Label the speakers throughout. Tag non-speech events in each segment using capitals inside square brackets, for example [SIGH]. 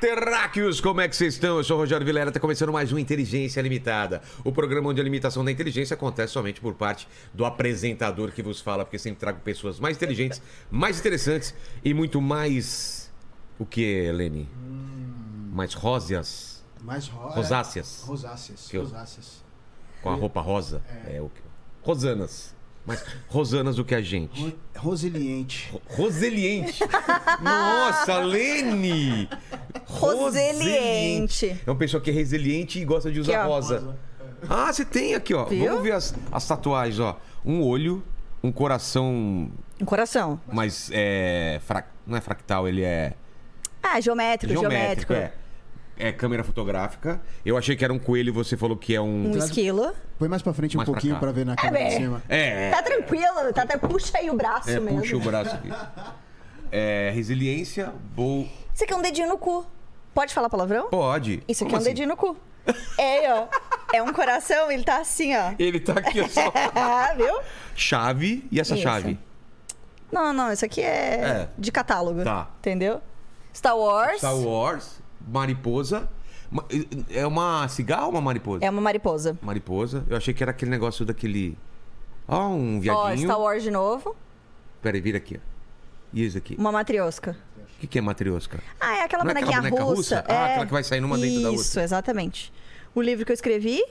Speaker 1: terráqueos, como é que vocês estão? Eu sou o Rogério Vilela, está começando mais um Inteligência Limitada. O programa onde a limitação da inteligência acontece somente por parte do apresentador que vos fala, porque sempre trago pessoas mais inteligentes, mais interessantes e muito mais... O que, Helene? Mais róseas?
Speaker 2: Mais ro
Speaker 1: Rosáceas.
Speaker 2: É, rosáceas.
Speaker 1: Que eu-
Speaker 2: Rosáceas.
Speaker 1: Com a roupa rosa? É, o que... Rosanas. Mais rosanas do que a gente.
Speaker 2: Ro- Rosiliente.
Speaker 1: Roseliente. Nossa, Lene!
Speaker 3: Roseliente.
Speaker 1: É uma pessoa que é resiliente e gosta de usar
Speaker 3: Que é a
Speaker 1: rosa. Ah, você tem aqui, ó.
Speaker 3: Viu?
Speaker 1: Vamos ver as, as tatuagens, ó. Um olho, um coração
Speaker 3: Um coração.
Speaker 1: mais. É, frac- Não é fractal, ele é.
Speaker 3: Ah, geométrico,
Speaker 1: Geométrico,
Speaker 3: geométrico.
Speaker 1: é. É câmera fotográfica. Eu achei que era um coelho e você falou que é um.
Speaker 3: Um esquilo. Tá
Speaker 2: Põe mais pra frente um
Speaker 1: Mais pra
Speaker 2: pouquinho
Speaker 1: cá.
Speaker 2: Então, pra, ver na câmera de
Speaker 3: bem.
Speaker 2: cima.
Speaker 1: É, é.
Speaker 3: Tá tranquilo, tá até puxa aí o braço
Speaker 1: é,
Speaker 3: mesmo.
Speaker 1: puxa o braço aqui. É, resiliência, boa.
Speaker 3: Isso aqui é um dedinho no cu. Pode falar palavrão?
Speaker 1: Pode.
Speaker 3: Isso aqui
Speaker 1: Como
Speaker 3: é um
Speaker 1: assim?
Speaker 3: dedinho no cu. É, ó. É um coração, ele tá assim, ó. [LAUGHS]
Speaker 1: Ele tá aqui, ó. Só...
Speaker 3: Ah, viu?
Speaker 1: Chave e essa
Speaker 3: Isso.
Speaker 1: chave.
Speaker 3: Não, não, isso aqui é,
Speaker 1: É.
Speaker 3: de catálogo.
Speaker 1: Tá.
Speaker 3: Entendeu? Star Wars,
Speaker 1: Star Wars, mariposa. Ma- É uma cigarra ou uma mariposa?
Speaker 3: é uma mariposa.
Speaker 1: Mariposa. Eu achei que era aquele negócio daquele. Ó, um
Speaker 3: Ó,
Speaker 1: viadinho.
Speaker 3: Star Wars de novo,
Speaker 1: Peraí, vira aqui. ó. E isso aqui?
Speaker 3: uma matriosca.
Speaker 1: O que, que é matriosca?
Speaker 3: Ah, é aquela
Speaker 1: Não é aquela
Speaker 3: bonequinha
Speaker 1: boneca
Speaker 3: russa. É.
Speaker 1: russa? Ah, aquela que vai saindo uma dentro da outra.
Speaker 3: Isso, exatamente. O livro que eu escrevi,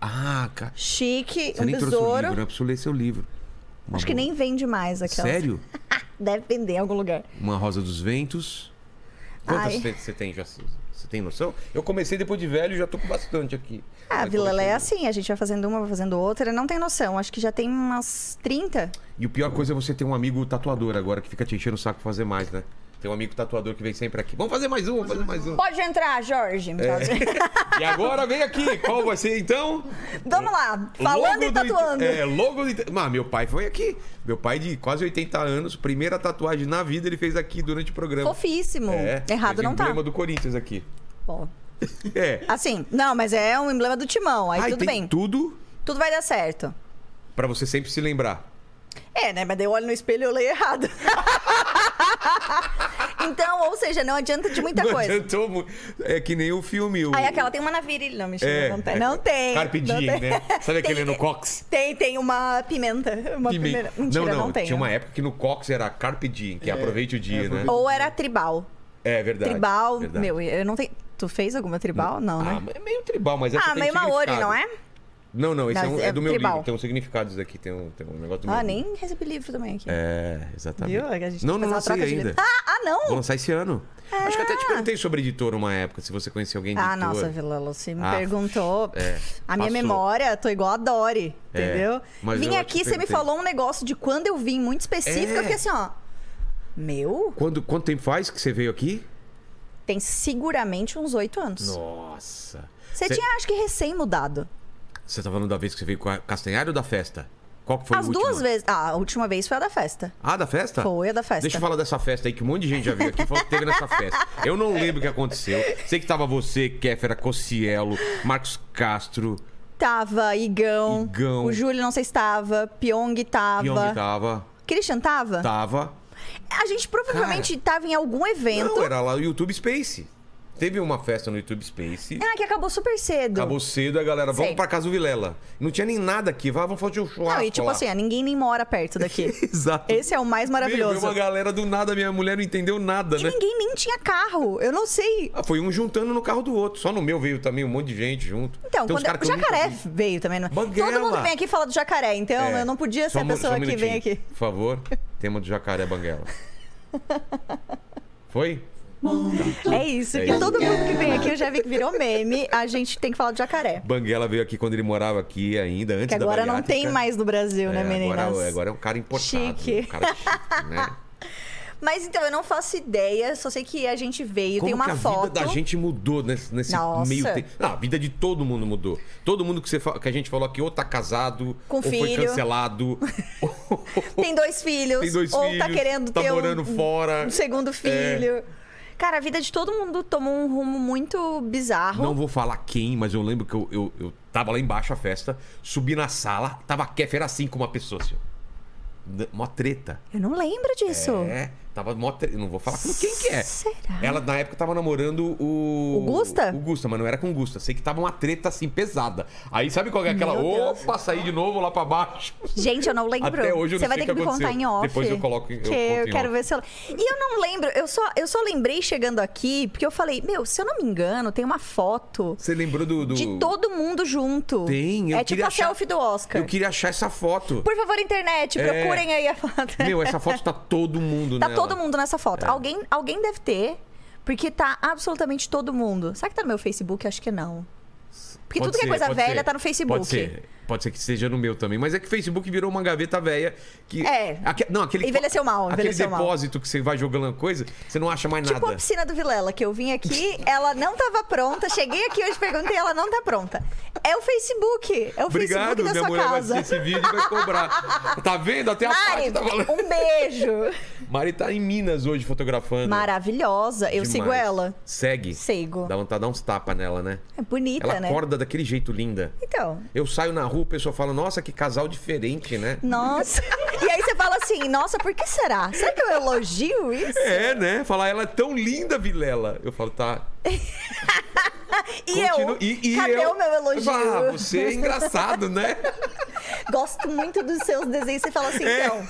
Speaker 1: Ah, cara.
Speaker 3: chique,
Speaker 1: Você
Speaker 3: um
Speaker 1: nem trouxe o
Speaker 3: besouro.
Speaker 1: livro, né? Eu preciso ler seu livro. Uma
Speaker 3: Acho que
Speaker 1: boa.
Speaker 3: nem vende mais aquela.
Speaker 1: Sério?
Speaker 3: [LAUGHS] Deve vender em algum lugar.
Speaker 1: Uma rosa dos ventos. Quantas
Speaker 3: Ai.
Speaker 1: você- você tem? Já, você tem noção? Eu comecei depois de velho e já tô com bastante aqui.
Speaker 3: Ah,
Speaker 1: Mas
Speaker 3: Vila
Speaker 1: quando eu
Speaker 3: Lé é
Speaker 1: chego-
Speaker 3: assim, a gente vai fazendo uma, vai fazendo outra, não tem noção. Acho que já tem umas 30.
Speaker 1: E o pior coisa é você ter um amigo tatuador agora que fica te enchendo o saco pra fazer mais, né? Tem um amigo tatuador que vem sempre aqui. Vamos fazer mais um, vamos fazer mais um.
Speaker 3: Pode entrar, Jorge.
Speaker 1: É. [LAUGHS] E agora vem aqui. Qual vai ser então?
Speaker 3: [LAUGHS] Vamos lá, falando
Speaker 1: Logo
Speaker 3: e
Speaker 1: do-
Speaker 3: tatuando.
Speaker 1: É, logo do. Ah, meu pai foi aqui. Meu pai de quase 80 anos, primeira tatuagem na vida ele fez aqui durante o programa.
Speaker 3: Fofíssimo.
Speaker 1: É,
Speaker 3: Errado
Speaker 1: fez
Speaker 3: não
Speaker 1: o
Speaker 3: tá.
Speaker 1: emblema do Corinthians
Speaker 3: [LAUGHS]
Speaker 1: aqui.
Speaker 3: Bom,
Speaker 1: É.
Speaker 3: assim, não, mas é um emblema do timão, aí
Speaker 1: Ah, e
Speaker 3: tudo
Speaker 1: tem
Speaker 3: bem.
Speaker 1: tudo
Speaker 3: Tudo vai dar certo.
Speaker 1: pra você sempre se lembrar.
Speaker 3: É, né? Mas daí eu olho no espelho e eu leio errado. [LAUGHS] então, ou seja, não adianta de muita
Speaker 1: Não
Speaker 3: coisa.
Speaker 1: adiantou muito. É que nem o filme. O...
Speaker 3: Aí é aquela tem uma na virilha, não, mentira,
Speaker 1: É,
Speaker 3: não tem.
Speaker 1: é.
Speaker 3: Não tem.
Speaker 1: Carpe
Speaker 3: não
Speaker 1: diem,
Speaker 3: tem. [LAUGHS]
Speaker 1: né? Sabe aquele
Speaker 3: Tem-
Speaker 1: no Cox?
Speaker 3: Tem, tem uma pimenta. Uma
Speaker 1: Pimenta.
Speaker 3: pimenta. Mentira, não,
Speaker 1: não,
Speaker 3: tem. né?
Speaker 1: Tinha uma época que no Cox era Carpe Diem, que é, aproveite o dia,
Speaker 2: é,
Speaker 1: né?
Speaker 2: aproveite.
Speaker 3: Ou era tribal.
Speaker 1: É verdade.
Speaker 3: tribal,
Speaker 1: verdade.
Speaker 3: meu, eu não tenho... Tu fez alguma tribal? Não,
Speaker 1: Ah,
Speaker 3: né?
Speaker 1: mas é meio tribal, mas essa
Speaker 3: Ah,
Speaker 1: tem
Speaker 3: meio maori,
Speaker 1: significado.
Speaker 3: não é?
Speaker 1: Não, não, esse é,
Speaker 3: Não,
Speaker 1: um-
Speaker 3: é
Speaker 1: é do meu
Speaker 3: tribal.
Speaker 1: livro. Tem um significado isso daqui, tem um, tem um negócio do meu
Speaker 3: Ah,
Speaker 1: livro.
Speaker 3: nem recebi livro também aqui.
Speaker 1: É, exatamente.
Speaker 3: Viu? É que a gente
Speaker 1: não,
Speaker 3: tem
Speaker 1: não
Speaker 3: que fazer
Speaker 1: lancei
Speaker 3: uma troca de
Speaker 1: ainda.
Speaker 3: livro. Ah, ah, não?
Speaker 1: Vou lançar esse ano. Acho que até te perguntei sobre editor uma época, se você conhecia alguém de
Speaker 3: Ah,
Speaker 1: editor.
Speaker 3: nossa, Vilelo, você me
Speaker 1: Ah,
Speaker 3: perguntou.
Speaker 1: é,
Speaker 3: Pff, a minha
Speaker 1: passou.
Speaker 3: memória, tô igual a Dori,
Speaker 1: É,
Speaker 3: entendeu?
Speaker 1: mas
Speaker 3: Vim
Speaker 1: eu
Speaker 3: aqui,
Speaker 1: te
Speaker 3: você me
Speaker 1: perguntei.
Speaker 3: falou um negócio de quando eu vim, muito específico,
Speaker 1: É.
Speaker 3: eu fiquei assim, ó. Meu,
Speaker 1: Quando, quanto tempo faz que você veio aqui?
Speaker 3: tem seguramente uns oito anos.
Speaker 1: Nossa.
Speaker 3: Você
Speaker 1: Cê-
Speaker 3: tinha, acho que, recém-mudado.
Speaker 1: Você tá falando da vez que você veio com a Castanhari ou da festa? Qual que foi
Speaker 3: As
Speaker 1: o
Speaker 3: duas
Speaker 1: último?
Speaker 3: vezes. Ah, a última vez foi a da festa.
Speaker 1: Ah, da festa?
Speaker 3: Foi a da festa.
Speaker 1: Deixa eu falar dessa festa aí, que um monte de gente já veio aqui e falou que teve nessa festa. Eu não lembro o que aconteceu. Sei que tava você, Kéfera, Cocielo, Marcos Castro,
Speaker 3: Tava Igão,
Speaker 1: Igão.
Speaker 3: o Júlio não sei se tava, Pyong tava,
Speaker 1: Pyong tava, Tá.
Speaker 3: Christian tava?
Speaker 1: tava.
Speaker 3: A gente provavelmente tava em algum evento.
Speaker 1: Não, era lá o YouTube Space. Teve uma festa no YouTube Space.
Speaker 3: Ah, que acabou super cedo.
Speaker 1: Acabou cedo, a galera, vamos
Speaker 3: Sei.
Speaker 1: pra casa do Vilela. Não tinha nem nada aqui, vá, vamos fazer um churrasco
Speaker 3: Não, e tipo
Speaker 1: lá.
Speaker 3: assim, ninguém nem mora perto daqui.
Speaker 1: [LAUGHS] Exato.
Speaker 3: Esse é o mais
Speaker 1: Veio
Speaker 3: maravilhoso.
Speaker 1: uma galera do nada, minha mulher não entendeu nada,
Speaker 3: E
Speaker 1: né?
Speaker 3: ninguém nem tinha carro. Eu não sei.
Speaker 1: Ah, foi um juntando no carro do outro. Só no meu veio também um monte de gente junto.
Speaker 3: Então,
Speaker 1: Tem uns
Speaker 3: quando
Speaker 1: cara
Speaker 3: o
Speaker 1: que eu nunca
Speaker 3: jacaré
Speaker 1: vi.
Speaker 3: veio também. não é?
Speaker 1: Banguela.
Speaker 3: Todo mundo vem aqui e fala do jacaré, então
Speaker 1: É.
Speaker 3: eu não podia ser
Speaker 1: Só
Speaker 3: a
Speaker 1: um- só
Speaker 3: pessoa
Speaker 1: um
Speaker 3: que vem
Speaker 1: minutinho.
Speaker 3: aqui.
Speaker 1: Por favor, tema do jacaré banguela. Foi?
Speaker 3: É isso,
Speaker 1: É
Speaker 3: que
Speaker 1: isso.
Speaker 3: todo mundo que vem aqui eu já vi que virou meme. A gente tem que falar do jacaré.
Speaker 1: Banguela veio aqui quando ele morava aqui ainda, antes
Speaker 3: Que
Speaker 1: da
Speaker 3: agora não tem
Speaker 1: bariátrica.
Speaker 3: mais no Brasil, né,
Speaker 1: É,
Speaker 3: meninas?
Speaker 1: Agora, agora é um cara importado.
Speaker 3: Chique.
Speaker 1: né? Um cara chique,
Speaker 3: [LAUGHS]
Speaker 1: né?
Speaker 3: Mas então, eu não faço ideia, só sei que a gente veio,
Speaker 1: Como
Speaker 3: tem uma
Speaker 1: que a
Speaker 3: foto.
Speaker 1: vida da gente mudou nesse, nesse
Speaker 3: Nossa.
Speaker 1: meio tempo? Não, a vida de todo mundo mudou. Todo mundo que, você, fa- que a gente falou aqui ou tá casado,
Speaker 3: Com
Speaker 1: ou foi
Speaker 3: filho. [LAUGHS]
Speaker 1: cancelado,
Speaker 3: Tem dois filhos,
Speaker 1: tem dois
Speaker 3: ou
Speaker 1: filhos,
Speaker 3: tá querendo
Speaker 1: tá
Speaker 3: ter
Speaker 1: morando
Speaker 3: um,
Speaker 1: fora. É.
Speaker 3: um segundo filho. Cara, a vida de todo mundo tomou um rumo muito bizarro.
Speaker 1: Não vou falar quem, mas eu lembro que eu, eu, eu tava lá embaixo a festa, subi na sala, tava a Kéfera assim com uma pessoa, assim. ó. D- Mó treta.
Speaker 3: Eu não lembro disso.
Speaker 1: É. Tava mó. tre- Não vou falar com quem que é.
Speaker 3: Será?
Speaker 1: Ela, na época, tava namorando o.
Speaker 3: O Gusta?
Speaker 1: O Gusta, mas não era com o Gusta. Sei que tava uma treta assim pesada. Aí sabe qual é aquela?
Speaker 3: Meu Deus.
Speaker 1: Opa, saí de novo lá pra baixo.
Speaker 3: Gente, eu não lembro.
Speaker 1: Até hoje eu não
Speaker 3: Você vai
Speaker 1: sei
Speaker 3: ter que
Speaker 1: o que
Speaker 3: me contar
Speaker 1: aconteceu.
Speaker 3: em off.
Speaker 1: Depois eu coloco em- eu
Speaker 3: que
Speaker 1: conto em
Speaker 3: eu quero
Speaker 1: off.
Speaker 3: ver se eu. E eu não lembro, eu só, eu só lembrei chegando aqui, porque eu falei, meu, se eu não me engano, tem uma foto
Speaker 1: Você lembrou do. do...
Speaker 3: de todo mundo junto.
Speaker 1: Tem, eu
Speaker 3: É tipo
Speaker 1: queria
Speaker 3: a
Speaker 1: achar-
Speaker 3: selfie do Oscar.
Speaker 1: Eu queria achar essa foto.
Speaker 3: Por favor, internet,
Speaker 1: É.
Speaker 3: procurem aí a foto.
Speaker 1: Meu, essa foto tá todo mundo,
Speaker 3: Tá
Speaker 1: nela. É.
Speaker 3: todo mundo nessa foto. Alguém, alguém deve ter, porque tá absolutamente todo mundo. Será que tá no meu Facebook? Acho que não. Porque
Speaker 1: Pode
Speaker 3: tudo
Speaker 1: ser,
Speaker 3: que é coisa
Speaker 1: pode
Speaker 3: velha
Speaker 1: ser.
Speaker 3: tá no Facebook.
Speaker 1: Pode ser. Pode ser que seja no meu também. Mas é que o Facebook virou uma gaveta velha que.
Speaker 3: É.
Speaker 1: Aque... Não, aquele.
Speaker 3: Envelheceu mal,
Speaker 1: Aquele
Speaker 3: envelheceu mal.
Speaker 1: depósito que você vai jogando coisa, você não acha mais
Speaker 3: Tipo a
Speaker 1: nada.
Speaker 3: piscina do Vilela, que eu vim aqui, ela não tava pronta. Cheguei aqui hoje, perguntei, ela não tá pronta. É o Facebook. É o
Speaker 1: Obrigado,
Speaker 3: Facebook da
Speaker 1: minha
Speaker 3: sua
Speaker 1: mulher vai
Speaker 3: casa.
Speaker 1: assistir esse vídeo e vai
Speaker 3: [LAUGHS]
Speaker 1: cobrar. tá vendo? Até a parte tá
Speaker 3: Mari,
Speaker 1: falando.
Speaker 3: um beijo.
Speaker 1: [LAUGHS] Mari tá em Minas hoje fotografando.
Speaker 3: Maravilhosa. Eu
Speaker 1: Demais.
Speaker 3: sigo ela.
Speaker 1: Segue.
Speaker 3: Sigo.
Speaker 1: Dá vontade de dar uns tapas nela, né?
Speaker 3: É bonita,
Speaker 1: Ela
Speaker 3: né?
Speaker 1: acorda daquele jeito linda.
Speaker 3: Então.
Speaker 1: Eu saio na rua, o pessoal fala, nossa, que casal diferente, né?
Speaker 3: Nossa. E aí você fala assim, nossa, por que será? Será que eu elogio isso?
Speaker 1: É, né? Falar, ela é tão linda, Vilela. Eu falo, tá.
Speaker 3: E
Speaker 1: continua-
Speaker 3: eu?
Speaker 1: E, e
Speaker 3: Cadê
Speaker 1: eu?
Speaker 3: o meu elogio?
Speaker 1: Eu falo, ah, você é engraçado, né?
Speaker 3: [LAUGHS] Gosto muito dos seus desenhos. Você fala assim,
Speaker 1: É.
Speaker 3: então,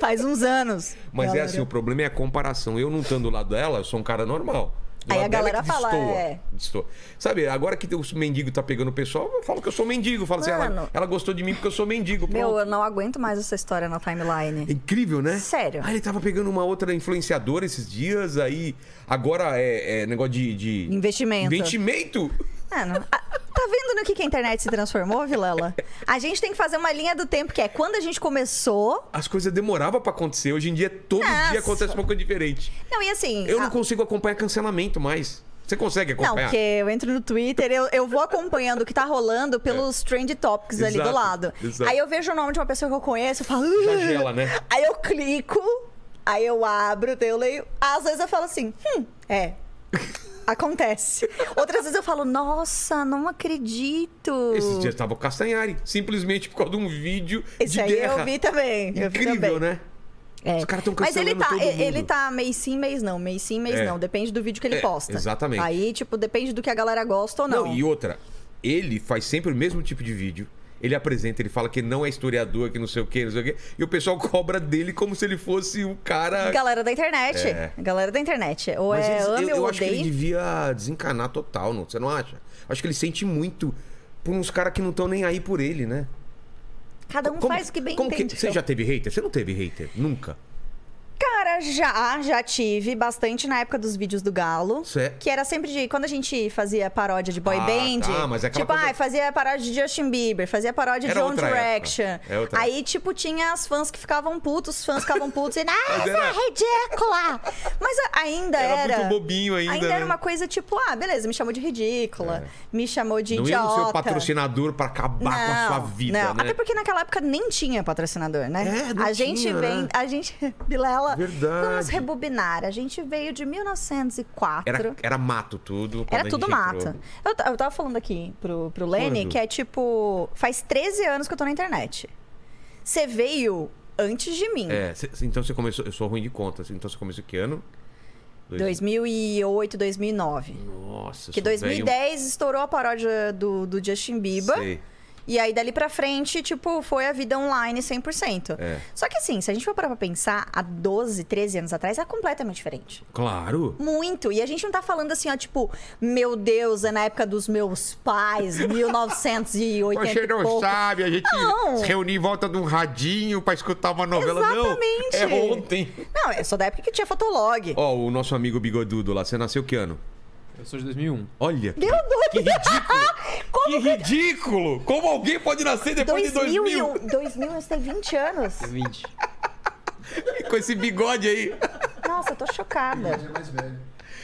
Speaker 3: faz uns anos.
Speaker 1: Mas é
Speaker 3: galera.
Speaker 1: assim, o problema é a comparação. Eu não estando do lado dela, eu sou um cara normal. Do
Speaker 3: Aí
Speaker 1: lado
Speaker 3: a
Speaker 1: dela
Speaker 3: galera
Speaker 1: que
Speaker 3: fala,
Speaker 1: destoa,
Speaker 3: é.
Speaker 1: destoa. Sabe, agora que os mendigos tá pegando o pessoal, eu falo que eu sou mendigo. Fala assim, ela,
Speaker 3: Mano.
Speaker 1: ela gostou de mim porque eu sou mendigo.
Speaker 3: Meu,
Speaker 1: pronto.
Speaker 3: eu não aguento mais essa história na timeline.
Speaker 1: É incrível, né?
Speaker 3: Sério.
Speaker 1: Ah, ele tava pegando uma outra influenciadora esses dias, aí. Agora é, é negócio de. de-
Speaker 3: Investimento.
Speaker 1: Investimento!
Speaker 3: Mano, a- tá vendo no que, que a internet se transformou, Vilela? A gente tem que fazer uma linha do tempo, que é quando a gente começou.
Speaker 1: As coisas demoravam pra acontecer. Hoje em dia, todo
Speaker 3: Nossa.
Speaker 1: dia acontece uma coisa diferente.
Speaker 3: Não, e assim.
Speaker 1: Eu
Speaker 3: a-
Speaker 1: não consigo acompanhar cancelamento mais. Você consegue
Speaker 3: Não,
Speaker 1: acompanhar?
Speaker 3: porque eu entro no Twitter, eu, eu vou acompanhando o que tá rolando pelos trend topics ali do
Speaker 1: É. Exato,
Speaker 3: lado.
Speaker 1: exato.
Speaker 3: Aí eu vejo o nome de uma pessoa que eu conheço, eu falo.
Speaker 1: Já
Speaker 3: "Ugh".
Speaker 1: gela, né?
Speaker 3: Aí eu clico, aí eu abro, daí eu leio. Às vezes eu falo assim, hum, é. Acontece. Outras vezes eu falo, nossa, não acredito.
Speaker 1: Esses dias tava o Castanhari, simplesmente por causa de um vídeo
Speaker 3: Esse
Speaker 1: de
Speaker 3: aí
Speaker 1: guerra.
Speaker 3: eu vi também. eu vi
Speaker 1: Incrível,
Speaker 3: também.
Speaker 1: né?
Speaker 3: É.
Speaker 1: Os caras tão
Speaker 3: Mas ele
Speaker 1: cancelando
Speaker 3: tá,
Speaker 1: todo
Speaker 3: e- ele
Speaker 1: mundo.
Speaker 3: tá mês sim, mês não, mês sim, mês
Speaker 1: É.
Speaker 3: não. Depende do vídeo que ele
Speaker 1: É,
Speaker 3: posta.
Speaker 1: exatamente.
Speaker 3: Aí, tipo, depende do que a galera gosta ou não.
Speaker 1: Não, e outra, ele faz sempre o mesmo tipo de vídeo. Ele apresenta, ele fala que não é historiador, que não sei o quê, não sei o quê. E o pessoal [LAUGHS] cobra dele como se ele fosse o cara.
Speaker 3: Galera da internet.
Speaker 1: É.
Speaker 3: Galera da internet. Ou
Speaker 1: Mas
Speaker 3: Então, é
Speaker 1: eles-
Speaker 3: ama
Speaker 1: eu,
Speaker 3: ou
Speaker 1: eu acho que ele
Speaker 3: odeia.
Speaker 1: devia desencanar total, não? Você não acha? Acho que ele sente muito por uns caras que não estão nem aí por ele, né?
Speaker 3: Cada um faz o que bem
Speaker 1: como
Speaker 3: entende.
Speaker 1: Você já teve hater? Você não teve hater? Nunca.
Speaker 3: Cara, já, já tive bastante na época dos vídeos do Galo.
Speaker 1: Certo.
Speaker 3: Que era sempre de. Quando a gente fazia paródia de boy
Speaker 1: Ah,
Speaker 3: band.
Speaker 1: tá, mas é aquela
Speaker 3: tipo,
Speaker 1: coisa-
Speaker 3: ah, fazia paródia de Justin Bieber, fazia paródia
Speaker 1: Era
Speaker 3: de One
Speaker 1: outra época.
Speaker 3: Direction.
Speaker 1: É outra
Speaker 3: Aí, tipo, tinha as fãs que ficavam putos, os fãs ficavam putos e. [LAUGHS] Ah,
Speaker 1: Mas
Speaker 3: essa
Speaker 1: era-
Speaker 3: é ridícula! Mas a- ainda
Speaker 1: Era
Speaker 3: era.
Speaker 1: muito bobinho ainda,
Speaker 3: Ainda
Speaker 1: né? É.
Speaker 3: era uma coisa tipo, ah, beleza, me chamou de ridícula, me chamou de
Speaker 1: Não ia
Speaker 3: idiota.
Speaker 1: no seu patrocinador pra acabar com a sua vida,
Speaker 3: não.
Speaker 1: né?
Speaker 3: Até porque naquela época nem tinha patrocinador, né?
Speaker 1: É, não
Speaker 3: a gente
Speaker 1: tinha,
Speaker 3: vem,
Speaker 1: né?
Speaker 3: a gente, [LAUGHS] Bilela,
Speaker 1: Verdade.
Speaker 3: vamos rebobinar. A gente veio de 1904.
Speaker 1: Era, era mato tudo. quando
Speaker 3: Era
Speaker 1: a gente
Speaker 3: tudo
Speaker 1: entrou.
Speaker 3: mato. Eu, ta- eu tava falando aqui pro, pro Lene
Speaker 1: Quando?
Speaker 3: que é tipo, faz 13 anos que eu tô na internet. Você veio antes de mim.
Speaker 1: É, cê- cê- então você começou. Eu sou ruim de contas. Então você começou que ano? Dois-
Speaker 3: 2008, 2009.
Speaker 1: Nossa, eu
Speaker 3: Que
Speaker 1: sou velho.
Speaker 3: 2010 estourou a paródia do, do Justin Bieber.
Speaker 1: Sei.
Speaker 3: E aí, dali pra frente, tipo, foi a vida online 100%.
Speaker 1: É.
Speaker 3: Só que assim, se a gente for parar pra pensar, há 12, 13 anos atrás, era completamente diferente.
Speaker 1: Claro.
Speaker 3: Muito. E a gente não tá falando assim, ó, tipo, meu Deus, é na época dos meus
Speaker 1: [LAUGHS]
Speaker 3: pais, 1980
Speaker 1: Você
Speaker 3: e
Speaker 1: não
Speaker 3: pouco.
Speaker 1: sabe, a gente
Speaker 3: Não.
Speaker 1: se reuniu em volta de um radinho pra escutar uma novela.
Speaker 3: Exatamente.
Speaker 1: Não, é ontem.
Speaker 3: Não, é só da época que tinha fotolog.
Speaker 1: Ó, o nosso amigo Bigodudo lá, você nasceu que ano?
Speaker 4: Eu sou de 2001.
Speaker 1: Olha, que,
Speaker 3: Meu Deus!
Speaker 1: que ridículo. que
Speaker 3: Como
Speaker 1: ridículo. Como alguém pode nascer
Speaker 3: [LAUGHS]
Speaker 1: depois
Speaker 3: 2000,
Speaker 1: de 2000?
Speaker 3: 2000, um, eu tem 20 anos.
Speaker 4: 20.
Speaker 1: Com esse bigode aí.
Speaker 3: Nossa, eu tô chocada.
Speaker 2: é mais velho.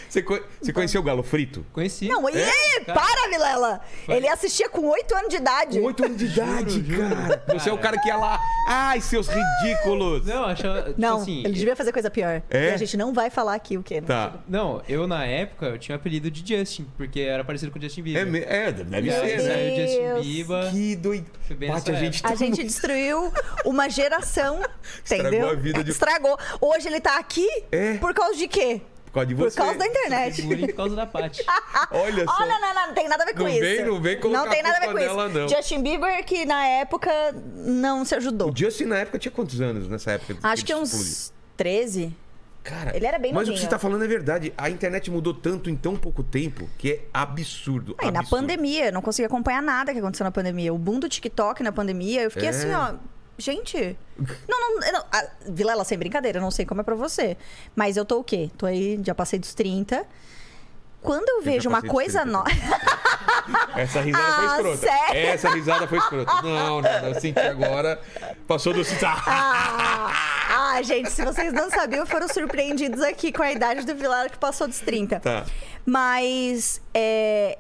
Speaker 1: Você, co- você conheceu o Galo Frito?
Speaker 4: Conheci.
Speaker 3: Não,
Speaker 1: É?
Speaker 3: e
Speaker 4: Cara.
Speaker 3: para, Vilela! Ele assistia com 8 anos de idade.
Speaker 1: Com oito anos de idade,
Speaker 4: juro.
Speaker 1: cara. Você é o cara que ia lá Ai, seus ridículos!
Speaker 4: Não, achava.
Speaker 3: [LAUGHS]
Speaker 4: tipo
Speaker 3: Não,
Speaker 4: assim,
Speaker 3: ele devia fazer coisa pior.
Speaker 1: É?
Speaker 3: E a gente não vai falar aqui o quê, né?
Speaker 1: Tá.
Speaker 4: Não, eu na época eu tinha o apelido de Justin, porque eu era parecido com o Justin Bieber.
Speaker 1: É, me- é deve
Speaker 4: E aí
Speaker 1: ser, né?
Speaker 4: saiu o
Speaker 3: Deus.
Speaker 4: Justin Bieber.
Speaker 1: Que doido.
Speaker 4: Foi bem
Speaker 1: Paty, a
Speaker 4: nessa
Speaker 1: gente
Speaker 3: A
Speaker 1: tá
Speaker 3: gente destruiu uma geração,
Speaker 1: [LAUGHS] Estragou
Speaker 3: entendeu?
Speaker 1: a vida de-
Speaker 3: Estragou. Hoje ele tá aqui
Speaker 1: É.
Speaker 3: por causa de quê?
Speaker 1: por causa de
Speaker 3: Por
Speaker 1: você.
Speaker 3: causa da internet.
Speaker 4: Bullying por causa
Speaker 3: [LAUGHS]
Speaker 4: da Paty.
Speaker 1: [LAUGHS] Olha só.
Speaker 3: Olha, não, não, não tem nada a ver com
Speaker 1: Não
Speaker 3: isso.
Speaker 1: vem- não vem colocar
Speaker 3: Não tem
Speaker 1: a
Speaker 3: nada a ver com
Speaker 1: culpa nela,
Speaker 3: isso.
Speaker 1: não.
Speaker 3: Justin Bieber, que na época não se ajudou.
Speaker 1: O Justin, na época, tinha quantos anos nessa época?
Speaker 3: Acho que é
Speaker 1: ele explodiu?
Speaker 3: uns 13.
Speaker 1: Cara,
Speaker 3: ele era bem
Speaker 1: Mas o que
Speaker 3: novinho.
Speaker 1: você tá falando é verdade. A internet mudou tanto em tão pouco tempo que é absurdo.
Speaker 3: Aí, na
Speaker 1: absurdo.
Speaker 3: pandemia, eu não consegui acompanhar nada que aconteceu na pandemia. O boom do TikTok na pandemia, eu fiquei
Speaker 1: É.
Speaker 3: assim, ó.
Speaker 1: [LAUGHS]
Speaker 3: Gente, não, não, eu não- ah, Vilela, sem brincadeira, eu não sei como é pra você. Mas eu tô o quê? Tô aí, já passei dos 30. Quando eu,
Speaker 1: já
Speaker 3: vejo uma
Speaker 1: passei dos
Speaker 3: coisa
Speaker 1: 30
Speaker 3: nova.
Speaker 1: Essa risada
Speaker 3: Ah,
Speaker 1: foi escrota.
Speaker 3: sério?
Speaker 1: Essa risada foi escrota. Não, não, não. Eu senti agora. Passou do. [LAUGHS] Tá.
Speaker 3: [LAUGHS] ah, ah, gente, se vocês não sabiam, foram surpreendidos aqui com a idade do Vilela que passou dos 30.
Speaker 1: Tá.
Speaker 3: Mas é,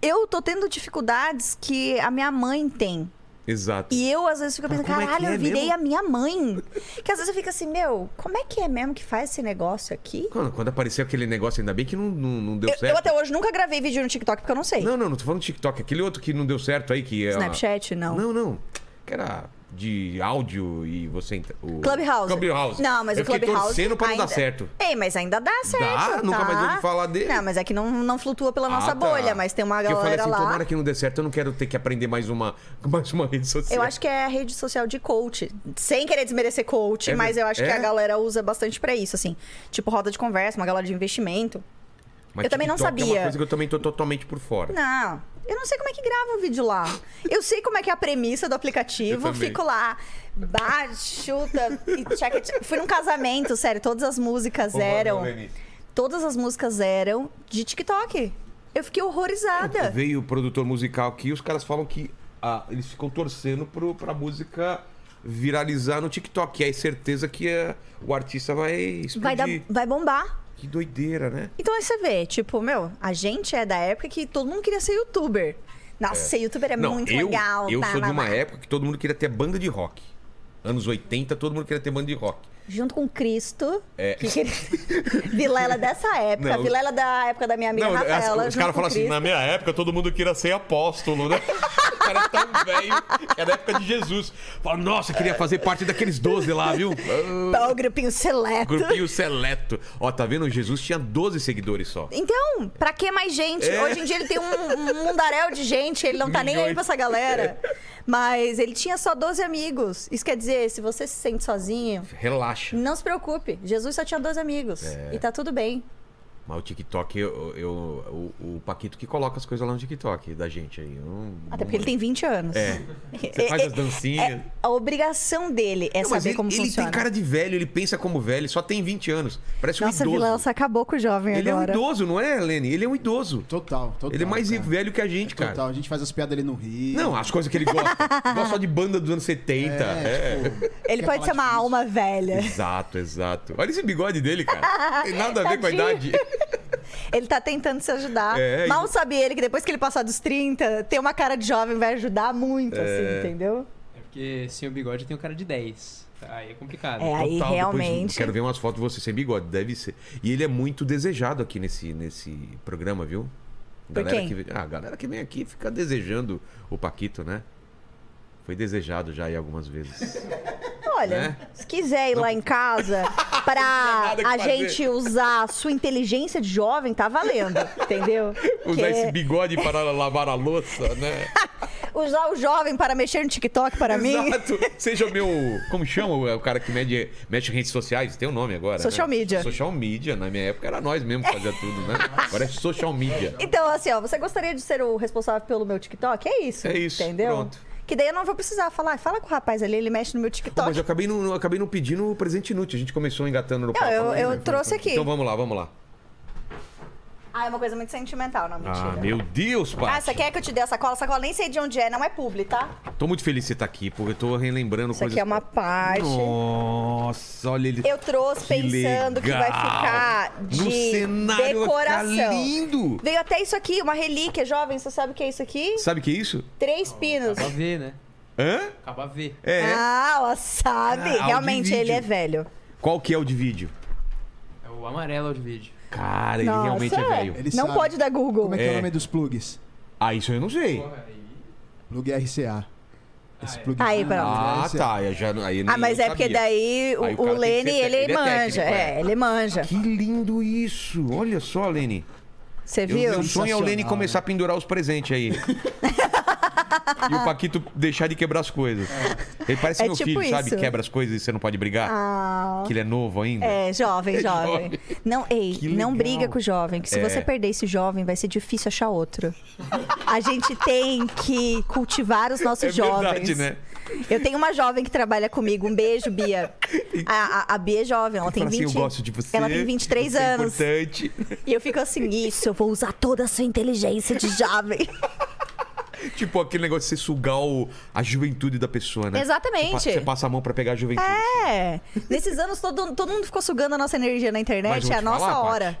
Speaker 3: eu tô tendo dificuldades que a minha mãe tem.
Speaker 1: Exato.
Speaker 3: E eu, às vezes, fico
Speaker 1: Mas
Speaker 3: pensando,
Speaker 1: como é que
Speaker 3: caralho,
Speaker 1: é
Speaker 3: eu virei
Speaker 1: mesmo?"
Speaker 3: a minha mãe. Que às vezes eu fico assim, meu, como é que é mesmo que faz esse negócio aqui?
Speaker 1: Quando, quando apareceu aquele negócio, ainda bem que não, não, não deu
Speaker 3: Eu,
Speaker 1: certo.
Speaker 3: eu até hoje nunca gravei vídeo no TikTok porque eu não sei.
Speaker 1: Não, não, não tô falando de TikTok. Aquele outro que não deu certo aí, que é.
Speaker 3: Snapchat, não.
Speaker 1: Não, não. Que era de áudio e você. entra- O...
Speaker 3: Clubhouse.
Speaker 1: Clubhouse.
Speaker 3: Não, mas
Speaker 1: eu
Speaker 3: o Clubhouse.
Speaker 1: Fiquei torcendo pra não
Speaker 3: ainda-
Speaker 1: dar certo. Ah,
Speaker 3: Ei, mas ainda dá certo. tá?
Speaker 1: nunca mais ouvi falar dele.
Speaker 3: Não, mas é que não, não flutua pela nossa
Speaker 1: Ah, tá.
Speaker 3: bolha, mas tem uma
Speaker 1: Porque Eu falei
Speaker 3: galera
Speaker 1: assim,
Speaker 3: lá.
Speaker 1: tomara que não dê certo, eu não quero ter que aprender mais uma, [LAUGHS] mais uma rede social.
Speaker 3: Eu acho que é a rede social de coach. Sem querer desmerecer coach,
Speaker 1: É
Speaker 3: mas eu acho que
Speaker 1: mesmo?
Speaker 3: a
Speaker 1: É?
Speaker 3: galera usa bastante pra isso, assim. Tipo roda de conversa, uma galera de investimento.
Speaker 1: Mas
Speaker 3: eu também não
Speaker 1: TikTok É uma
Speaker 3: sabia.
Speaker 1: coisa que eu também tô totalmente por fora.
Speaker 3: Não, eu não sei como é que grava um vídeo lá. Eu sei como é que é a premissa do
Speaker 1: Eu
Speaker 3: aplicativo,
Speaker 1: também.
Speaker 3: fico lá, bate, chuta e tchaca, tchaca. Fui num casamento, sério, todas as músicas
Speaker 1: Vamos lá,
Speaker 3: eram.
Speaker 1: Lenise.
Speaker 3: Todas as músicas eram de TikTok. Eu fiquei horrorizada.
Speaker 1: Veio o produtor musical aqui e os caras falam que ah, eles ficam torcendo pro, pra música viralizar no TikTok. E aí certeza que é, o artista vai explodir.
Speaker 3: Vai, dar, vai bombar.
Speaker 1: Que doideira, né?
Speaker 3: Então aí você vê, tipo, meu, a gente é da época que todo mundo queria ser youtuber. Nossa, ser youtuber é
Speaker 1: não,
Speaker 3: muito
Speaker 1: eu,
Speaker 3: legal.
Speaker 1: eu
Speaker 3: tá,
Speaker 1: sou de
Speaker 3: lá,
Speaker 1: uma
Speaker 3: lá.
Speaker 1: época que todo mundo queria ter banda de rock. Anos 80, todo mundo queria ter banda de rock.
Speaker 3: Junto com Cristo.
Speaker 1: É.
Speaker 3: Que queria... [LAUGHS] Vilela dessa época.
Speaker 1: Não.
Speaker 3: Vilela da época da minha amiga
Speaker 1: Não,
Speaker 3: Rafaela.
Speaker 1: as- os
Speaker 3: junto
Speaker 1: caras
Speaker 3: com
Speaker 1: falam assim,
Speaker 3: Cristo.
Speaker 1: na minha época todo mundo queria ser apóstolo, né? o cara é tão velho, era a época de Jesus. Fala, nossa, queria fazer parte daqueles 12 lá,
Speaker 3: [LAUGHS]
Speaker 1: viu? Ah,
Speaker 3: Tá, o grupinho seleto.
Speaker 1: Grupinho seleto. Ó, tá vendo? Jesus tinha 12 seguidores só.
Speaker 3: Então, pra que mais gente?
Speaker 1: É.
Speaker 3: Hoje em dia ele tem um, um mundaréu de gente, ele não tá nem aí
Speaker 1: Milhões. É.
Speaker 3: pra
Speaker 1: [LAUGHS]
Speaker 3: essa galera. Mas ele tinha só 12 amigos. Isso quer dizer, se você se sente sozinho,
Speaker 1: Relaxa.
Speaker 3: não se preocupe. Jesus só tinha 12 amigos.
Speaker 1: É.
Speaker 3: E tá tudo bem.
Speaker 1: Mas o TikTok, eu, eu- o, o Paquito que coloca as coisas lá no TikTok da gente aí. eu não-
Speaker 3: Até porque ele tem 20 anos.
Speaker 1: É. Você faz as dancinhas.
Speaker 3: [LAUGHS] É, a obrigação dele é
Speaker 1: Não, mas
Speaker 3: saber
Speaker 1: ele,
Speaker 3: como
Speaker 1: ele
Speaker 3: funciona.
Speaker 1: tem cara de velho, ele pensa como velho, só tem 20 anos. Parece
Speaker 3: Nossa,
Speaker 1: um idoso.
Speaker 3: Vilela, você acabou com o jovem
Speaker 1: Ele é um
Speaker 3: agora.
Speaker 1: idoso, não é, Lene? Ele é um idoso.
Speaker 2: Total, total.
Speaker 1: ele é mais
Speaker 2: cara.
Speaker 1: velho que a gente, cara.
Speaker 2: Total, a gente faz as piadas ali no Rio.
Speaker 1: Não, as coisas que ele
Speaker 3: [LAUGHS]
Speaker 1: gosta. gosta só de banda dos anos 70. É,
Speaker 2: tipo,
Speaker 3: Ele pode ser uma alma velha.
Speaker 1: Exato, exato. Olha esse bigode dele, cara. Tem nada a ver com a idade.
Speaker 3: Tadinho. Ele tá tentando se ajudar.
Speaker 1: É,
Speaker 3: Mal
Speaker 1: e-
Speaker 3: sabe ele que depois que ele passar dos 30, ter uma cara de jovem vai ajudar muito, assim, entendeu?
Speaker 4: É porque sem o bigode eu tenho cara de 10. Tá, Aí é complicado.
Speaker 3: É, aí
Speaker 1: Total, depois
Speaker 3: realmente.
Speaker 1: Quero ver umas fotos de você sem bigode, deve ser. E ele é muito desejado aqui nesse, nesse programa, viu?
Speaker 3: Por
Speaker 1: Galera
Speaker 3: quem?
Speaker 1: que vem- ah, a galera que vem aqui fica desejando o Paquito, né? Foi desejado já aí algumas
Speaker 3: [LAUGHS]
Speaker 1: vezes.
Speaker 3: Olha,
Speaker 1: né?
Speaker 3: se quiser ir lá em casa
Speaker 1: [LAUGHS]
Speaker 3: pra
Speaker 1: nada que
Speaker 3: a
Speaker 1: fazer.
Speaker 3: gente usar a sua inteligência de jovem, tá valendo, entendeu?
Speaker 1: [LAUGHS] Usar
Speaker 3: Que-
Speaker 1: esse bigode para
Speaker 3: [LAUGHS]
Speaker 1: lavar a louça, né?
Speaker 3: usar o jovem para mexer no TikTok para mim.
Speaker 1: Exato. Seja o meu. Como chama o o cara que mede, mexe em redes sociais? Tem um nome agora. né?
Speaker 3: Social media.
Speaker 1: Social media. Na minha época era nós mesmo que fazia tudo, né? Agora é social media.
Speaker 3: Então, assim, ó, você gostaria de ser o responsável pelo meu TikTok? É isso.
Speaker 1: É isso,
Speaker 3: Entendeu?
Speaker 1: pronto.
Speaker 3: Que daí eu não vou precisar falar. "Ah, Fala com o rapaz ali, ele mexe no meu
Speaker 1: Pô,
Speaker 3: TikTok.
Speaker 1: mas eu acabei não, eu acabei não pedindo o presente inútil. A gente começou engatando no
Speaker 3: Não,
Speaker 1: papo,
Speaker 3: eu-
Speaker 1: né?
Speaker 3: eu
Speaker 1: Foi-
Speaker 3: trouxe
Speaker 1: foi-
Speaker 3: aqui.
Speaker 1: Então vamos lá, vamos lá.
Speaker 3: Ah, é uma coisa muito sentimental, não, mentira.
Speaker 1: Ah, meu Deus, pai.
Speaker 3: Ah, você quer que eu te dê a sacola? A Sacola nem sei de onde é, não é publi, tá?
Speaker 1: Tô muito feliz de você estar aqui, porque eu tô relembrando
Speaker 3: Isso
Speaker 1: coisas.
Speaker 3: aqui é uma parte.
Speaker 1: Nossa, olha ele.
Speaker 3: Eu trouxe
Speaker 1: Que
Speaker 3: pensando que vai
Speaker 1: legal.
Speaker 3: ficar de
Speaker 1: no cenário
Speaker 3: decoração.
Speaker 1: Vai ficar lindo.
Speaker 3: Veio até isso aqui, uma relíquia, jovem, você sabe o que é isso aqui?
Speaker 1: Sabe o que é isso?
Speaker 3: Três pinos.
Speaker 4: Só ver, né?
Speaker 1: Hã?
Speaker 4: Acaba V.
Speaker 1: É.
Speaker 3: Ah, ela sabe.
Speaker 1: Ah, o de
Speaker 3: Realmente,
Speaker 1: vídeo.
Speaker 3: ele é velho.
Speaker 1: Qual que é o de vídeo?
Speaker 4: É o amarelo de vídeo.
Speaker 1: Cara, ele
Speaker 3: Nossa,
Speaker 1: realmente é
Speaker 3: é.
Speaker 1: velho.
Speaker 2: Ele
Speaker 3: não
Speaker 2: sabe.
Speaker 3: pode dar Google.
Speaker 2: Como é que é,
Speaker 1: É.
Speaker 2: o nome dos plugs?
Speaker 1: Ah, isso eu não sei.
Speaker 4: Porra, aí.
Speaker 2: Plug RCA. Esse
Speaker 4: Ah, é.
Speaker 2: plug né?
Speaker 3: Aí, pronto.
Speaker 1: Ah,
Speaker 2: RCA.
Speaker 1: tá. eu já, aí nem
Speaker 3: é- Ah, mas
Speaker 1: eu
Speaker 3: é porque
Speaker 1: sabia.
Speaker 3: daí o,
Speaker 1: Aí o
Speaker 3: o
Speaker 1: cara tem que
Speaker 3: Lene,
Speaker 1: ser-
Speaker 3: ele,
Speaker 1: ele é
Speaker 3: manja.
Speaker 1: técnico,
Speaker 3: é.
Speaker 1: é.
Speaker 3: ele manja.
Speaker 1: Que lindo isso! Olha só, Lene.
Speaker 3: Você
Speaker 1: Eu,
Speaker 3: viu?
Speaker 1: meu sonho é o Lene
Speaker 2: Sensacional,
Speaker 1: começar a pendurar os presentes
Speaker 3: [LAUGHS]
Speaker 1: aí. e o Paquito deixar de quebrar as coisas. Ele parece
Speaker 3: É
Speaker 1: meu
Speaker 3: tipo
Speaker 1: filho, sabe?
Speaker 3: isso.
Speaker 1: Quebra as coisas e você não pode brigar.
Speaker 3: Ah.
Speaker 1: Que ele é novo ainda.
Speaker 3: É, jovem, jovem.
Speaker 1: jovem.
Speaker 3: Não, ei,
Speaker 1: Que
Speaker 3: não
Speaker 1: legal.
Speaker 3: briga com o jovem, que se
Speaker 1: É.
Speaker 3: você perder esse jovem, vai ser difícil achar outro. A gente tem que cultivar os nossos
Speaker 1: É
Speaker 3: jovens.
Speaker 1: verdade, né?
Speaker 3: Eu tenho uma jovem que trabalha comigo. Um beijo, Bia. A, a- a Bia é jovem, ela tem
Speaker 1: Fala
Speaker 3: 20.
Speaker 1: assim, eu gosto de você.
Speaker 3: ela tem 23
Speaker 1: você é
Speaker 3: anos.
Speaker 1: importante.
Speaker 3: E eu fico assim, isso, eu vou usar toda a sua inteligência de jovem.
Speaker 1: Tipo aquele negócio de você sugar o- a juventude da pessoa, [LAUGHS] né?
Speaker 3: Exatamente.
Speaker 1: Você pa- Você passa a mão pra pegar a juventude.
Speaker 3: É. Nesses anos, todo, todo mundo ficou sugando a nossa energia na
Speaker 1: Mas
Speaker 3: internet.
Speaker 1: vou
Speaker 3: É a
Speaker 1: te
Speaker 3: nossa
Speaker 1: falar,
Speaker 3: hora.
Speaker 1: Paty,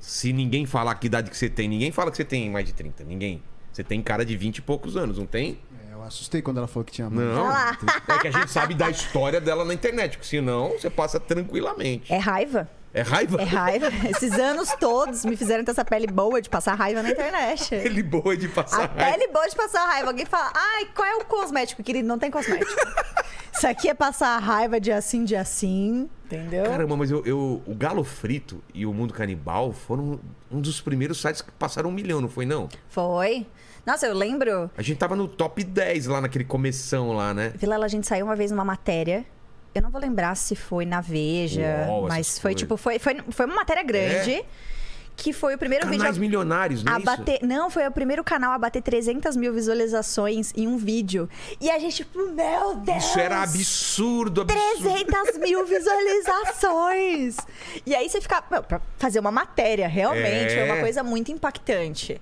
Speaker 1: se ninguém falar que idade que você tem, ninguém fala que você tem mais de 30. Ninguém. Você tem cara de 20 e poucos anos, não tem?
Speaker 2: É, eu assustei quando ela falou que tinha mãe.
Speaker 1: Não. É que a gente sabe da história dela na internet, porque senão você passa tranquilamente.
Speaker 3: É raiva.
Speaker 1: É raiva?
Speaker 3: É raiva. [LAUGHS] Esses anos todos me fizeram ter essa pele boa de passar raiva na internet.
Speaker 1: Ele boa de [LAUGHS]
Speaker 3: A
Speaker 1: passar raiva.
Speaker 3: pele boa de passar raiva. Alguém fala, ai, qual é o cosmético, querido? Não tem cosmético.
Speaker 1: [LAUGHS]
Speaker 3: Isso aqui é passar raiva de assim, de assim. Entendeu?
Speaker 1: Caramba, mas eu, eu- o Galo Frito e o Mundo Canibal foram um dos primeiros sites que passaram um milhão, não foi não?
Speaker 3: Foi. Nossa, eu lembro.
Speaker 1: A gente tava no top 10 lá naquele começão lá, né?
Speaker 3: Vilela, a gente saiu uma vez numa matéria. Eu não vou lembrar se foi na Veja,
Speaker 1: Uol, essas
Speaker 3: mas foi
Speaker 1: coisas.
Speaker 3: tipo, foi, foi, foi uma matéria grande. Que foi o primeiro vídeo.
Speaker 1: É? Canais milionários, não é
Speaker 3: a
Speaker 1: isso?
Speaker 3: bater. Não, foi o primeiro canal a bater 300 mil visualizações em um vídeo. E a gente, tipo, meu Deus!
Speaker 1: Isso era absurdo, absurdo.
Speaker 3: 300 mil visualizações! E aí você fica. Meu, pra fazer uma matéria, realmente,
Speaker 1: É.
Speaker 3: é uma coisa muito impactante.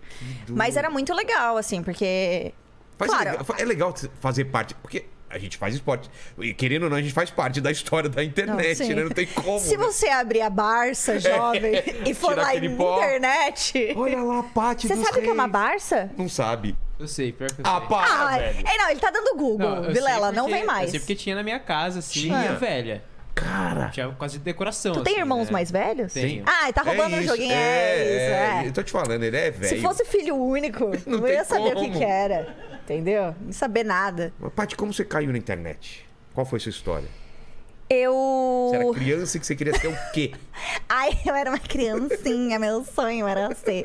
Speaker 3: Mas era muito legal, assim, porque.
Speaker 1: Faz
Speaker 3: Claro.
Speaker 1: legal- fa- é legal t- fazer parte, porque a gente faz esporte. E querendo ou não, a gente faz parte da história da internet,
Speaker 3: sim.
Speaker 1: né? Não tem como.
Speaker 3: assim, Se
Speaker 1: né? É.
Speaker 3: você abrir a Barça, jovem,
Speaker 1: [LAUGHS]
Speaker 3: e for
Speaker 1: Tirar
Speaker 3: lá
Speaker 1: aquele
Speaker 3: em
Speaker 1: pó.
Speaker 3: internet.
Speaker 1: Olha lá, a Paty
Speaker 3: Você
Speaker 1: dos
Speaker 3: sabe o que é uma
Speaker 1: Reis.
Speaker 3: Barça?
Speaker 1: Não sabe.
Speaker 4: Eu sei, pior que eu
Speaker 1: Ah,
Speaker 4: sei.
Speaker 1: para,
Speaker 3: Ah,
Speaker 1: velho.
Speaker 3: é, não, ele tá dando Google.
Speaker 4: eu
Speaker 3: Vilela,
Speaker 4: sei
Speaker 3: não
Speaker 4: porque-
Speaker 3: vem mais.
Speaker 4: Eu sei porque tinha na minha casa, assim,
Speaker 1: Tinha?
Speaker 4: tinha. velha.
Speaker 1: Cara.
Speaker 4: Tinha quase decoração.
Speaker 3: Tu tem
Speaker 4: assim,
Speaker 3: irmãos
Speaker 4: né?
Speaker 3: mais velhos?
Speaker 4: Tenho.
Speaker 3: Ah, ele tá roubando
Speaker 1: é
Speaker 3: o
Speaker 1: isso,
Speaker 3: joguinho. É,
Speaker 1: É,
Speaker 3: isso, é.
Speaker 1: Eu tô te falando, ele é velho.
Speaker 3: Se fosse filho único,
Speaker 1: [LAUGHS] Não
Speaker 3: não,
Speaker 1: tem
Speaker 3: ia saber o
Speaker 1: como.
Speaker 3: que, que era. Entendeu? Não ia saber nada.
Speaker 1: Mas, Paty, como você caiu na internet? Qual foi a sua história?
Speaker 3: Eu.
Speaker 1: Você era criança que você queria ser o quê?
Speaker 3: [LAUGHS] Ai, eu era uma criancinha, meu sonho era ser.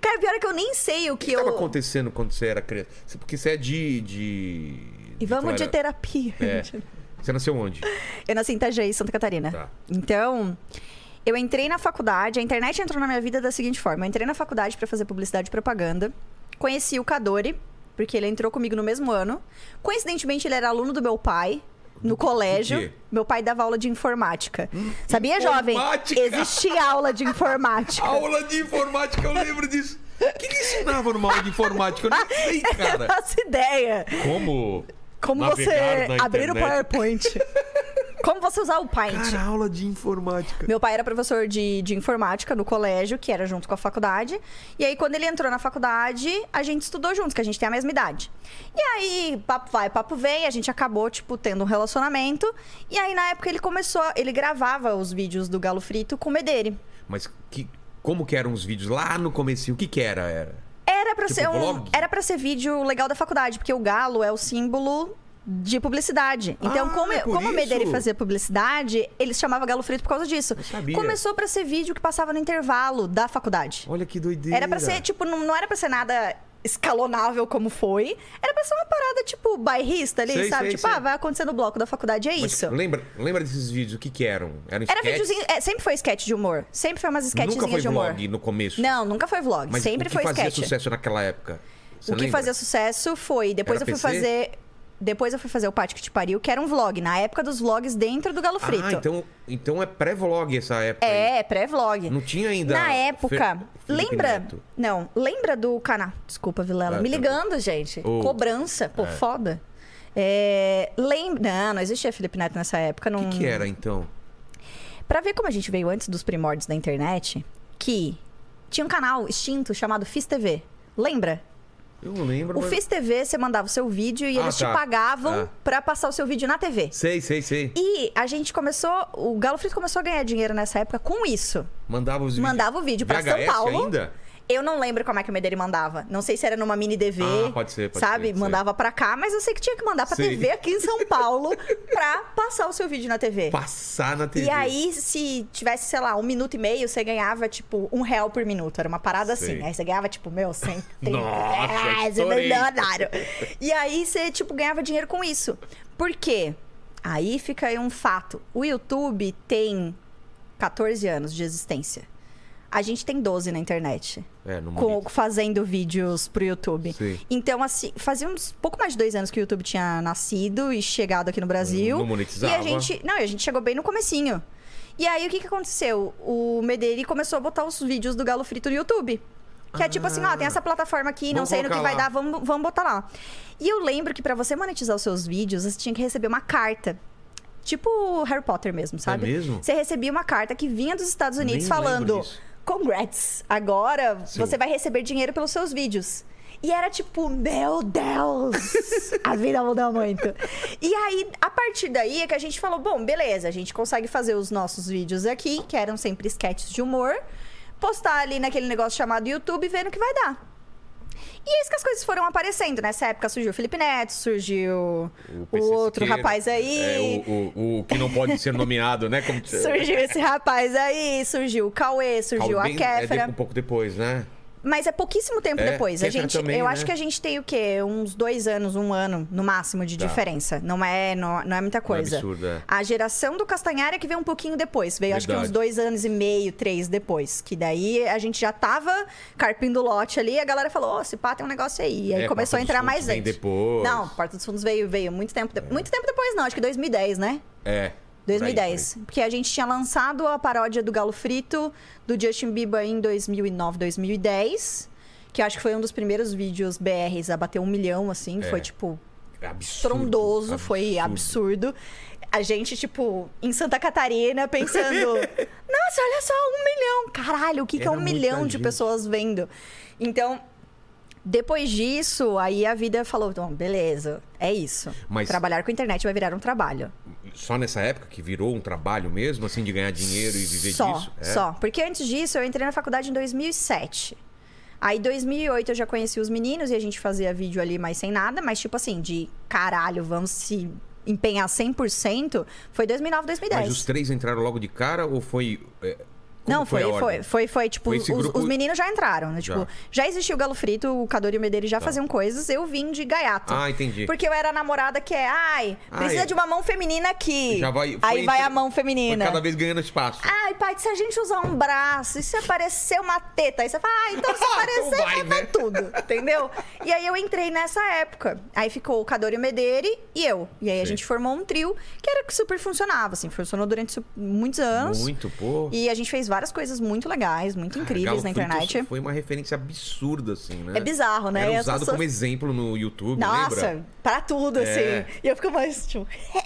Speaker 3: Cara, pior é que eu nem sei o
Speaker 1: O
Speaker 3: que,
Speaker 1: que
Speaker 3: eu.
Speaker 1: estava acontecendo quando você era criança? Você- Porque você é de. de...
Speaker 3: E vamos de
Speaker 1: Vitória.
Speaker 3: terapia.
Speaker 1: É. Você nasceu onde?
Speaker 3: Eu nasci em Itajaí, Santa Catarina.
Speaker 1: Tá.
Speaker 3: Então, eu entrei na faculdade, a internet entrou na minha vida da seguinte forma: eu entrei na faculdade pra fazer publicidade e propaganda, conheci o Kadori, porque ele entrou comigo no mesmo ano. Coincidentemente, ele era aluno do meu pai. No colégio,
Speaker 1: quê? Hum,
Speaker 3: meu pai dava aula de informática. Sabia,
Speaker 1: informática?
Speaker 3: jovem? Existia aula de informática.
Speaker 1: Aula de informática, eu lembro disso. O que, que ensinava numa aula de informática? Eu não sei,
Speaker 3: Eu
Speaker 1: [LAUGHS]
Speaker 3: não
Speaker 1: cara.
Speaker 3: [LAUGHS] faço ideia. [LAUGHS]
Speaker 1: Como?
Speaker 3: Como
Speaker 1: navegar
Speaker 3: você
Speaker 1: na
Speaker 3: abrir o
Speaker 1: internet?
Speaker 3: PowerPoint.
Speaker 1: [LAUGHS]
Speaker 3: Como você usar o Paint.
Speaker 1: Cara, aula de informática.
Speaker 3: Meu pai era professor de, de informática no colégio, que era junto com a faculdade. E aí, quando ele entrou na faculdade, a gente estudou juntos, que a gente tem a mesma idade. E aí, papo vai, papo vem, a gente acabou, tipo, tendo um relacionamento. E aí, na época, ele começou, ele gravava os vídeos do Galo Frito com o Medeiros.
Speaker 1: Mas que, como que eram os vídeos lá no comecinho? O que que era? Era...
Speaker 3: Era pra
Speaker 1: Tipo
Speaker 3: ser um,
Speaker 1: vlog?
Speaker 3: era para ser vídeo legal da faculdade, porque o galo é o símbolo de publicidade. Então,
Speaker 1: Ah,
Speaker 3: como,
Speaker 1: é por
Speaker 3: como o Medeiros
Speaker 1: isso?
Speaker 3: fazia publicidade, ele se chamava Galo Frito por causa disso.
Speaker 1: Eu sabia.
Speaker 3: Começou pra ser vídeo que passava no intervalo da faculdade.
Speaker 1: Olha que doideira.
Speaker 3: Era pra ser, tipo, não, não era pra ser nada escalonável como foi. Era pra ser uma parada, tipo, bairrista ali,
Speaker 1: Sei,
Speaker 3: sabe?
Speaker 1: sei,
Speaker 3: tipo,
Speaker 1: sei. um
Speaker 3: ah, vai acontecer no bloco da faculdade, é isso.
Speaker 1: Lembra, lembra desses vídeos? O que que eram? Eram
Speaker 3: Era
Speaker 1: sketches?
Speaker 3: videozinho, é, sempre foi sketch de humor. Sempre foi umas
Speaker 1: Nunca foi
Speaker 3: sketchzinhas de humor.
Speaker 1: vlog no começo.
Speaker 3: Não, nunca foi vlog.
Speaker 1: Mas
Speaker 3: sempre
Speaker 1: o que
Speaker 3: foi
Speaker 1: fazia
Speaker 3: sketch.
Speaker 1: sucesso naquela época? Você
Speaker 3: o que
Speaker 1: lembra?
Speaker 3: fazia sucesso foi. Depois
Speaker 1: Era
Speaker 3: eu fui
Speaker 1: PC?
Speaker 3: fazer. Depois eu fui fazer o Pátio que te pariu, que era um vlog, na época dos vlogs dentro do Galo Frito.
Speaker 1: Ah, então, então é pré-vlog essa época aí.
Speaker 3: É, pré-vlog.
Speaker 1: Não tinha ainda
Speaker 3: Na
Speaker 1: Fe-
Speaker 3: época.
Speaker 1: Felipe
Speaker 3: Lembra?
Speaker 1: Neto.
Speaker 3: Não, lembra do canal. Desculpa, Vilela.
Speaker 1: Ah,
Speaker 3: Me
Speaker 1: tá
Speaker 3: ligando, gente.
Speaker 1: Oh.
Speaker 3: Cobrança, pô, foda. É, lembra. Não, não existia Felipe Neto nessa época.
Speaker 1: O
Speaker 3: Não...
Speaker 1: que que era, então?
Speaker 3: Pra ver como a gente veio antes dos primórdios da internet, que tinha um canal extinto chamado Fiz TV. Lembra?
Speaker 1: Eu não lembro.
Speaker 3: O
Speaker 1: mas-
Speaker 3: Fiz TV, você mandava o seu vídeo e
Speaker 1: Ah,
Speaker 3: eles
Speaker 1: tá.
Speaker 3: te pagavam
Speaker 1: Ah.
Speaker 3: pra passar o seu vídeo na TV.
Speaker 1: Sei, sei, sei.
Speaker 3: E a gente começou, o Galo Frito começou a ganhar dinheiro nessa época com isso.
Speaker 1: Mandava os vídeos.
Speaker 3: Mandava o vídeo pra
Speaker 1: VHS
Speaker 3: São Paulo.
Speaker 1: ainda?
Speaker 3: Eu não lembro como é que o Medeiros mandava. Não sei se era numa mini DV,
Speaker 1: Ah, pode ser, pode
Speaker 3: sabe?
Speaker 1: ser, sei.
Speaker 3: mandava pra cá, mas eu sei que tinha que mandar pra
Speaker 1: Sei.
Speaker 3: TV aqui em São Paulo pra passar o seu vídeo na TV.
Speaker 1: Passar na TV.
Speaker 3: E aí, se tivesse, sei lá, um minuto e meio, você ganhava, tipo, um real por minuto. Era uma parada
Speaker 1: Sei.
Speaker 3: assim. Aí você ganhava, tipo, meu,
Speaker 1: [LAUGHS]
Speaker 3: 130
Speaker 1: Nossa,
Speaker 3: reais, você é
Speaker 1: estourei.
Speaker 3: milionário. E aí você, tipo, ganhava dinheiro com isso. Por quê? Aí fica aí um fato. O YouTube tem 14 anos de existência. A gente tem 12 na internet
Speaker 1: É, no
Speaker 3: com,
Speaker 1: momento.
Speaker 3: fazendo vídeos pro YouTube.
Speaker 1: Sim.
Speaker 3: Então, assim, fazia uns pouco mais de dois anos que o YouTube tinha nascido e chegado aqui no Brasil.
Speaker 1: Não monetizava.
Speaker 3: E a gente. Não, e a gente chegou bem no comecinho. E aí, o que, que aconteceu? O Medeiri começou a botar os vídeos do Galo Frito no YouTube. Que é tipo assim, ó, tem essa plataforma aqui, não
Speaker 1: Ah. Vamos
Speaker 3: sei no que
Speaker 1: colocar
Speaker 3: vai
Speaker 1: lá.
Speaker 3: dar, vamos, vamos botar lá. E eu lembro que pra você monetizar os seus vídeos, você tinha que receber uma carta. Tipo Harry Potter mesmo, sabe?
Speaker 1: É mesmo?
Speaker 3: Você recebia uma carta que vinha dos Estados Unidos
Speaker 1: Nem lembro
Speaker 3: falando:
Speaker 1: disso.
Speaker 3: Congrats! Agora
Speaker 1: Seu-
Speaker 3: você vai receber dinheiro pelos seus vídeos. E era tipo, meu
Speaker 1: [LAUGHS]
Speaker 3: Deus! A vida mudou muito. E aí, a partir daí é que a gente falou: bom, beleza, a gente consegue fazer os nossos vídeos aqui, que eram sempre sketches de humor, postar ali naquele negócio chamado YouTube e ver no que vai dar. E é isso que as coisas foram aparecendo. Nessa época surgiu o Felipe Neto, surgiu o,
Speaker 1: PC
Speaker 3: outro
Speaker 1: Siqueira,
Speaker 3: rapaz aí.
Speaker 1: é, o, o- o que não pode ser nomeado, né?
Speaker 3: [LAUGHS]
Speaker 1: Como...
Speaker 3: Surgiu esse rapaz aí, surgiu o Cauê, surgiu
Speaker 1: Calma,
Speaker 3: a
Speaker 1: bem- é de-
Speaker 3: Kéfera.
Speaker 1: um pouco depois, né?
Speaker 3: Mas é pouquíssimo tempo
Speaker 1: É,
Speaker 3: depois. A
Speaker 1: Kéfera
Speaker 3: gente,
Speaker 1: também,
Speaker 3: eu
Speaker 1: né?
Speaker 3: acho que a gente tem o quê? Uns dois anos, um ano, no máximo, de
Speaker 1: Tá.
Speaker 3: diferença. Não é, não, não é muita coisa.
Speaker 1: absurdo, é.
Speaker 3: A geração do Castanhari é que veio um pouquinho depois. Veio, acho que
Speaker 1: Verdade.
Speaker 3: uns dois anos e meio, três depois. Que daí a gente já tava carpindo lote ali. A galera falou, ô, se pá, tem um negócio aí. E aí
Speaker 1: É, Porta
Speaker 3: começou a
Speaker 1: dos
Speaker 3: entrar
Speaker 1: Fundos
Speaker 3: mais
Speaker 1: vem
Speaker 3: gente.
Speaker 1: depois.
Speaker 3: Não, Porta dos Fundos veio, veio muito tempo depois. Muito tempo depois não, acho que 2010, né?
Speaker 1: É.
Speaker 3: 2010. Porque a gente tinha lançado a paródia do Galo Frito do Justin Bieber em 2009, 2010. Que eu acho que foi um dos primeiros vídeos BRs a bater um milhão, assim.
Speaker 1: É.
Speaker 3: Foi, tipo,
Speaker 1: Por aí. Absurdo.
Speaker 3: trondoso, foi absurdo. A gente, tipo, em Santa
Speaker 1: [LAUGHS]
Speaker 3: Catarina, pensando... Nossa, olha só, um milhão! Caralho, o que, que é
Speaker 1: Era
Speaker 3: um
Speaker 1: muita
Speaker 3: milhão de
Speaker 1: gente.
Speaker 3: pessoas vendo? Então... Depois disso, aí a vida falou: então, beleza, é isso.
Speaker 1: Mas-
Speaker 3: Trabalhar com internet vai virar um trabalho.
Speaker 1: Só nessa época que virou um trabalho mesmo, assim, de ganhar dinheiro e viver
Speaker 3: só,
Speaker 1: disso? É.
Speaker 3: Só, Porque antes disso, eu entrei na faculdade em 2007. Aí, em 2008, eu já conheci os meninos e a gente fazia vídeo ali, mas sem nada. Mas, tipo assim, de caralho, vamos se empenhar 100%, foi 2009, 2010.
Speaker 1: Mas os três entraram logo de cara ou foi. é, como
Speaker 3: Não, foi,
Speaker 1: a
Speaker 3: foi,
Speaker 1: ordem?
Speaker 3: foi, foi, tipo,
Speaker 1: Foi
Speaker 3: os,
Speaker 1: esse grupo-
Speaker 3: os meninos já entraram, né?
Speaker 1: Já. Tá.
Speaker 3: Tipo, já existia o Galo Frito, o Cador e o Medeiros já faziam coisas, eu vim de gaiato.
Speaker 1: Ah, entendi.
Speaker 3: Porque eu era a namorada que é, ai, precisa
Speaker 1: Ai.
Speaker 3: de uma mão feminina aqui.
Speaker 1: Já vai- foi
Speaker 3: Aí vai
Speaker 1: entre-
Speaker 3: a mão
Speaker 1: Foi
Speaker 3: feminina.
Speaker 1: cada vez ganhando espaço.
Speaker 3: Ai, pai, se a gente usar um braço, e se aparecer uma teta? Aí você fala, ah,
Speaker 1: [LAUGHS]
Speaker 3: então se aparecer,
Speaker 1: Então vai,
Speaker 3: vai,
Speaker 1: né?
Speaker 3: vai tudo, entendeu? E aí eu entrei nessa época. Aí ficou o Cadori Mederi e eu. E aí a
Speaker 1: Sim.
Speaker 3: gente formou um trio que era que super funcionava, assim, funcionou durante su- muitos anos.
Speaker 1: Muito, pô.
Speaker 3: E a gente fez várias coisas muito legais, muito
Speaker 1: Galo
Speaker 3: incríveis na
Speaker 1: Frito
Speaker 3: internet.
Speaker 1: Foi uma referência absurda, assim, né?
Speaker 3: É bizarro, né? E
Speaker 1: Era
Speaker 3: as
Speaker 1: usado
Speaker 3: pessoas-
Speaker 1: como exemplo no YouTube,
Speaker 3: Nossa,
Speaker 1: lembra?
Speaker 3: pra tudo,
Speaker 1: É.
Speaker 3: assim. E eu fico mais, tipo, [LAUGHS]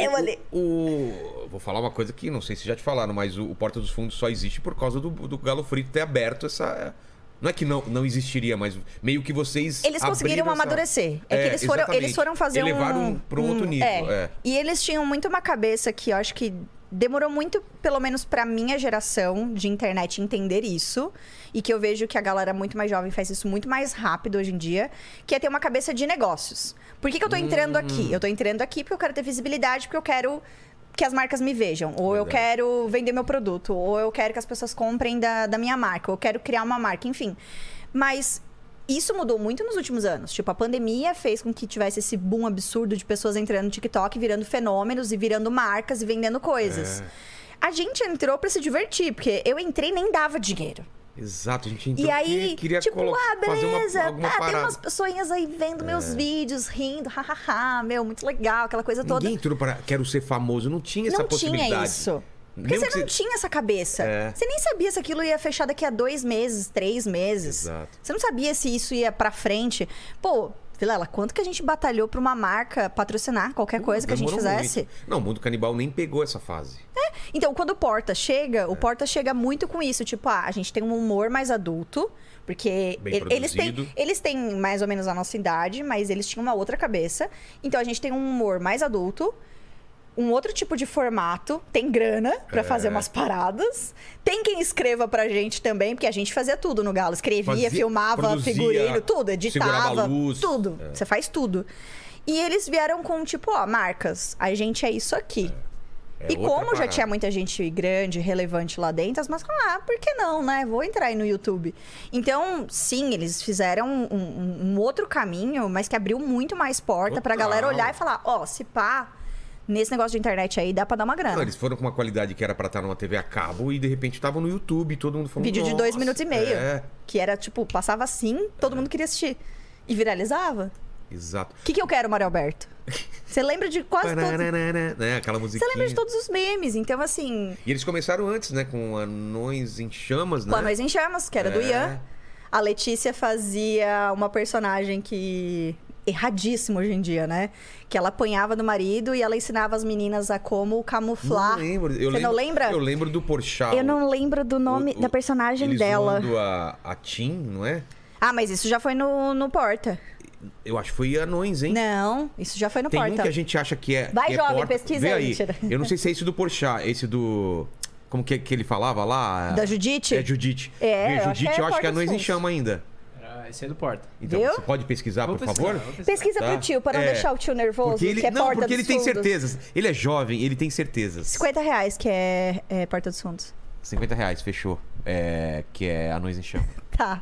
Speaker 3: eu ali.
Speaker 1: O, o- vou falar uma coisa que não sei se já te falaram, mas o, o Porta dos Fundos só existe por causa do, do Galo Frito ter aberto essa. Não é que não, não existiria, mas meio que vocês.
Speaker 3: Eles conseguiram
Speaker 1: abriram essa-
Speaker 3: amadurecer. É,
Speaker 1: É,
Speaker 3: que eles foram,
Speaker 1: exatamente.
Speaker 3: eles foram fazer
Speaker 1: Elevaram
Speaker 3: um...
Speaker 1: pra um outro nível, é.
Speaker 3: E eles tinham muito uma cabeça que eu acho que demorou muito, pelo menos pra minha geração de internet, entender isso. E que eu vejo que a galera muito mais jovem faz isso muito mais rápido hoje em dia. Que é ter uma cabeça de negócios. Por que, que eu tô
Speaker 1: Hum.
Speaker 3: entrando aqui? Eu tô entrando aqui porque eu quero ter visibilidade, porque eu quero... Que as marcas me vejam, ou eu
Speaker 1: Verdade.
Speaker 3: quero quero vender meu produto, ou eu quero que as pessoas comprem da, da minha marca, ou eu quero criar uma marca, enfim. Mas isso mudou muito nos últimos anos. Tipo, a pandemia fez com que tivesse esse boom absurdo de pessoas entrando no TikTok, virando fenômenos e virando marcas e vendendo coisas.
Speaker 1: É.
Speaker 3: A gente entrou pra se divertir, porque eu entrei e nem dava dinheiro.
Speaker 1: Exato, a gente entrou
Speaker 3: E aí,
Speaker 1: porque queria
Speaker 3: tipo,
Speaker 1: colo-
Speaker 3: ah,
Speaker 1: fazer uma-
Speaker 3: beleza,
Speaker 1: alguma
Speaker 3: ah, tem
Speaker 1: parada. É.
Speaker 3: umas pessoinhas aí vendo meus vídeos, rindo, [LAUGHS] hahaha, meu, muito legal, aquela coisa toda.
Speaker 1: Ninguém entrou pra quero ser famoso, não tinha essa
Speaker 3: não
Speaker 1: possibilidade.
Speaker 3: tinha isso. Porque
Speaker 1: Mesmo
Speaker 3: você
Speaker 1: que
Speaker 3: não tinha essa cabeça.
Speaker 1: É.
Speaker 3: Você nem sabia se aquilo ia fechar daqui a dois meses, três meses.
Speaker 1: Exato.
Speaker 3: Você não sabia se isso ia pra frente. Pô, Vilela, quanto que a gente batalhou pra uma marca patrocinar qualquer coisa que a gente
Speaker 1: Uh, Demorou muito.
Speaker 3: fizesse?
Speaker 1: Não, o mundo canibal nem pegou essa fase.
Speaker 3: Então, quando o Porta chega, o Porta chega muito com isso. Tipo, ah, a gente tem um humor mais adulto, Porque
Speaker 1: Bem
Speaker 3: e- eles
Speaker 1: produzido.
Speaker 3: têm, eles têm mais ou menos a nossa idade, mas eles tinham uma outra cabeça. Então a gente tem um humor mais adulto, um outro tipo de formato, tem grana pra
Speaker 1: É.
Speaker 3: fazer umas paradas. Tem quem escreva pra gente também, porque a gente fazia tudo no Galo. Escrevia,
Speaker 1: Fazia,
Speaker 3: filmava,
Speaker 1: produzia,
Speaker 3: figurino, tudo, editava,
Speaker 1: segurava a luz. é.
Speaker 3: tudo. Você faz tudo. E eles vieram com tipo, ó, marcas, a gente é isso aqui.
Speaker 1: É
Speaker 3: e
Speaker 1: outra
Speaker 3: como já
Speaker 1: parada.
Speaker 3: tinha muita gente grande, relevante lá dentro, as marcas falaram, ah, por que não, né? Vou entrar aí no YouTube. Então, sim, eles fizeram um, um- um outro caminho, mas que abriu muito mais porta pra
Speaker 1: Total.
Speaker 3: galera olhar e falar, ó, se pá, nesse negócio de internet aí dá pra dar uma grana.
Speaker 1: Não, eles foram com uma qualidade que era pra estar numa TV a cabo e de repente estavam no YouTube, todo mundo falando.
Speaker 3: Vídeo de dois
Speaker 1: "Nossa,
Speaker 3: minutos e meio.
Speaker 1: É,
Speaker 3: Que era, tipo, passava assim, todo mundo queria assistir. E viralizava.
Speaker 1: exato.
Speaker 3: O que, que eu quero, Mário
Speaker 1: [LAUGHS]
Speaker 3: Alberto? Você lembra de quase todos.
Speaker 1: Parararara, né? Aquela musiquinha.
Speaker 3: Você lembra de todos os memes. Então, assim,
Speaker 1: E eles começaram antes, né? Com Anões em Chamas, né?
Speaker 3: com a Nós em Chamas, que era do
Speaker 1: É.
Speaker 3: Ian. A Letícia fazia uma personagem que. erradíssima hoje em dia, né? Que ela apanhava do marido e ela ensinava as meninas a como
Speaker 1: Não
Speaker 3: camuflar.
Speaker 1: lembro. Eu
Speaker 3: Você
Speaker 1: lembro,
Speaker 3: não lembra?
Speaker 1: Eu lembro do Porchat.
Speaker 3: Eu não lembro do nome
Speaker 1: O- o-
Speaker 3: da personagem
Speaker 1: eles
Speaker 3: dela.
Speaker 1: zoando a, a Tim, não é?
Speaker 3: Ah, mas isso já foi no, no Porta.
Speaker 1: Eu acho que foi Anões, hein?
Speaker 3: Não, isso já foi no
Speaker 1: Tem um
Speaker 3: Porta.
Speaker 1: que a gente acha que é.
Speaker 3: Vai,
Speaker 1: que é
Speaker 3: jovem,
Speaker 1: porta.
Speaker 3: pesquisa
Speaker 1: Vê
Speaker 3: aí,
Speaker 1: aí.
Speaker 3: mentira.
Speaker 1: Eu não sei se é esse do Porchat, esse do. Como que, que ele falava lá?
Speaker 3: Da Judite?
Speaker 1: É Judite.
Speaker 3: É,
Speaker 1: Vê,
Speaker 3: eu acho
Speaker 1: Judite,
Speaker 3: que é
Speaker 1: eu acho que
Speaker 3: Porta
Speaker 1: a Anões
Speaker 3: dos
Speaker 1: em
Speaker 3: Fundos.
Speaker 1: Chama ainda.
Speaker 4: Era esse aí do Porta.
Speaker 1: Então,
Speaker 3: Viu?
Speaker 1: você pode pesquisar,
Speaker 4: Vou
Speaker 1: por
Speaker 4: pesquisar,
Speaker 1: favor?
Speaker 4: vou pesquisar.
Speaker 3: Pesquisa
Speaker 1: Tá.
Speaker 3: pro tio, pra não
Speaker 1: É.
Speaker 3: deixar o tio nervoso,
Speaker 1: Porque ele,
Speaker 3: que é
Speaker 1: não,
Speaker 3: porta
Speaker 1: porque ele
Speaker 3: dos
Speaker 1: tem
Speaker 3: fundos.
Speaker 1: certezas. Ele é jovem, ele tem certezas.
Speaker 3: 50 reais, que é, é porta dos fundos.
Speaker 1: 50 reais, fechou. É, que é Anões em Chama.
Speaker 3: Tá.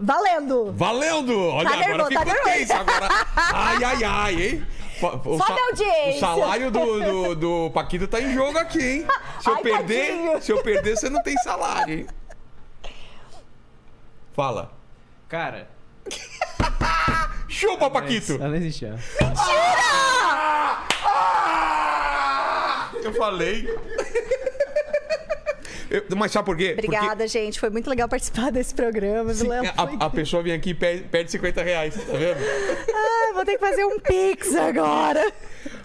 Speaker 3: Valendo!
Speaker 1: Valendo! Olha,
Speaker 3: Tá
Speaker 1: agora
Speaker 3: nervoso, tá
Speaker 1: ficou
Speaker 3: nervoso.
Speaker 1: tenso agora. Ai, ai, ai, hein? Fa- O,
Speaker 3: Sobe a audiência.
Speaker 1: o salário do, do, do Paquito tá em jogo aqui, hein? Se eu
Speaker 3: Ai,
Speaker 1: perder,
Speaker 3: tadinho.
Speaker 1: se eu perder, você não tem salário, hein? Fala.
Speaker 4: Cara,
Speaker 1: Chupa, Paquito!
Speaker 4: ela não existia.
Speaker 1: Ah! Eu falei. Eu- mas sabe por quê? Porque
Speaker 3: Obrigada, gente. Foi muito legal participar desse programa.
Speaker 1: se-
Speaker 3: do Léo.
Speaker 1: a, a pessoa vem aqui e perde, perde 50 reais, tá vendo?
Speaker 3: Ah, vou ter que fazer um pix agora.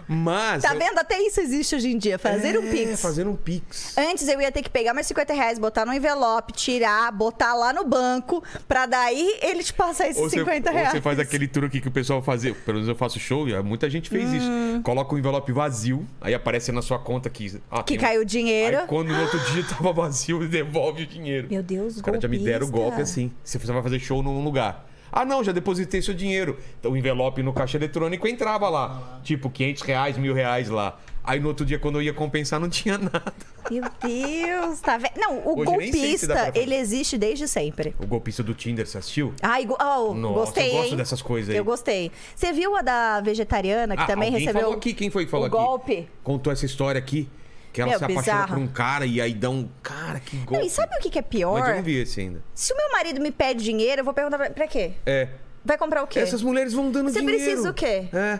Speaker 1: Mas.
Speaker 3: Tá
Speaker 1: eu-
Speaker 3: vendo? Até isso existe hoje em dia. Fazer um
Speaker 1: É,
Speaker 3: pix.
Speaker 1: Fazer um pix.
Speaker 3: Antes eu ia ter que pegar mais 50 reais, botar no envelope, tirar, botar lá no banco, pra daí ele te passar esses
Speaker 1: Ou você,
Speaker 3: 50
Speaker 1: ou
Speaker 3: reais.
Speaker 1: você faz aquele truque que o pessoal fazia. Pelo menos eu faço show, e muita gente fez
Speaker 3: Hum.
Speaker 1: isso. Coloca um envelope vazio, aí aparece na sua conta que. ah, tem
Speaker 3: Que
Speaker 1: um-
Speaker 3: caiu o dinheiro.
Speaker 1: Aí quando no outro dia tava vazio, [LAUGHS] devolve o dinheiro.
Speaker 3: Meu Deus,
Speaker 1: Os caras já me deram o
Speaker 3: golpista.
Speaker 1: golpe assim. Você vai fazer show num lugar. Ah, não, já depositei seu dinheiro. Então, o envelope no caixa eletrônico entrava lá. Tipo, 500 reais, mil reais lá. Aí no outro dia, quando eu ia compensar, não [LAUGHS] tinha nada.
Speaker 3: Meu Deus, tá vendo? Não, o
Speaker 1: Hoje nem sei se dá pra
Speaker 3: golpista,
Speaker 1: fazer.
Speaker 3: ele existe desde sempre.
Speaker 1: O golpista do Tinder, você assistiu?
Speaker 3: Ai, go- oh,
Speaker 1: Nossa,
Speaker 3: gostei.
Speaker 1: eu gosto
Speaker 3: hein?
Speaker 1: dessas coisas aí.
Speaker 3: Eu gostei. Você viu a da vegetariana, É que
Speaker 1: Ah,
Speaker 3: também
Speaker 1: alguém
Speaker 3: recebeu.
Speaker 1: falou aqui, quem foi que falou
Speaker 3: o
Speaker 1: aqui?
Speaker 3: golpe.
Speaker 1: Contou essa história aqui. Que ela
Speaker 3: Meu,
Speaker 1: se apaixona
Speaker 3: bizarro.
Speaker 1: por um cara e aí dá um. Cara, que golpe.
Speaker 3: Não, e sabe o que, que é
Speaker 1: Mas eu
Speaker 3: pior?
Speaker 1: não vi esse ainda.
Speaker 3: Se o meu marido me pede dinheiro, eu vou perguntar pra, pra quê?
Speaker 1: É.
Speaker 3: Vai comprar o quê?
Speaker 1: Essas mulheres vão dando
Speaker 3: Você
Speaker 1: dinheiro.
Speaker 3: precisa o quê?
Speaker 1: É.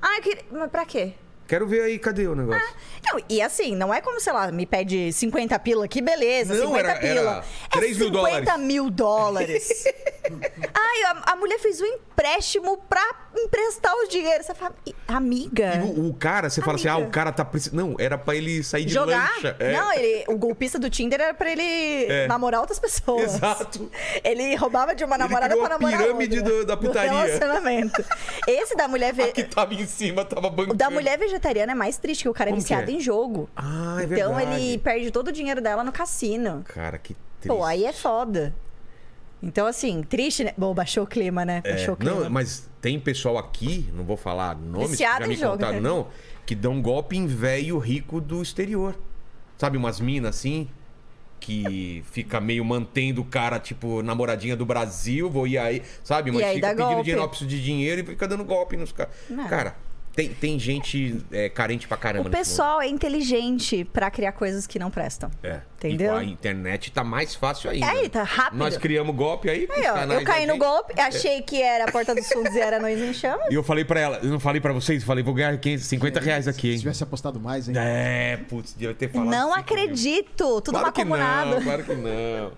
Speaker 3: Ah, eu queria... Mas pra quê?
Speaker 1: Quero ver aí, cadê o negócio?
Speaker 3: Ah, Não, e assim, não é como, sei lá, me pede 50 pila, que beleza,
Speaker 1: Não,
Speaker 3: 50
Speaker 1: era-
Speaker 3: pila.
Speaker 1: era
Speaker 3: É
Speaker 1: 3 mil
Speaker 3: 50
Speaker 1: dólares. [LAUGHS]
Speaker 3: mil dólares. Ai, a, a mulher fez um empréstimo pra emprestar o dinheiro. Você fala, "E- amiga.
Speaker 1: E o, o cara, você fala assim, ah,
Speaker 3: É. Amiga.
Speaker 1: o cara tá precisando. Não, era pra ele sair de
Speaker 3: Jogar?
Speaker 1: lancha. É.
Speaker 3: Não, ele, o golpista do Tinder era pra ele
Speaker 1: É.
Speaker 3: namorar outras pessoas.
Speaker 1: Exato.
Speaker 3: Ele roubava de uma
Speaker 1: Ele
Speaker 3: namorada
Speaker 1: criou
Speaker 3: pra
Speaker 1: a
Speaker 3: namorar
Speaker 1: pirâmide
Speaker 3: outra.
Speaker 1: do- da putaria.
Speaker 3: Do relacionamento. Esse da mulher... ve-
Speaker 1: [LAUGHS] A que tava em cima tava
Speaker 3: O
Speaker 1: bancando.
Speaker 3: da mulher vegetariana é mais triste, que o cara é
Speaker 1: Como que é?
Speaker 3: viciado em jogo.
Speaker 1: Ah, é
Speaker 3: então
Speaker 1: verdade.
Speaker 3: ele perde todo o dinheiro dela no cassino.
Speaker 1: Cara, que triste.
Speaker 3: Pô, aí é foda. Então, assim, triste, né? Bom, baixou o clima, né?
Speaker 1: É,
Speaker 3: Baixou o clima.
Speaker 1: não, mas tem pessoal aqui, não vou falar nomes, que
Speaker 3: Viciado
Speaker 1: já
Speaker 3: em
Speaker 1: me
Speaker 3: jogo,
Speaker 1: contaram,
Speaker 3: né?
Speaker 1: não, que dão golpe em velho rico do exterior. Sabe, umas minas assim, que fica meio mantendo o cara, tipo, namoradinha do Brasil, vou ir aí, sabe? Mas
Speaker 3: aí
Speaker 1: fica
Speaker 3: dá
Speaker 1: pedindo
Speaker 3: golpe.
Speaker 1: dinheiro, ó, preciso de dinheiro e fica dando golpe nos caras.
Speaker 3: Não.
Speaker 1: Cara, tem, tem gente é, carente pra caramba.
Speaker 3: O
Speaker 1: nesse
Speaker 3: pessoal é inteligente pra criar coisas que não prestam.
Speaker 1: mundo. É.
Speaker 3: Entendeu?
Speaker 1: E a internet tá mais fácil ainda.
Speaker 3: Aí, tá rápido.
Speaker 1: Nós criamos golpe aí. tá com os
Speaker 3: Aí, ó,
Speaker 1: canais
Speaker 3: eu
Speaker 1: da
Speaker 3: caí no
Speaker 1: gente. É.
Speaker 3: golpe, achei que era a porta dos fundos e era nós
Speaker 1: [LAUGHS]
Speaker 3: em chamas.
Speaker 1: E eu falei pra ela, eu não falei pra vocês, eu falei, vou ganhar 500, 50 reais aqui,
Speaker 2: É, Se
Speaker 1: hein?
Speaker 2: tivesse apostado mais, hein?
Speaker 1: É, putz, devia ter falado. cinco
Speaker 3: Não
Speaker 1: mil.
Speaker 3: acredito! Tudo
Speaker 1: assim Claro que
Speaker 3: macomunado.
Speaker 1: não, claro que não.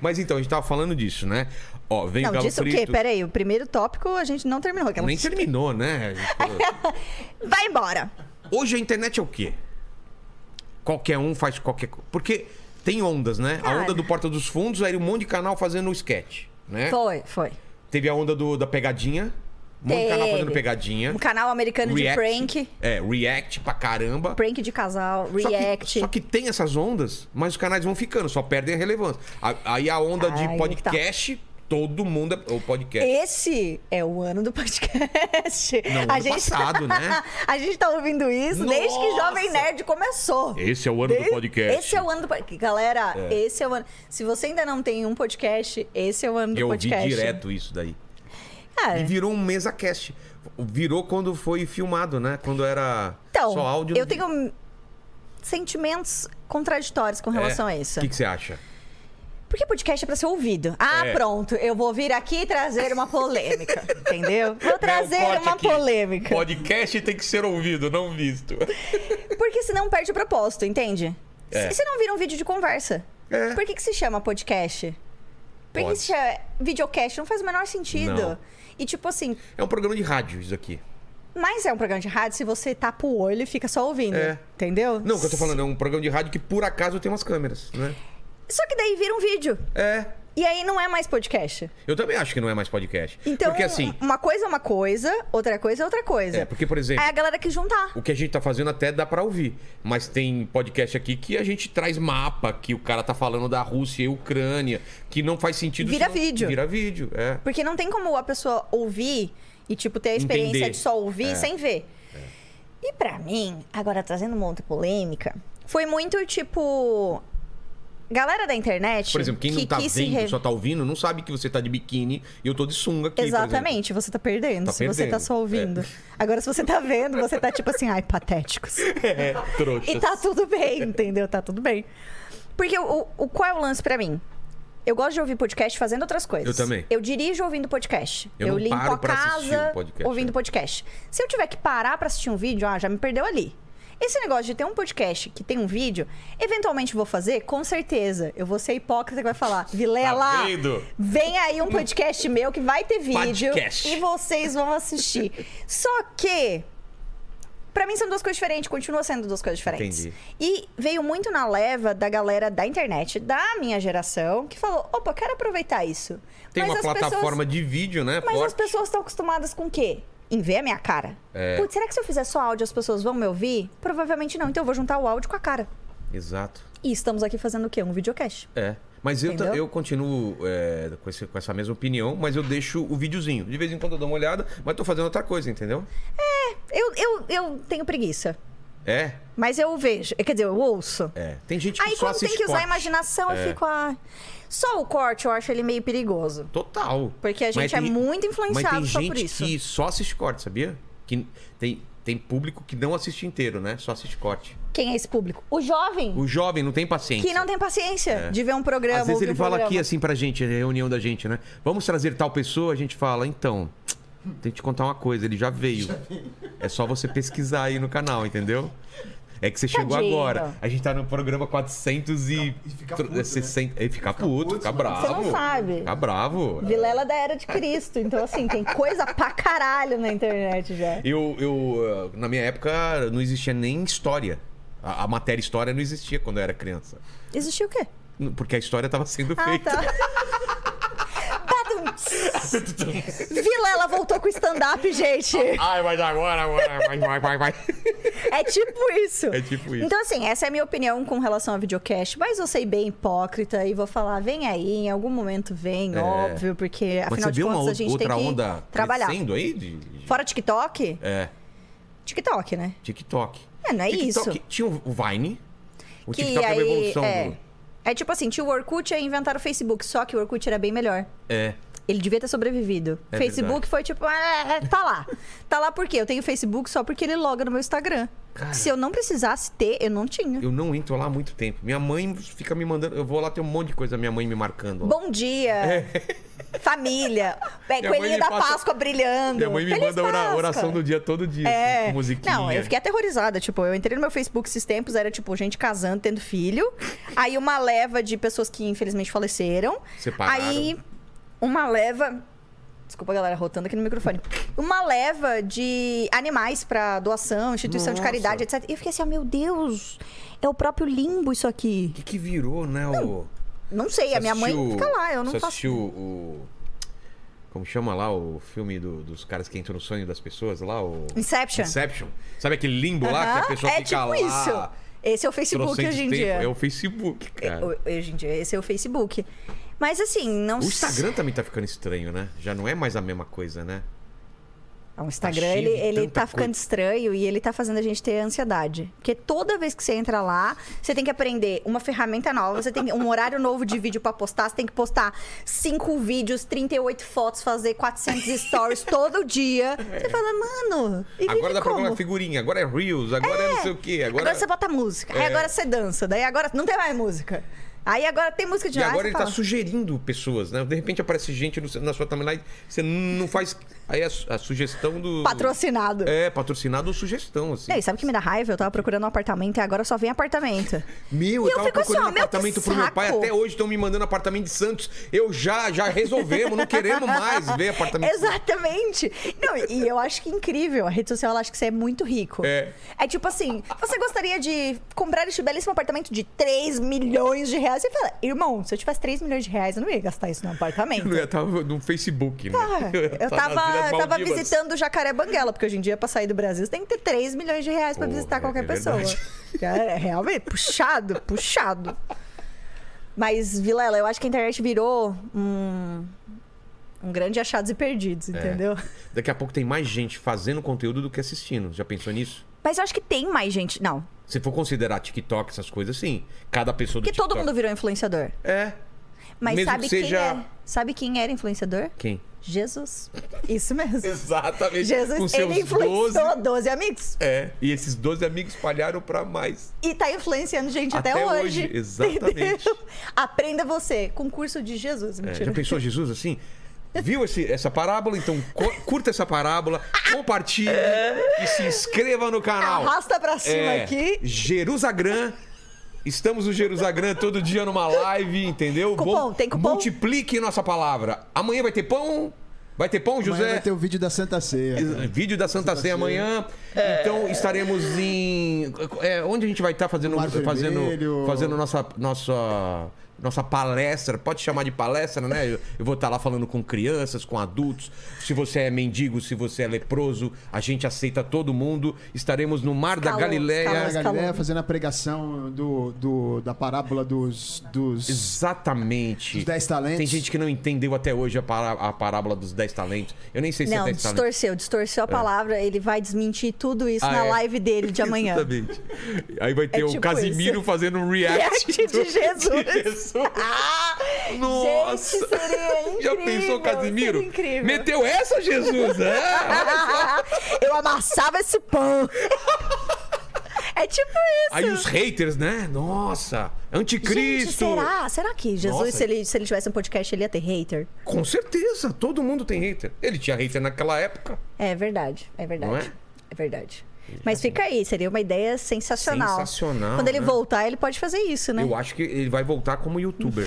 Speaker 1: Mas então, a gente tava falando disso, né? Ó, vem o
Speaker 3: Não,
Speaker 1: Galo
Speaker 3: disse o
Speaker 1: Frito.
Speaker 3: quê? Pera aí, o primeiro tópico a gente não terminou. Aquela... [LAUGHS]
Speaker 1: Nem terminou, né?
Speaker 3: Vai embora!
Speaker 1: Hoje a internet é o quê? Qualquer um faz qualquer coisa. Porque tem ondas, né? A
Speaker 3: Cara.
Speaker 1: onda do Porta dos Fundos, aí um monte de canal fazendo sketch. né?
Speaker 3: Foi, foi.
Speaker 1: Teve a onda do, da pegadinha. Um monte de canal fazendo
Speaker 3: Teve.
Speaker 1: pegadinha.
Speaker 3: Um canal americano de prank.
Speaker 1: É, react pra caramba.
Speaker 3: Prank de casal,
Speaker 1: Só que- Só que,
Speaker 3: react.
Speaker 1: tem essas ondas, mas os canais vão ficando, só perdem a relevância. A- Aí a onda
Speaker 3: Aí que
Speaker 1: de
Speaker 3: tá.
Speaker 1: podcast, todo mundo é o podcast.
Speaker 3: Esse é o ano do podcast.
Speaker 1: Não, ano passado, né?
Speaker 3: [LAUGHS] a gente tá ouvindo isso desde que
Speaker 1: Nossa!
Speaker 3: Jovem Nerd começou.
Speaker 1: Esse é o ano do
Speaker 3: Desde-
Speaker 1: podcast.
Speaker 3: Esse é o ano do podcast. Galera, esse é o ano. Se você ainda não tem um podcast, esse é o ano do
Speaker 1: Eu ouvi
Speaker 3: podcast. É,
Speaker 1: direto isso daí.
Speaker 3: Cara,
Speaker 1: E virou um mesa cast. Virou quando foi filmado, né? Quando era
Speaker 3: então,
Speaker 1: só áudio.
Speaker 3: eu tenho sentimentos contraditórios com relação a isso.
Speaker 1: O É. que, que você
Speaker 3: [LAUGHS]
Speaker 1: acha?
Speaker 3: Porque podcast é pra ser ouvido. Ah,
Speaker 1: É.
Speaker 3: pronto, eu vou vir aqui e trazer uma
Speaker 1: [LAUGHS]
Speaker 3: polêmica, entendeu? Vou trazer
Speaker 1: pote
Speaker 3: uma
Speaker 1: Né, um aqui.
Speaker 3: polêmica.
Speaker 1: Podcast tem que ser ouvido, não visto.
Speaker 3: Porque senão perde o propósito, entende?
Speaker 1: É.
Speaker 3: Se se não vira um vídeo de conversa.
Speaker 1: É.
Speaker 3: Por que, que se chama podcast? Por que
Speaker 1: Pode.
Speaker 3: que se chama videocast? Não faz o menor sentido.
Speaker 1: Não.
Speaker 3: E tipo assim,
Speaker 1: É um programa de rádio isso aqui.
Speaker 3: mas é um programa de rádio se você tapa o olho e fica só ouvindo.
Speaker 1: É.
Speaker 3: Entendeu?
Speaker 1: Não, o que eu tô falando é um programa de rádio que por acaso tem umas câmeras, né?
Speaker 3: Só que daí vira um vídeo.
Speaker 1: É.
Speaker 3: E aí não é mais podcast.
Speaker 1: Eu também acho que não é mais podcast.
Speaker 3: Então,
Speaker 1: porque assim,
Speaker 3: uma coisa é uma coisa, outra coisa é outra coisa.
Speaker 1: é, porque por exemplo,
Speaker 3: Aí a galera que juntar.
Speaker 1: O que a gente tá fazendo até dá pra ouvir. Mas tem podcast aqui que a gente traz mapa, que o cara tá falando da Rússia e Ucrânia, que não faz sentido.
Speaker 3: Vira
Speaker 1: se não-
Speaker 3: vídeo.
Speaker 1: Vira vídeo, é.
Speaker 3: Porque não tem como a pessoa ouvir e, tipo, ter a experiência
Speaker 1: Entender. É.
Speaker 3: de só ouvir sem ver. E pra mim, agora trazendo um monte de polêmica, foi muito tipo. Galera da internet.
Speaker 1: Por exemplo, quem
Speaker 3: que
Speaker 1: não tá
Speaker 3: quis se
Speaker 1: vendo,
Speaker 3: re-
Speaker 1: só tá ouvindo, não sabe que você tá de biquíni e eu tô de sunga aqui. por exemplo.
Speaker 3: Exatamente, você tá perdendo
Speaker 1: Tá
Speaker 3: se você tá
Speaker 1: perdendo,
Speaker 3: só ouvindo.
Speaker 1: é.
Speaker 3: Agora, se você tá vendo, você tá tipo assim, ai, patéticos.
Speaker 1: [LAUGHS] É, trouxa.
Speaker 3: E tá tudo
Speaker 1: [LAUGHS]
Speaker 3: bem, entendeu? Tá tudo bem. Porque o, o- qual é o lance pra mim? Eu gosto de ouvir podcast fazendo outras coisas.
Speaker 1: Eu também.
Speaker 3: Eu dirijo ouvindo podcast.
Speaker 1: Eu não
Speaker 3: limpo
Speaker 1: paro
Speaker 3: a
Speaker 1: pra assistir
Speaker 3: casa
Speaker 1: um podcast,
Speaker 3: ouvindo
Speaker 1: é.
Speaker 3: podcast. Se eu tiver que parar pra assistir um vídeo, ah, já me perdeu ali. Esse negócio de ter um podcast que tem um vídeo, eventualmente vou fazer, com certeza. Eu vou ser hipócrita que vai falar, Vilela,
Speaker 1: Tá vendo?
Speaker 3: vem aí um podcast meu que vai ter vídeo
Speaker 1: Podcast.
Speaker 3: e vocês
Speaker 1: [LAUGHS]
Speaker 3: vão assistir. Só que Pra mim são duas coisas diferentes, continua sendo duas coisas diferentes.
Speaker 1: Entendi.
Speaker 3: E veio muito na leva da galera da internet, da minha geração, que falou: opa, quero aproveitar isso.
Speaker 1: Tem
Speaker 3: Mas
Speaker 1: uma
Speaker 3: as
Speaker 1: plataforma
Speaker 3: pessoas-
Speaker 1: de vídeo, né?
Speaker 3: Mas as
Speaker 1: forte.
Speaker 3: pessoas estão acostumadas com o quê? Em ver a minha cara.
Speaker 1: É.
Speaker 3: Putz, será que se eu fizer só áudio as pessoas vão me ouvir? Provavelmente não, então eu vou juntar o áudio com a cara.
Speaker 1: Exato.
Speaker 3: E estamos aqui fazendo o quê? Um videocast.
Speaker 1: É. Mas eu, ta-
Speaker 3: Entendeu?
Speaker 1: eu continuo é, com, esse- com essa mesma opinião, mas eu deixo o videozinho. De vez em quando eu dou uma olhada, mas tô fazendo outra coisa, entendeu?
Speaker 3: Eu, eu, eu tenho preguiça,
Speaker 1: É,
Speaker 3: mas eu vejo, quer dizer, eu ouço.
Speaker 1: é. Tem gente que
Speaker 3: Aí
Speaker 1: só
Speaker 3: quando tem
Speaker 1: assiste
Speaker 3: que usar a
Speaker 1: corte. É.
Speaker 3: imaginação, eu fico a. Só o corte eu acho ele meio perigoso.
Speaker 1: Total.
Speaker 3: Porque a
Speaker 1: Mas
Speaker 3: gente é muito influenciado
Speaker 1: mas
Speaker 3: só
Speaker 1: tem
Speaker 3: por
Speaker 1: gente
Speaker 3: isso.
Speaker 1: que só assiste corte, sabia? Que tem, tem público que não assiste inteiro, né? Só assiste corte.
Speaker 3: Quem é esse público? O jovem
Speaker 1: O jovem não tem paciência.
Speaker 3: que não tem paciência de ver um programa.
Speaker 1: Às vezes
Speaker 3: ouvir
Speaker 1: ele
Speaker 3: um
Speaker 1: fala
Speaker 3: programa.
Speaker 1: aqui assim pra gente, é reunião da gente, né? Vamos trazer tal pessoa, a gente fala, então, tem que te contar uma coisa, ele já veio. É só você pesquisar aí no canal, entendeu? É que você chegou
Speaker 3: Tadinho.
Speaker 1: agora. A gente tá no programa 400 e...
Speaker 2: E fica puto, né?
Speaker 1: 60... e fica puto,
Speaker 2: puto,
Speaker 1: fica
Speaker 2: mano.
Speaker 1: bravo.
Speaker 3: Você não sabe.
Speaker 1: Fica bravo.
Speaker 3: Vilela da Era de Cristo. Então, assim,
Speaker 1: [LAUGHS]
Speaker 3: tem coisa pra caralho na internet já.
Speaker 1: Eu, eu, eh, na minha época, não existia nem história. A, a matéria história não existia quando eu era criança.
Speaker 3: Existiu o quê?
Speaker 1: N- Porque a história estava sendo
Speaker 3: Ah,
Speaker 1: feita.
Speaker 3: tá. Badum.
Speaker 1: [LAUGHS]
Speaker 3: Vilela voltou com o stand-up, gente.
Speaker 1: Ai, mas agora, agora, vai, vai, vai, vai.
Speaker 3: É tipo isso.
Speaker 1: É tipo isso.
Speaker 3: Então, assim, essa é a minha opinião com relação a videocast. Mas eu sei bem hipócrita e vou falar, vem aí, em algum momento vem,
Speaker 1: É.
Speaker 3: óbvio, porque
Speaker 1: Mas
Speaker 3: afinal
Speaker 1: você
Speaker 3: de
Speaker 1: viu uma
Speaker 3: contas a
Speaker 1: ou-
Speaker 3: gente
Speaker 1: outra
Speaker 3: tem que
Speaker 1: onda
Speaker 3: trabalhar.
Speaker 1: crescendo aí? De, de-
Speaker 3: Fora TikTok?
Speaker 1: É,
Speaker 3: TikTok, né?
Speaker 1: TikTok.
Speaker 3: É, não é
Speaker 1: TikTok,
Speaker 3: isso.
Speaker 1: Tinha o Vine. O
Speaker 3: que
Speaker 1: TikTok
Speaker 3: aí
Speaker 1: é uma evolução.
Speaker 3: é,
Speaker 1: do-
Speaker 3: é tipo assim, tinha o Orkut e inventaram o Facebook, só que o Orkut era bem melhor.
Speaker 1: É,
Speaker 3: Ele devia ter sobrevivido.
Speaker 1: É
Speaker 3: Facebook
Speaker 1: verdade.
Speaker 3: foi tipo, "Ah, é, tá lá. tá lá por quê? Eu tenho Facebook só porque ele loga no meu Instagram.
Speaker 1: Cara.
Speaker 3: Se eu não precisasse ter, eu não tinha.
Speaker 1: eu não entro lá há muito tempo. Minha mãe fica me mandando. Eu vou lá, tem um monte de coisa minha mãe me marcando. lá.
Speaker 3: Bom dia. Família. É,
Speaker 1: É. [LAUGHS] Minha mãe me
Speaker 3: coelhinho da
Speaker 1: passa-
Speaker 3: Páscoa brilhando.
Speaker 1: Minha mãe me
Speaker 3: Feliz
Speaker 1: manda ora-
Speaker 3: Páscoa.
Speaker 1: oração do dia todo dia, assim,
Speaker 3: É.
Speaker 1: com musiquinha.
Speaker 3: Não, eu fiquei aterrorizada. Tipo, eu entrei no meu Facebook esses tempos, era tipo gente casando, tendo filho. Aí uma leva de pessoas que infelizmente faleceram.
Speaker 1: Separaram.
Speaker 3: Aí uma leva. Desculpa, galera, rotando aqui no microfone. Uma leva de animais pra doação, instituição de
Speaker 1: Nossa.
Speaker 3: caridade, etc. E eu fiquei assim, ah, meu Deus, é o próprio limbo isso aqui.
Speaker 1: O que, que virou, né? O...
Speaker 3: Não sei, a minha mãe
Speaker 1: Assistiu-
Speaker 3: fica lá, eu não
Speaker 1: você
Speaker 3: faço.
Speaker 1: assistiu o Como chama lá o filme do- dos caras que entram no sonho das pessoas lá? O...
Speaker 3: Inception.
Speaker 1: Inception. Sabe aquele limbo lá que a
Speaker 3: Aham,
Speaker 1: pessoa
Speaker 3: é
Speaker 1: fica
Speaker 3: tipo
Speaker 1: lá...
Speaker 3: isso. Esse é o Facebook
Speaker 1: trocentos
Speaker 3: hoje em
Speaker 1: tempo?
Speaker 3: dia.
Speaker 1: É o Facebook, cara.
Speaker 3: O- Hoje em dia, esse é o Facebook. Mas assim, não
Speaker 1: O
Speaker 3: s-
Speaker 1: Instagram também tá ficando estranho, né? Já não é mais a mesma coisa, né?
Speaker 3: Ah, O Instagram,
Speaker 1: tá cheio
Speaker 3: ele,
Speaker 1: de
Speaker 3: ele
Speaker 1: tanta
Speaker 3: tá ficando
Speaker 1: coisa.
Speaker 3: estranho e ele tá fazendo a gente ter ansiedade. Porque toda vez que você entra lá, você tem que aprender uma ferramenta nova, você tem um horário novo de vídeo pra postar, você tem que postar cinco vídeos, 38 fotos, fazer 400
Speaker 1: [LAUGHS]
Speaker 3: stories todo dia. Você fala, mano, e
Speaker 1: É.
Speaker 3: vive
Speaker 1: Agora dá pra
Speaker 3: como?
Speaker 1: colocar figurinha, agora é Reels, agora é, não sei o quê. Agora,
Speaker 3: Agora você bota música, aí
Speaker 1: É.
Speaker 3: agora você dança, daí agora não tem mais música. Aí agora tem música de
Speaker 1: E
Speaker 3: lá,
Speaker 1: agora
Speaker 3: você
Speaker 1: ele
Speaker 3: fala,
Speaker 1: tá sugerindo pessoas, né? De repente aparece gente no- na sua timeline, você não faz. Aí é a, su- a sugestão do.
Speaker 3: patrocinado.
Speaker 1: É, patrocinado ou sugestão, assim.
Speaker 3: E aí, sabe o que me dá raiva? Eu tava procurando um apartamento e agora só vem apartamento.
Speaker 1: Meu,
Speaker 3: E
Speaker 1: eu,
Speaker 3: eu
Speaker 1: tava
Speaker 3: fico assim,
Speaker 1: procurando
Speaker 3: ó, meu, que
Speaker 1: apartamento pro meu pai,
Speaker 3: saco.
Speaker 1: até hoje estão me mandando apartamento de Santos. Eu já, já resolvemos, não queremos mais ver apartamento.
Speaker 3: [LAUGHS] Exatamente. Não, e eu acho que é incrível. A rede social, ela acha que você é muito rico.
Speaker 1: É.
Speaker 3: tipo assim, você gostaria de comprar este belíssimo apartamento de 3 milhões de reais? Você fala, irmão, se eu tivesse 3 milhões de reais, eu não ia gastar isso no apartamento.
Speaker 1: Eu ia tava no Facebook, né? [LAUGHS]
Speaker 3: Ah, eu
Speaker 1: ia tá nas Ilhas
Speaker 3: tava, eu tava
Speaker 1: Maldivas.
Speaker 3: visitando o Jacaré Banguela, porque hoje em dia, pra sair do Brasil, você tem que ter 3 milhões de reais pra
Speaker 1: Porra,
Speaker 3: visitar qualquer
Speaker 1: é
Speaker 3: pessoa.
Speaker 1: verdade.
Speaker 3: Cara, [LAUGHS] é realmente, puxado, puxado. Mas, Vilela, eu acho que a internet virou um, um grande achados e
Speaker 1: É.
Speaker 3: perdidos, entendeu?
Speaker 1: Daqui a pouco tem mais gente fazendo conteúdo do que assistindo. Já pensou nisso?
Speaker 3: Mas eu acho que tem mais gente. Não,
Speaker 1: Se for considerar TikTok, essas coisas, sim. Cada pessoa do
Speaker 3: porque todo
Speaker 1: TikTok-
Speaker 3: mundo virou influenciador.
Speaker 1: É.
Speaker 3: Mas
Speaker 1: Mesmo
Speaker 3: sabe
Speaker 1: que seja-
Speaker 3: quem é? Sabe quem era influenciador?
Speaker 1: Quem? [LAUGHS]
Speaker 3: Jesus. Isso mesmo.
Speaker 1: Exatamente.
Speaker 3: Jesus, ele influenciou 12... amigos.
Speaker 1: É. E esses 12 amigos espalharam pra mais.
Speaker 3: E tá influenciando gente até,
Speaker 1: Até hoje,
Speaker 3: hoje.
Speaker 1: exatamente.
Speaker 3: [LAUGHS] entendeu? Aprenda você. Concurso de Jesus.
Speaker 1: É,
Speaker 3: Mentira.
Speaker 1: já pensou Jesus assim? Viu esse- essa parábola? Então co- curta essa parábola, compartilhe e se inscreva no canal.
Speaker 3: É. Arrasta pra cima
Speaker 1: É,
Speaker 3: aqui.
Speaker 1: Jerusagram. Estamos no Jerusagrã todo dia numa live, entendeu?
Speaker 3: Cupom,
Speaker 1: Bom,
Speaker 3: tem cupom?
Speaker 1: Multiplique nossa palavra. Amanhã vai ter pão? Vai ter pão,
Speaker 2: Amanhã
Speaker 1: José?
Speaker 2: vai ter o vídeo da Santa Ceia. cara.
Speaker 1: Vídeo da Santa Ceia amanhã.
Speaker 3: É.
Speaker 1: Então estaremos em. é, onde a gente vai estar fazendo,
Speaker 2: Mar
Speaker 1: fazendo,
Speaker 2: Vermelho.
Speaker 1: fazendo nossa, nossa, nossa palestra? Pode chamar de palestra, né? Eu, eu vou estar lá falando com crianças, com adultos. Se você é mendigo, se você é leproso, a gente aceita todo mundo. Estaremos no Mar da
Speaker 3: Escalou,
Speaker 1: Galileia.
Speaker 2: Na
Speaker 3: escalou.
Speaker 2: Galileia fazendo a pregação do, do- da parábola dos, dos
Speaker 1: Exatamente.
Speaker 2: Os dez talentos.
Speaker 1: Tem gente que não entendeu até hoje a, pará- a parábola dos 10 talentos. Eu nem sei se é
Speaker 3: Não,
Speaker 1: 10 talentos.
Speaker 3: distorceu, distorceu a palavra. Ele vai desmentir tudo isso
Speaker 1: Ah,
Speaker 3: na
Speaker 1: é.
Speaker 3: live dele de amanhã.
Speaker 1: Exatamente. Aí vai ter
Speaker 3: É
Speaker 1: o
Speaker 3: tipo
Speaker 1: Casimiro
Speaker 3: isso.
Speaker 1: fazendo um
Speaker 3: [LAUGHS]
Speaker 1: react.
Speaker 3: React É de Jesus.
Speaker 1: de [LAUGHS] Jesus.
Speaker 3: Ah,
Speaker 1: Nossa!
Speaker 3: Gente, seria incrível.
Speaker 1: [LAUGHS] Já pensou, Casimiro?
Speaker 3: Seria incrível. [LAUGHS]
Speaker 1: Meteu essa, Jesus! Ah!
Speaker 3: Eu amassava esse pão. É tipo isso.
Speaker 1: Aí os haters, né? Nossa!
Speaker 3: Gente,
Speaker 1: Anticristo!
Speaker 3: será? Será que Jesus,
Speaker 1: Nossa.
Speaker 3: se ele, se ele tivesse um podcast, ele ia ter hater?
Speaker 1: Com certeza, todo mundo tem hater. Ele tinha hater naquela época.
Speaker 3: É verdade, é verdade.
Speaker 1: Não
Speaker 3: é?
Speaker 1: é?
Speaker 3: verdade. Mas fica aí, seria uma ideia sensacional.
Speaker 1: Sensacional,
Speaker 3: Quando ele
Speaker 1: né?
Speaker 3: voltar, ele pode fazer isso, né?
Speaker 1: Eu acho que ele vai voltar como youtuber.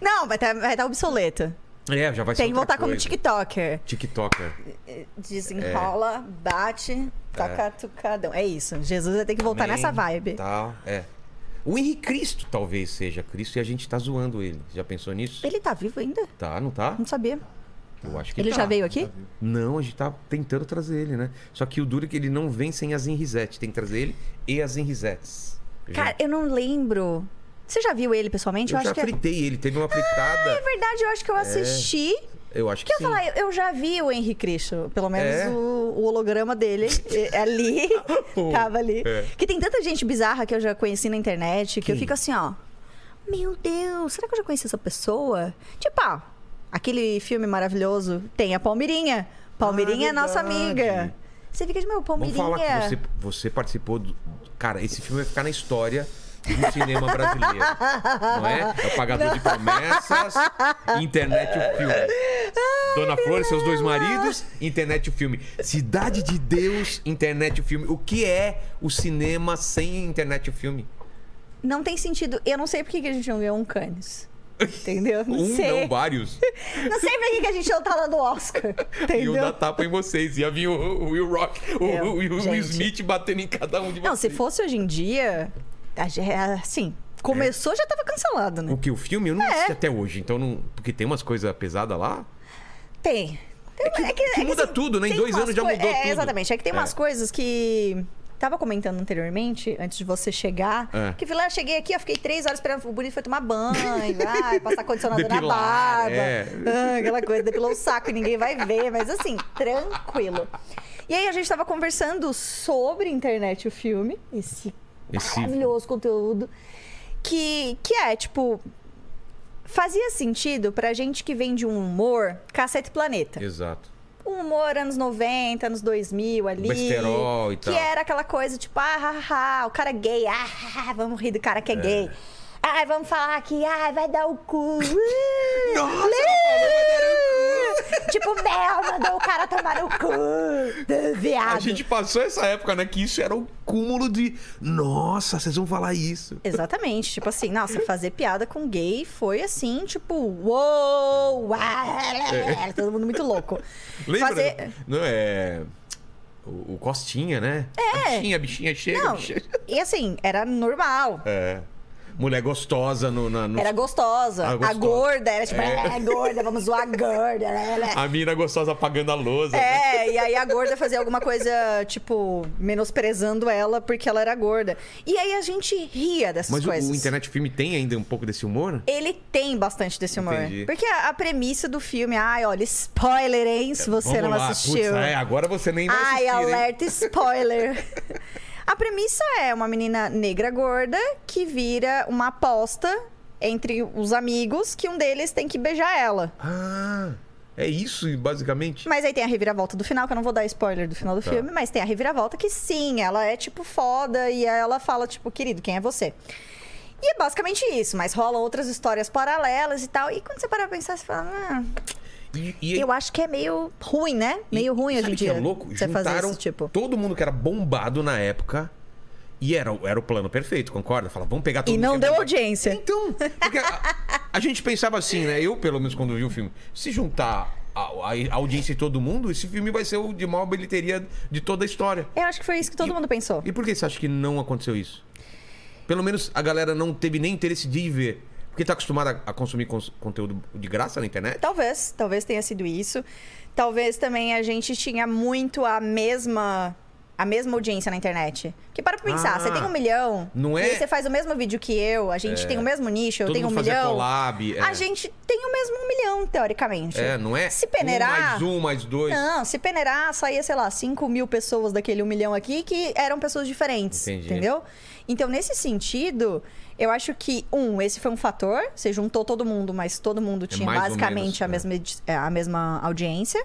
Speaker 3: Não, vai estar vai tá obsoleto.
Speaker 1: é, já vai ser
Speaker 3: Tem que
Speaker 1: outra
Speaker 3: voltar como
Speaker 1: coisa.
Speaker 3: TikToker.
Speaker 1: TikToker. é.
Speaker 3: Desenrola, bate, toca tucadão. É isso. Jesus vai ter que voltar
Speaker 1: Amém,
Speaker 3: nessa vibe.
Speaker 1: Tal, é. O Henrique Cristo talvez seja Cristo e a gente tá zoando ele. Já pensou nisso?
Speaker 3: Ele tá vivo ainda?
Speaker 1: Tá, não tá?
Speaker 3: Não sabia.
Speaker 1: Eu acho que
Speaker 3: Ele
Speaker 1: tá.
Speaker 3: já veio aqui?
Speaker 1: Não, a gente tá tentando trazer ele, né? Só que o duro é que ele não vem sem as Inrisetes. Tem que trazer ele e as Inrisetes. Eu já-
Speaker 3: Cara, eu não lembro. Você já viu ele pessoalmente?
Speaker 1: eu
Speaker 3: acho
Speaker 1: já
Speaker 3: que.
Speaker 1: fritei ele, teve uma fritada.
Speaker 3: É verdade, eu acho que eu assisti.
Speaker 1: Eu acho que,
Speaker 3: Que eu
Speaker 1: sim.
Speaker 3: falar, eu- eu já vi o Henry Cristo, pelo menos
Speaker 1: É?
Speaker 3: o, o holograma dele
Speaker 1: [LAUGHS]
Speaker 3: é, ali, tava ali.
Speaker 1: É.
Speaker 3: Que tem tanta gente bizarra que eu já conheci na internet, que eu fico assim, ó. Meu Deus, será que eu já conheci essa pessoa? Tipo, ah, aquele filme maravilhoso tem a Palmeirinha. Palmeirinha
Speaker 1: Ah,
Speaker 3: é nossa
Speaker 1: verdade.
Speaker 3: amiga. Você fica de meu,
Speaker 1: Vamos
Speaker 3: Palmeirinha.
Speaker 1: falar que você, você participou do... Cara, esse filme vai ficar na história do cinema brasileiro. não é? É o Pagador de Promessas, Internet o Filme. Dona Flor e seus dois maridos, Internet o Filme. Cidade de Deus, Internet o Filme. O que é o cinema sem Internet o Filme?
Speaker 3: Não tem sentido. Eu não sei por que que a gente não ganhou um Cannes. Entendeu?
Speaker 1: [LAUGHS]
Speaker 3: Não
Speaker 1: Um,
Speaker 3: sei.
Speaker 1: não,
Speaker 3: [LAUGHS]
Speaker 1: vários.
Speaker 3: Não sei por que que a gente não tá lá no Oscar.
Speaker 1: [LAUGHS] E eu
Speaker 3: Entendeu?
Speaker 1: dar tapa em vocês. Ia vir o, o Will Rock, o,
Speaker 3: Eu,
Speaker 1: o- o Will
Speaker 3: gente.
Speaker 1: Smith batendo em cada um de vocês.
Speaker 3: Não, se fosse hoje em dia, a ge- assim, começou já tava cancelado, né?
Speaker 1: O que? O filme? Eu não assisti até hoje, então não. Porque tem umas coisas pesadas lá.
Speaker 3: Tem. Tem- É que,
Speaker 1: que muda tudo, né? Em
Speaker 3: tem
Speaker 1: dois
Speaker 3: umas
Speaker 1: anos já
Speaker 3: coi-
Speaker 1: mudou
Speaker 3: é,
Speaker 1: tudo.
Speaker 3: Exatamente. É que tem umas
Speaker 1: É.
Speaker 3: coisas que. Tava comentando anteriormente, antes de você chegar,
Speaker 1: É.
Speaker 3: que Vilela, eu cheguei aqui, eu fiquei três horas esperando. O bonito foi
Speaker 1: [LAUGHS]
Speaker 3: tomar banho, vai, passar condicionador
Speaker 1: Depilar,
Speaker 3: na barba.
Speaker 1: é.
Speaker 3: Ah, aquela coisa, depilou o saco e ninguém vai ver, mas assim, tranquilo. E aí a gente tava conversando sobre internet o filme, esse
Speaker 1: Esse-
Speaker 3: maravilhoso conteúdo. Que, que é, tipo. Fazia sentido pra gente que vem de um humor Cacete Planeta.
Speaker 1: Exato.
Speaker 3: Um humor anos 90, anos 2000 ali.
Speaker 1: Besterol e
Speaker 3: que
Speaker 1: tal.
Speaker 3: era aquela coisa tipo, ah, ha, ha, o cara é gay, ah, ha, ha, vamos rir do cara que é, gay. Ai, vamos falar que ai, vai dar o cu. Uh,
Speaker 1: [LAUGHS] Nossa,
Speaker 3: uh. tipo, Bel mandou o cara tomar no cu. Viado.
Speaker 1: A gente passou essa época, né? Que isso era o cúmulo de. Nossa, vocês vão falar isso.
Speaker 3: Exatamente. Tipo assim, nossa, fazer piada com gay foi assim, tipo, uou, uau, todo mundo muito louco.
Speaker 1: Lembra? né?
Speaker 3: Fazer-
Speaker 1: Não é. O, o Costinha, né?
Speaker 3: É.
Speaker 1: Bichinha, bichinha, chega.
Speaker 3: Não,
Speaker 1: bichinha-
Speaker 3: e assim, era normal.
Speaker 1: É. Mulher gostosa no, na, no-
Speaker 3: Era gostosa.
Speaker 1: Ah, gostosa.
Speaker 3: A gorda era tipo,
Speaker 1: É.
Speaker 3: é. gorda, vamos zoar a gorda. né, né.
Speaker 1: [LAUGHS] A mina gostosa apagando a lousa. né?
Speaker 3: É, e aí a gorda fazia alguma coisa, tipo, menosprezando ela porque ela era gorda. E aí a gente ria dessas
Speaker 1: Mas o,
Speaker 3: coisas.
Speaker 1: o internet filme tem ainda um pouco desse humor?
Speaker 3: Ele tem bastante desse humor.
Speaker 1: Entendi.
Speaker 3: Porque a, a premissa do filme, ai, olha, spoiler, hein, se você
Speaker 1: É, Vamos
Speaker 3: não
Speaker 1: lá.
Speaker 3: assistiu.
Speaker 1: Putz, é, agora você nem vai assistir, né?
Speaker 3: Ai,
Speaker 1: hein? [LAUGHS]
Speaker 3: alerta spoiler. A premissa é uma menina negra gorda que vira uma aposta entre os amigos que um deles tem que beijar ela.
Speaker 1: Ah, é isso, basicamente?
Speaker 3: Mas aí tem a reviravolta do final, que eu não vou dar spoiler do final do
Speaker 1: Tá.
Speaker 3: filme, mas tem a reviravolta que sim, ela é tipo foda e ela fala tipo, querido, quem é você? E é basicamente isso, mas rolam outras histórias paralelas e tal. E quando você para pra pensar, você fala, ah,
Speaker 1: E, e-
Speaker 3: eu acho que é meio ruim, né? Meio ruim hoje
Speaker 1: sabe
Speaker 3: em
Speaker 1: que
Speaker 3: dia.
Speaker 1: é louco?
Speaker 3: Você fazer
Speaker 1: Juntaram
Speaker 3: esse tipo.
Speaker 1: todo mundo que era bombado na época e era, o- era o plano perfeito, concorda? Fala, vamos pegar todo
Speaker 3: E
Speaker 1: mundo
Speaker 3: não
Speaker 1: que é
Speaker 3: deu
Speaker 1: bombado.
Speaker 3: audiência.
Speaker 1: Então, porque a, a gente pensava assim, né? Eu, pelo menos, quando vi o filme, se juntar a, a audiência de todo mundo, esse filme vai ser o de maior bilheteria de toda a história.
Speaker 3: Eu acho que foi isso que todo
Speaker 1: E-
Speaker 3: mundo pensou.
Speaker 1: E por que você acha que não aconteceu isso? Pelo menos a galera não teve nem interesse de ir ver. Porque tá acostumada a consumir cons- conteúdo de graça na internet?
Speaker 3: Então, Talvez, talvez tenha sido isso. Talvez também a gente tinha muito a mesma a mesma audiência na internet. Porque para pra pensar,
Speaker 1: Ah,
Speaker 3: você tem um milhão,
Speaker 1: não
Speaker 3: e
Speaker 1: é?
Speaker 3: aí você faz o mesmo vídeo que eu, a gente tem o mesmo nicho, eu
Speaker 1: todo
Speaker 3: tenho um
Speaker 1: mundo fazia
Speaker 3: milhão.
Speaker 1: collab. é.
Speaker 3: A gente tem o mesmo um milhão, teoricamente.
Speaker 1: É, não é?
Speaker 3: Se peneirar.
Speaker 1: Um mais um, mais dois.
Speaker 3: Não, se peneirar, saía, sei lá, 5 mil pessoas daquele um milhão aqui que eram pessoas diferentes.
Speaker 1: Entendi.
Speaker 3: Entendeu? Então, nesse sentido, eu acho que, um, esse foi um fator. Você juntou todo mundo, mas todo mundo tinha
Speaker 1: É mais ou menos,
Speaker 3: basicamente a,
Speaker 1: né?
Speaker 3: mesma, edi- é, a mesma audiência.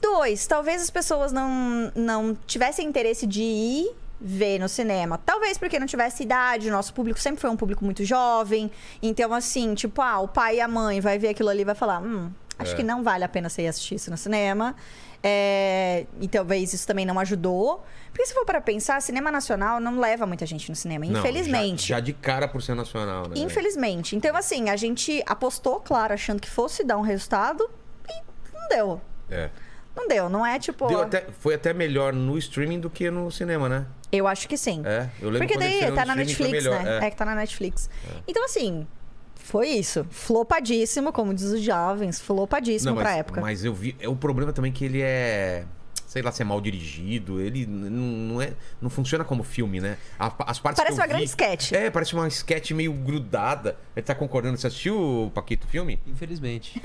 Speaker 3: Dois, talvez as pessoas não, não tivessem interesse de ir ver no cinema. Talvez porque não tivesse idade, o nosso público sempre foi um público muito jovem. Então, assim, tipo, ah, o pai e a mãe vai ver aquilo ali e vai falar: hum, acho
Speaker 1: É.
Speaker 3: que não vale a pena você ir assistir isso no cinema. É, e talvez isso também não ajudou. Porque se for para pensar, cinema nacional não leva muita gente no cinema,
Speaker 1: Não,
Speaker 3: infelizmente.
Speaker 1: já, já de cara por ser nacional, né?
Speaker 3: Infelizmente. Então, assim, a gente apostou, claro, achando que fosse dar um resultado e não deu.
Speaker 1: É.
Speaker 3: Não deu, não é tipo.
Speaker 1: Deu até- foi até melhor no streaming do que no cinema, né?
Speaker 3: Eu acho que sim.
Speaker 1: É, eu lembro
Speaker 3: Porque
Speaker 1: quando eles
Speaker 3: daí
Speaker 1: fizeram
Speaker 3: tá
Speaker 1: no
Speaker 3: na
Speaker 1: streaming, foi
Speaker 3: Netflix,
Speaker 1: melhor,
Speaker 3: né?
Speaker 1: é.
Speaker 3: É. que tá na Netflix. Então, assim, foi isso. Flopadíssimo, como diz os jovens, flopadíssimo
Speaker 1: Não, mas,
Speaker 3: pra época.
Speaker 1: Mas eu vi. É o problema também que ele é. Sei lá se é mal dirigido, ele n- n- não, é, não funciona como filme, né? A- as partes
Speaker 3: Parece
Speaker 1: que eu
Speaker 3: uma grande
Speaker 1: vi-
Speaker 3: sketch.
Speaker 1: É, parece uma sketch meio grudada. Ele tá concordando. Você assistiu, Paquito, o filme?
Speaker 4: Infelizmente.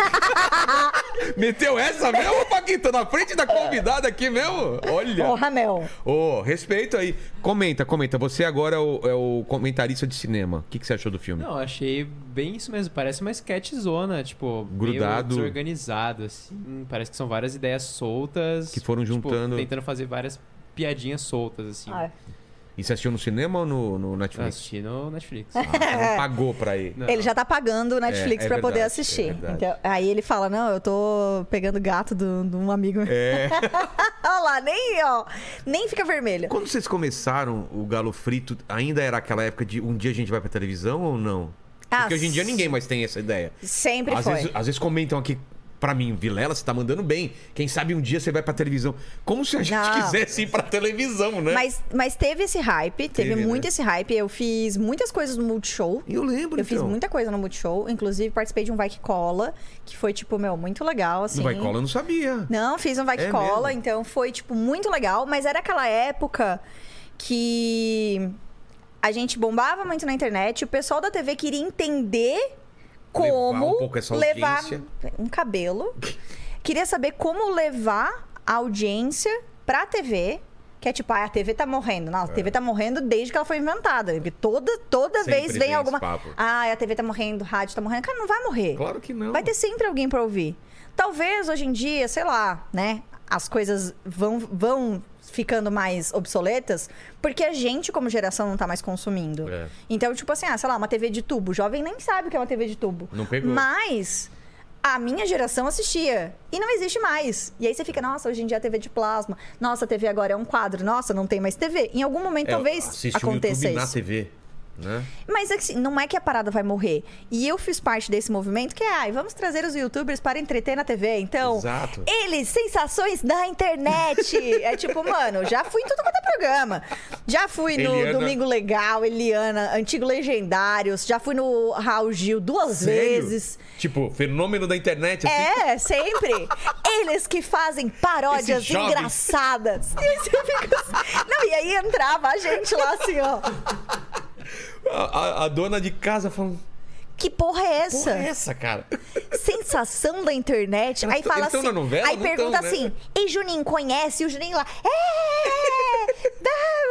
Speaker 1: Meteu essa mesmo, Paquito? Na frente da convidada aqui mesmo? Olha.
Speaker 3: Porra, meu.
Speaker 1: Ô, respeito aí. Comenta, comenta. Você agora é o, é o comentarista de cinema. O que, que você achou do filme?
Speaker 4: Não, achei bem isso mesmo. Parece uma sketchzona, tipo,
Speaker 1: Grudado.
Speaker 4: meio desorganizado, assim. Parece que são várias ideias soltas.
Speaker 1: Que foram
Speaker 4: tipo,
Speaker 1: juntando.
Speaker 4: tentando fazer várias piadinhas soltas, assim.
Speaker 3: Ah,
Speaker 1: E você assistiu no cinema ou no, no
Speaker 4: Eu
Speaker 1: Netflix?
Speaker 4: assisti no Netflix. Um
Speaker 1: Ah, não pagou pra ir.
Speaker 4: Não.
Speaker 3: Ele já tá pagando o Netflix
Speaker 1: É, é
Speaker 3: pra poder
Speaker 1: verdade, é
Speaker 3: assistir.
Speaker 1: verdade.
Speaker 3: Então, aí ele fala: Não, eu tô pegando gato de do, de um amigo meu.
Speaker 1: É.
Speaker 3: [LAUGHS] Olha lá, nem, ó, nem fica vermelho.
Speaker 1: Quando vocês começaram o Galo Frito, ainda era aquela época de um dia a gente vai pra televisão ou não?
Speaker 3: Ah,
Speaker 1: Porque hoje em dia ninguém mais tem essa ideia.
Speaker 3: Sempre
Speaker 1: Às
Speaker 3: foi.
Speaker 1: vezes, às vezes comentam aqui Pra mim, Vilela, você tá mandando bem. Quem sabe um dia você vai pra televisão. Como se a gente
Speaker 3: Não.
Speaker 1: quisesse ir pra televisão, né?
Speaker 3: Mas, mas teve esse hype, teve,
Speaker 1: Teve,
Speaker 3: muito
Speaker 1: né?
Speaker 3: esse hype. Eu fiz muitas coisas no Multishow.
Speaker 1: Eu lembro,
Speaker 3: Eu fiz
Speaker 1: então.
Speaker 3: muita coisa no Multishow. Inclusive, participei de um Vai Que Cola, que foi, tipo, meu, muito legal, assim.
Speaker 1: No vai cola eu não sabia.
Speaker 3: Não, fiz um vai que
Speaker 1: É
Speaker 3: cola,
Speaker 1: mesmo?
Speaker 3: então foi, tipo, muito legal. Mas era aquela época que a gente bombava muito na internet, o pessoal da TV queria entender como
Speaker 1: Levar um pouco essa
Speaker 3: levar
Speaker 1: audiência.
Speaker 3: um cabelo. queria saber como levar a audiência pra TV. Que é tipo, ah, a TV tá morrendo. Não, a TV tá morrendo desde que ela foi inventada. Porque toda, toda
Speaker 1: É. Sempre
Speaker 3: vez
Speaker 1: vem
Speaker 3: vem
Speaker 1: esse
Speaker 3: alguma.
Speaker 1: papo.
Speaker 3: Ah, a TV tá morrendo, o rádio tá morrendo. Cara, não vai morrer.
Speaker 1: Claro que não.
Speaker 3: Vai ter sempre alguém pra ouvir. Talvez hoje em dia, sei lá, né? As coisas vão, vão ficando mais obsoletas porque a gente, como geração, não tá mais consumindo.
Speaker 1: É.
Speaker 3: Então, tipo assim, ah, sei lá, uma TV de tubo. O jovem nem sabe o que é uma TV de tubo.
Speaker 1: Não pegou.
Speaker 3: Mas a minha geração assistia. E não existe mais. E aí você fica, nossa, hoje em dia é TV de plasma. Nossa, a TV agora é um quadro. Nossa, não tem mais TV. Em algum momento,
Speaker 1: É,
Speaker 3: talvez
Speaker 1: assiste o
Speaker 3: aconteça
Speaker 1: YouTube na
Speaker 3: isso.
Speaker 1: TV, né?
Speaker 3: Mas assim, não é que a parada vai morrer. E eu fiz parte desse movimento que é, ai, vamos trazer os youtubers para entreter na TV. Então,
Speaker 1: Exato.
Speaker 3: eles, sensações da internet. é tipo, mano, já fui em tudo quanto é programa. Já fui no
Speaker 1: Eliana.
Speaker 3: Domingo Legal, Eliana, Antigo Legendários, já fui no Raul Gil duas
Speaker 1: Sério?
Speaker 3: vezes.
Speaker 1: Tipo, fenômeno da internet, assim.
Speaker 3: É, sempre. Eles que fazem paródias
Speaker 1: Esses jovens.
Speaker 3: engraçadas. E aí você fica assim... Não, e aí entrava a gente lá assim, ó.
Speaker 1: A, a- a dona de casa falando,
Speaker 3: Que porra é essa?
Speaker 1: porra é essa, cara?
Speaker 3: sensação da internet.
Speaker 1: Elas
Speaker 3: aí
Speaker 1: tão-
Speaker 3: fala
Speaker 1: eles tão
Speaker 3: assim.
Speaker 1: na novela?
Speaker 3: aí
Speaker 1: Não
Speaker 3: pergunta
Speaker 1: tão, né?
Speaker 3: assim: e Juninho conhece? E o Juninho lá. É!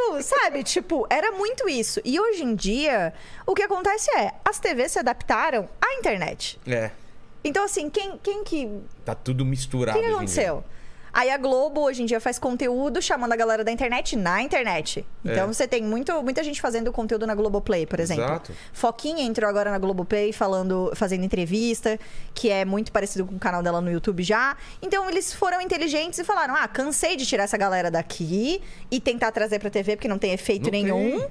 Speaker 3: Vamos! Sabe? Tipo, era muito isso. E hoje em dia, o que acontece é: as TVs se adaptaram à internet.
Speaker 1: É,
Speaker 3: Então, assim, quem, quem que
Speaker 1: tá tudo misturado.
Speaker 3: o que, que
Speaker 1: hoje em
Speaker 3: aconteceu? Aí a Globo hoje em dia faz conteúdo chamando a galera da internet na internet. Então
Speaker 1: É.
Speaker 3: você tem muito, muita gente fazendo conteúdo na Globoplay, por exemplo.
Speaker 1: Exato.
Speaker 3: Foquinha entrou agora na Globoplay falando, fazendo entrevista, que é muito parecido com o canal dela no YouTube já. Então eles foram inteligentes e falaram: ah, cansei de tirar essa galera daqui e tentar trazer pra TV, porque não tem efeito
Speaker 1: Não tem.
Speaker 3: nenhum.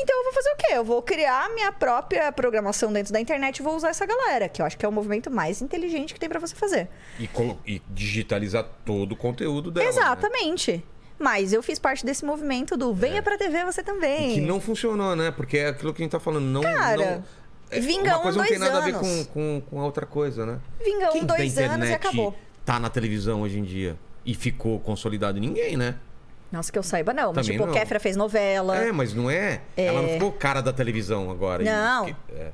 Speaker 3: Então eu vou fazer o quê? Eu vou criar minha própria programação dentro da internet e vou usar essa galera, que eu acho que é o movimento mais inteligente que tem pra você fazer.
Speaker 1: E, colo- e digitalizar todo o conteúdo dela. né?
Speaker 3: Exatamente. Mas eu fiz parte desse movimento do venha pra TV você também.
Speaker 1: É. E que não funcionou, né? Porque é aquilo que a gente tá falando. Não,
Speaker 3: Cara,
Speaker 1: não- é,
Speaker 3: vinga
Speaker 1: uma coisa
Speaker 3: um,
Speaker 1: não tem
Speaker 3: dois
Speaker 1: nada a ver
Speaker 3: anos.
Speaker 1: com, com, com a outra coisa, né?
Speaker 3: Vinga um,
Speaker 1: Quem
Speaker 3: dois
Speaker 1: da
Speaker 3: anos e
Speaker 1: internet
Speaker 3: acabou.
Speaker 1: Tá na televisão hoje em dia e ficou consolidado ninguém, né?
Speaker 3: Nossa, que eu saiba, não. Mas,
Speaker 1: Também
Speaker 3: tipo,
Speaker 1: não.
Speaker 3: o Kéfera fez novela.
Speaker 1: É, mas não é. Ela não ficou cara da televisão agora. e
Speaker 3: Não.
Speaker 1: que- é.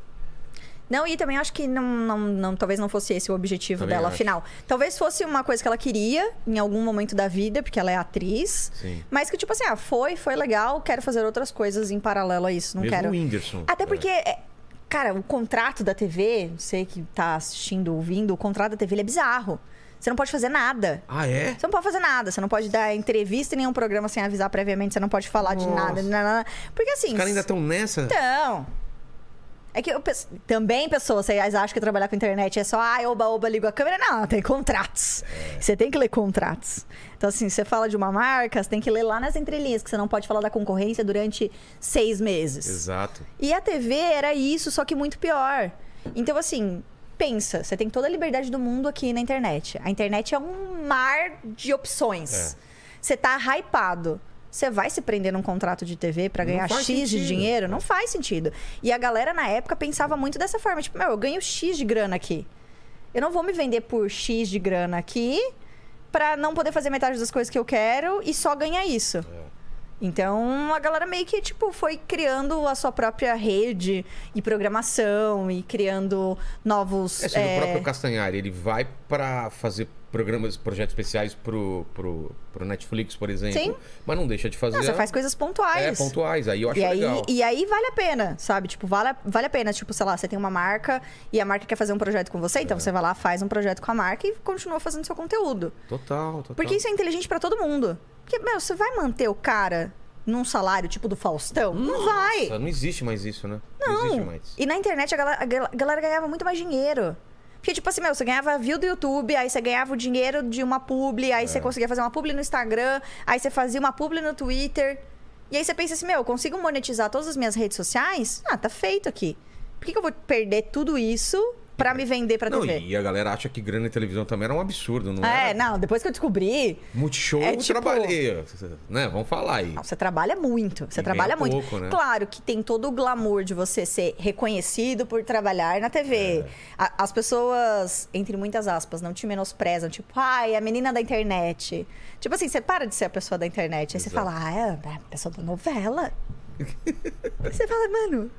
Speaker 3: Não, e também acho que não, não, não- talvez não fosse esse o objetivo
Speaker 1: Também
Speaker 3: dela
Speaker 1: acho.
Speaker 3: final. Talvez fosse uma coisa que ela queria em algum momento da vida, porque ela é atriz.
Speaker 1: Sim.
Speaker 3: Mas que, tipo assim, ah, foi, foi legal, quero fazer outras coisas em paralelo a isso. Não
Speaker 1: Mesmo
Speaker 3: quero.
Speaker 1: o Whindersson.
Speaker 3: Até
Speaker 1: É.
Speaker 3: porque, é, cara, o contrato da TV, não sei que tá assistindo, ouvindo, o contrato da TV ele é bizarro. Você não pode fazer nada.
Speaker 1: Ah, é?
Speaker 3: Você não pode fazer nada, você não pode dar entrevista em nenhum programa sem avisar previamente, você não pode falar de
Speaker 1: Nossa.
Speaker 3: nada, nanana. Porque assim.
Speaker 1: Os caras ainda tá- estão nessa?
Speaker 3: Então. É que eu penso- também, pessoas, vocês acham que trabalhar com internet é só, ai, oba, oba, ligo a câmera. Não, tem contratos.
Speaker 1: É.
Speaker 3: Você tem que ler contratos. Então, assim, você fala de uma marca, você tem que ler lá nas entrelinhas, que você não pode falar da concorrência durante seis meses.
Speaker 1: Exato.
Speaker 3: E a TV era isso, só que muito pior. Então, assim, pensa, você tem toda a liberdade do mundo aqui na internet. A internet é um mar de opções.
Speaker 1: É.
Speaker 3: Você tá hypado. Você vai se prender num contrato de TV pra
Speaker 1: Não
Speaker 3: ganhar
Speaker 1: faz
Speaker 3: X
Speaker 1: sentido. É.
Speaker 3: de dinheiro? Não faz sentido. E a galera na época pensava muito dessa forma: tipo, meu, eu ganho X de grana aqui. Eu não vou me vender por X de grana aqui pra não poder fazer metade das coisas que eu quero e só ganhar isso. Então a galera meio que tipo foi criando a sua própria rede e programação e criando novos.
Speaker 1: É, sendo
Speaker 3: é,
Speaker 1: o próprio Castanhari, ele vai pra fazer programas, projetos especiais pro, pro, pro Netflix, por exemplo.
Speaker 3: Sim.
Speaker 1: Mas não deixa de fazer.
Speaker 3: Não, você faz coisas pontuais.
Speaker 1: É, pontuais. Aí eu acho
Speaker 3: E aí,
Speaker 1: legal.
Speaker 3: e aí vale a pena, sabe? Tipo, vale, a- vale a pena. Tipo, sei lá, você tem uma marca e a marca quer fazer um projeto com você,
Speaker 1: É.
Speaker 3: então você vai lá, faz um projeto com a marca e continua fazendo seu conteúdo.
Speaker 1: Total, total.
Speaker 3: Porque isso é inteligente pra todo mundo. Porque, meu, você vai manter o cara num salário tipo do Faustão? Não vai!
Speaker 1: Nossa, Não existe mais isso, né? Não. existe mais.
Speaker 3: é E na internet a galera, a gal- a galera ganhava muito mais dinheiro. Porque, tipo assim, meu, você ganhava view do YouTube, aí você ganhava o dinheiro de uma publi, aí
Speaker 1: É.
Speaker 3: você conseguia fazer uma publi no Instagram, aí você fazia uma publi no Twitter. E aí você pensa assim, meu, eu consigo monetizar todas as minhas redes sociais? Ah, tá feito aqui. Por que, que eu vou perder tudo isso pra me vender pra
Speaker 1: Não,
Speaker 3: TV.
Speaker 1: e a galera acha que grana e televisão também era um absurdo, não
Speaker 3: É,
Speaker 1: era?
Speaker 3: não, depois que eu descobri.
Speaker 1: Multishow
Speaker 3: É
Speaker 1: eu
Speaker 3: tipo-
Speaker 1: trabalhei, né? Vamos falar aí.
Speaker 3: Não, você trabalha muito. Você
Speaker 1: E
Speaker 3: trabalha
Speaker 1: ganha
Speaker 3: muito.
Speaker 1: pouco, né?
Speaker 3: Claro que tem todo o glamour de você ser reconhecido por trabalhar na TV.
Speaker 1: É.
Speaker 3: A- as pessoas, entre muitas aspas, não te menosprezam. Tipo, ai, a menina da internet. Tipo assim, você para de ser a pessoa da internet. Aí você
Speaker 1: Exato.
Speaker 3: fala, ah, é a pessoa da novela. Aí você fala, mano.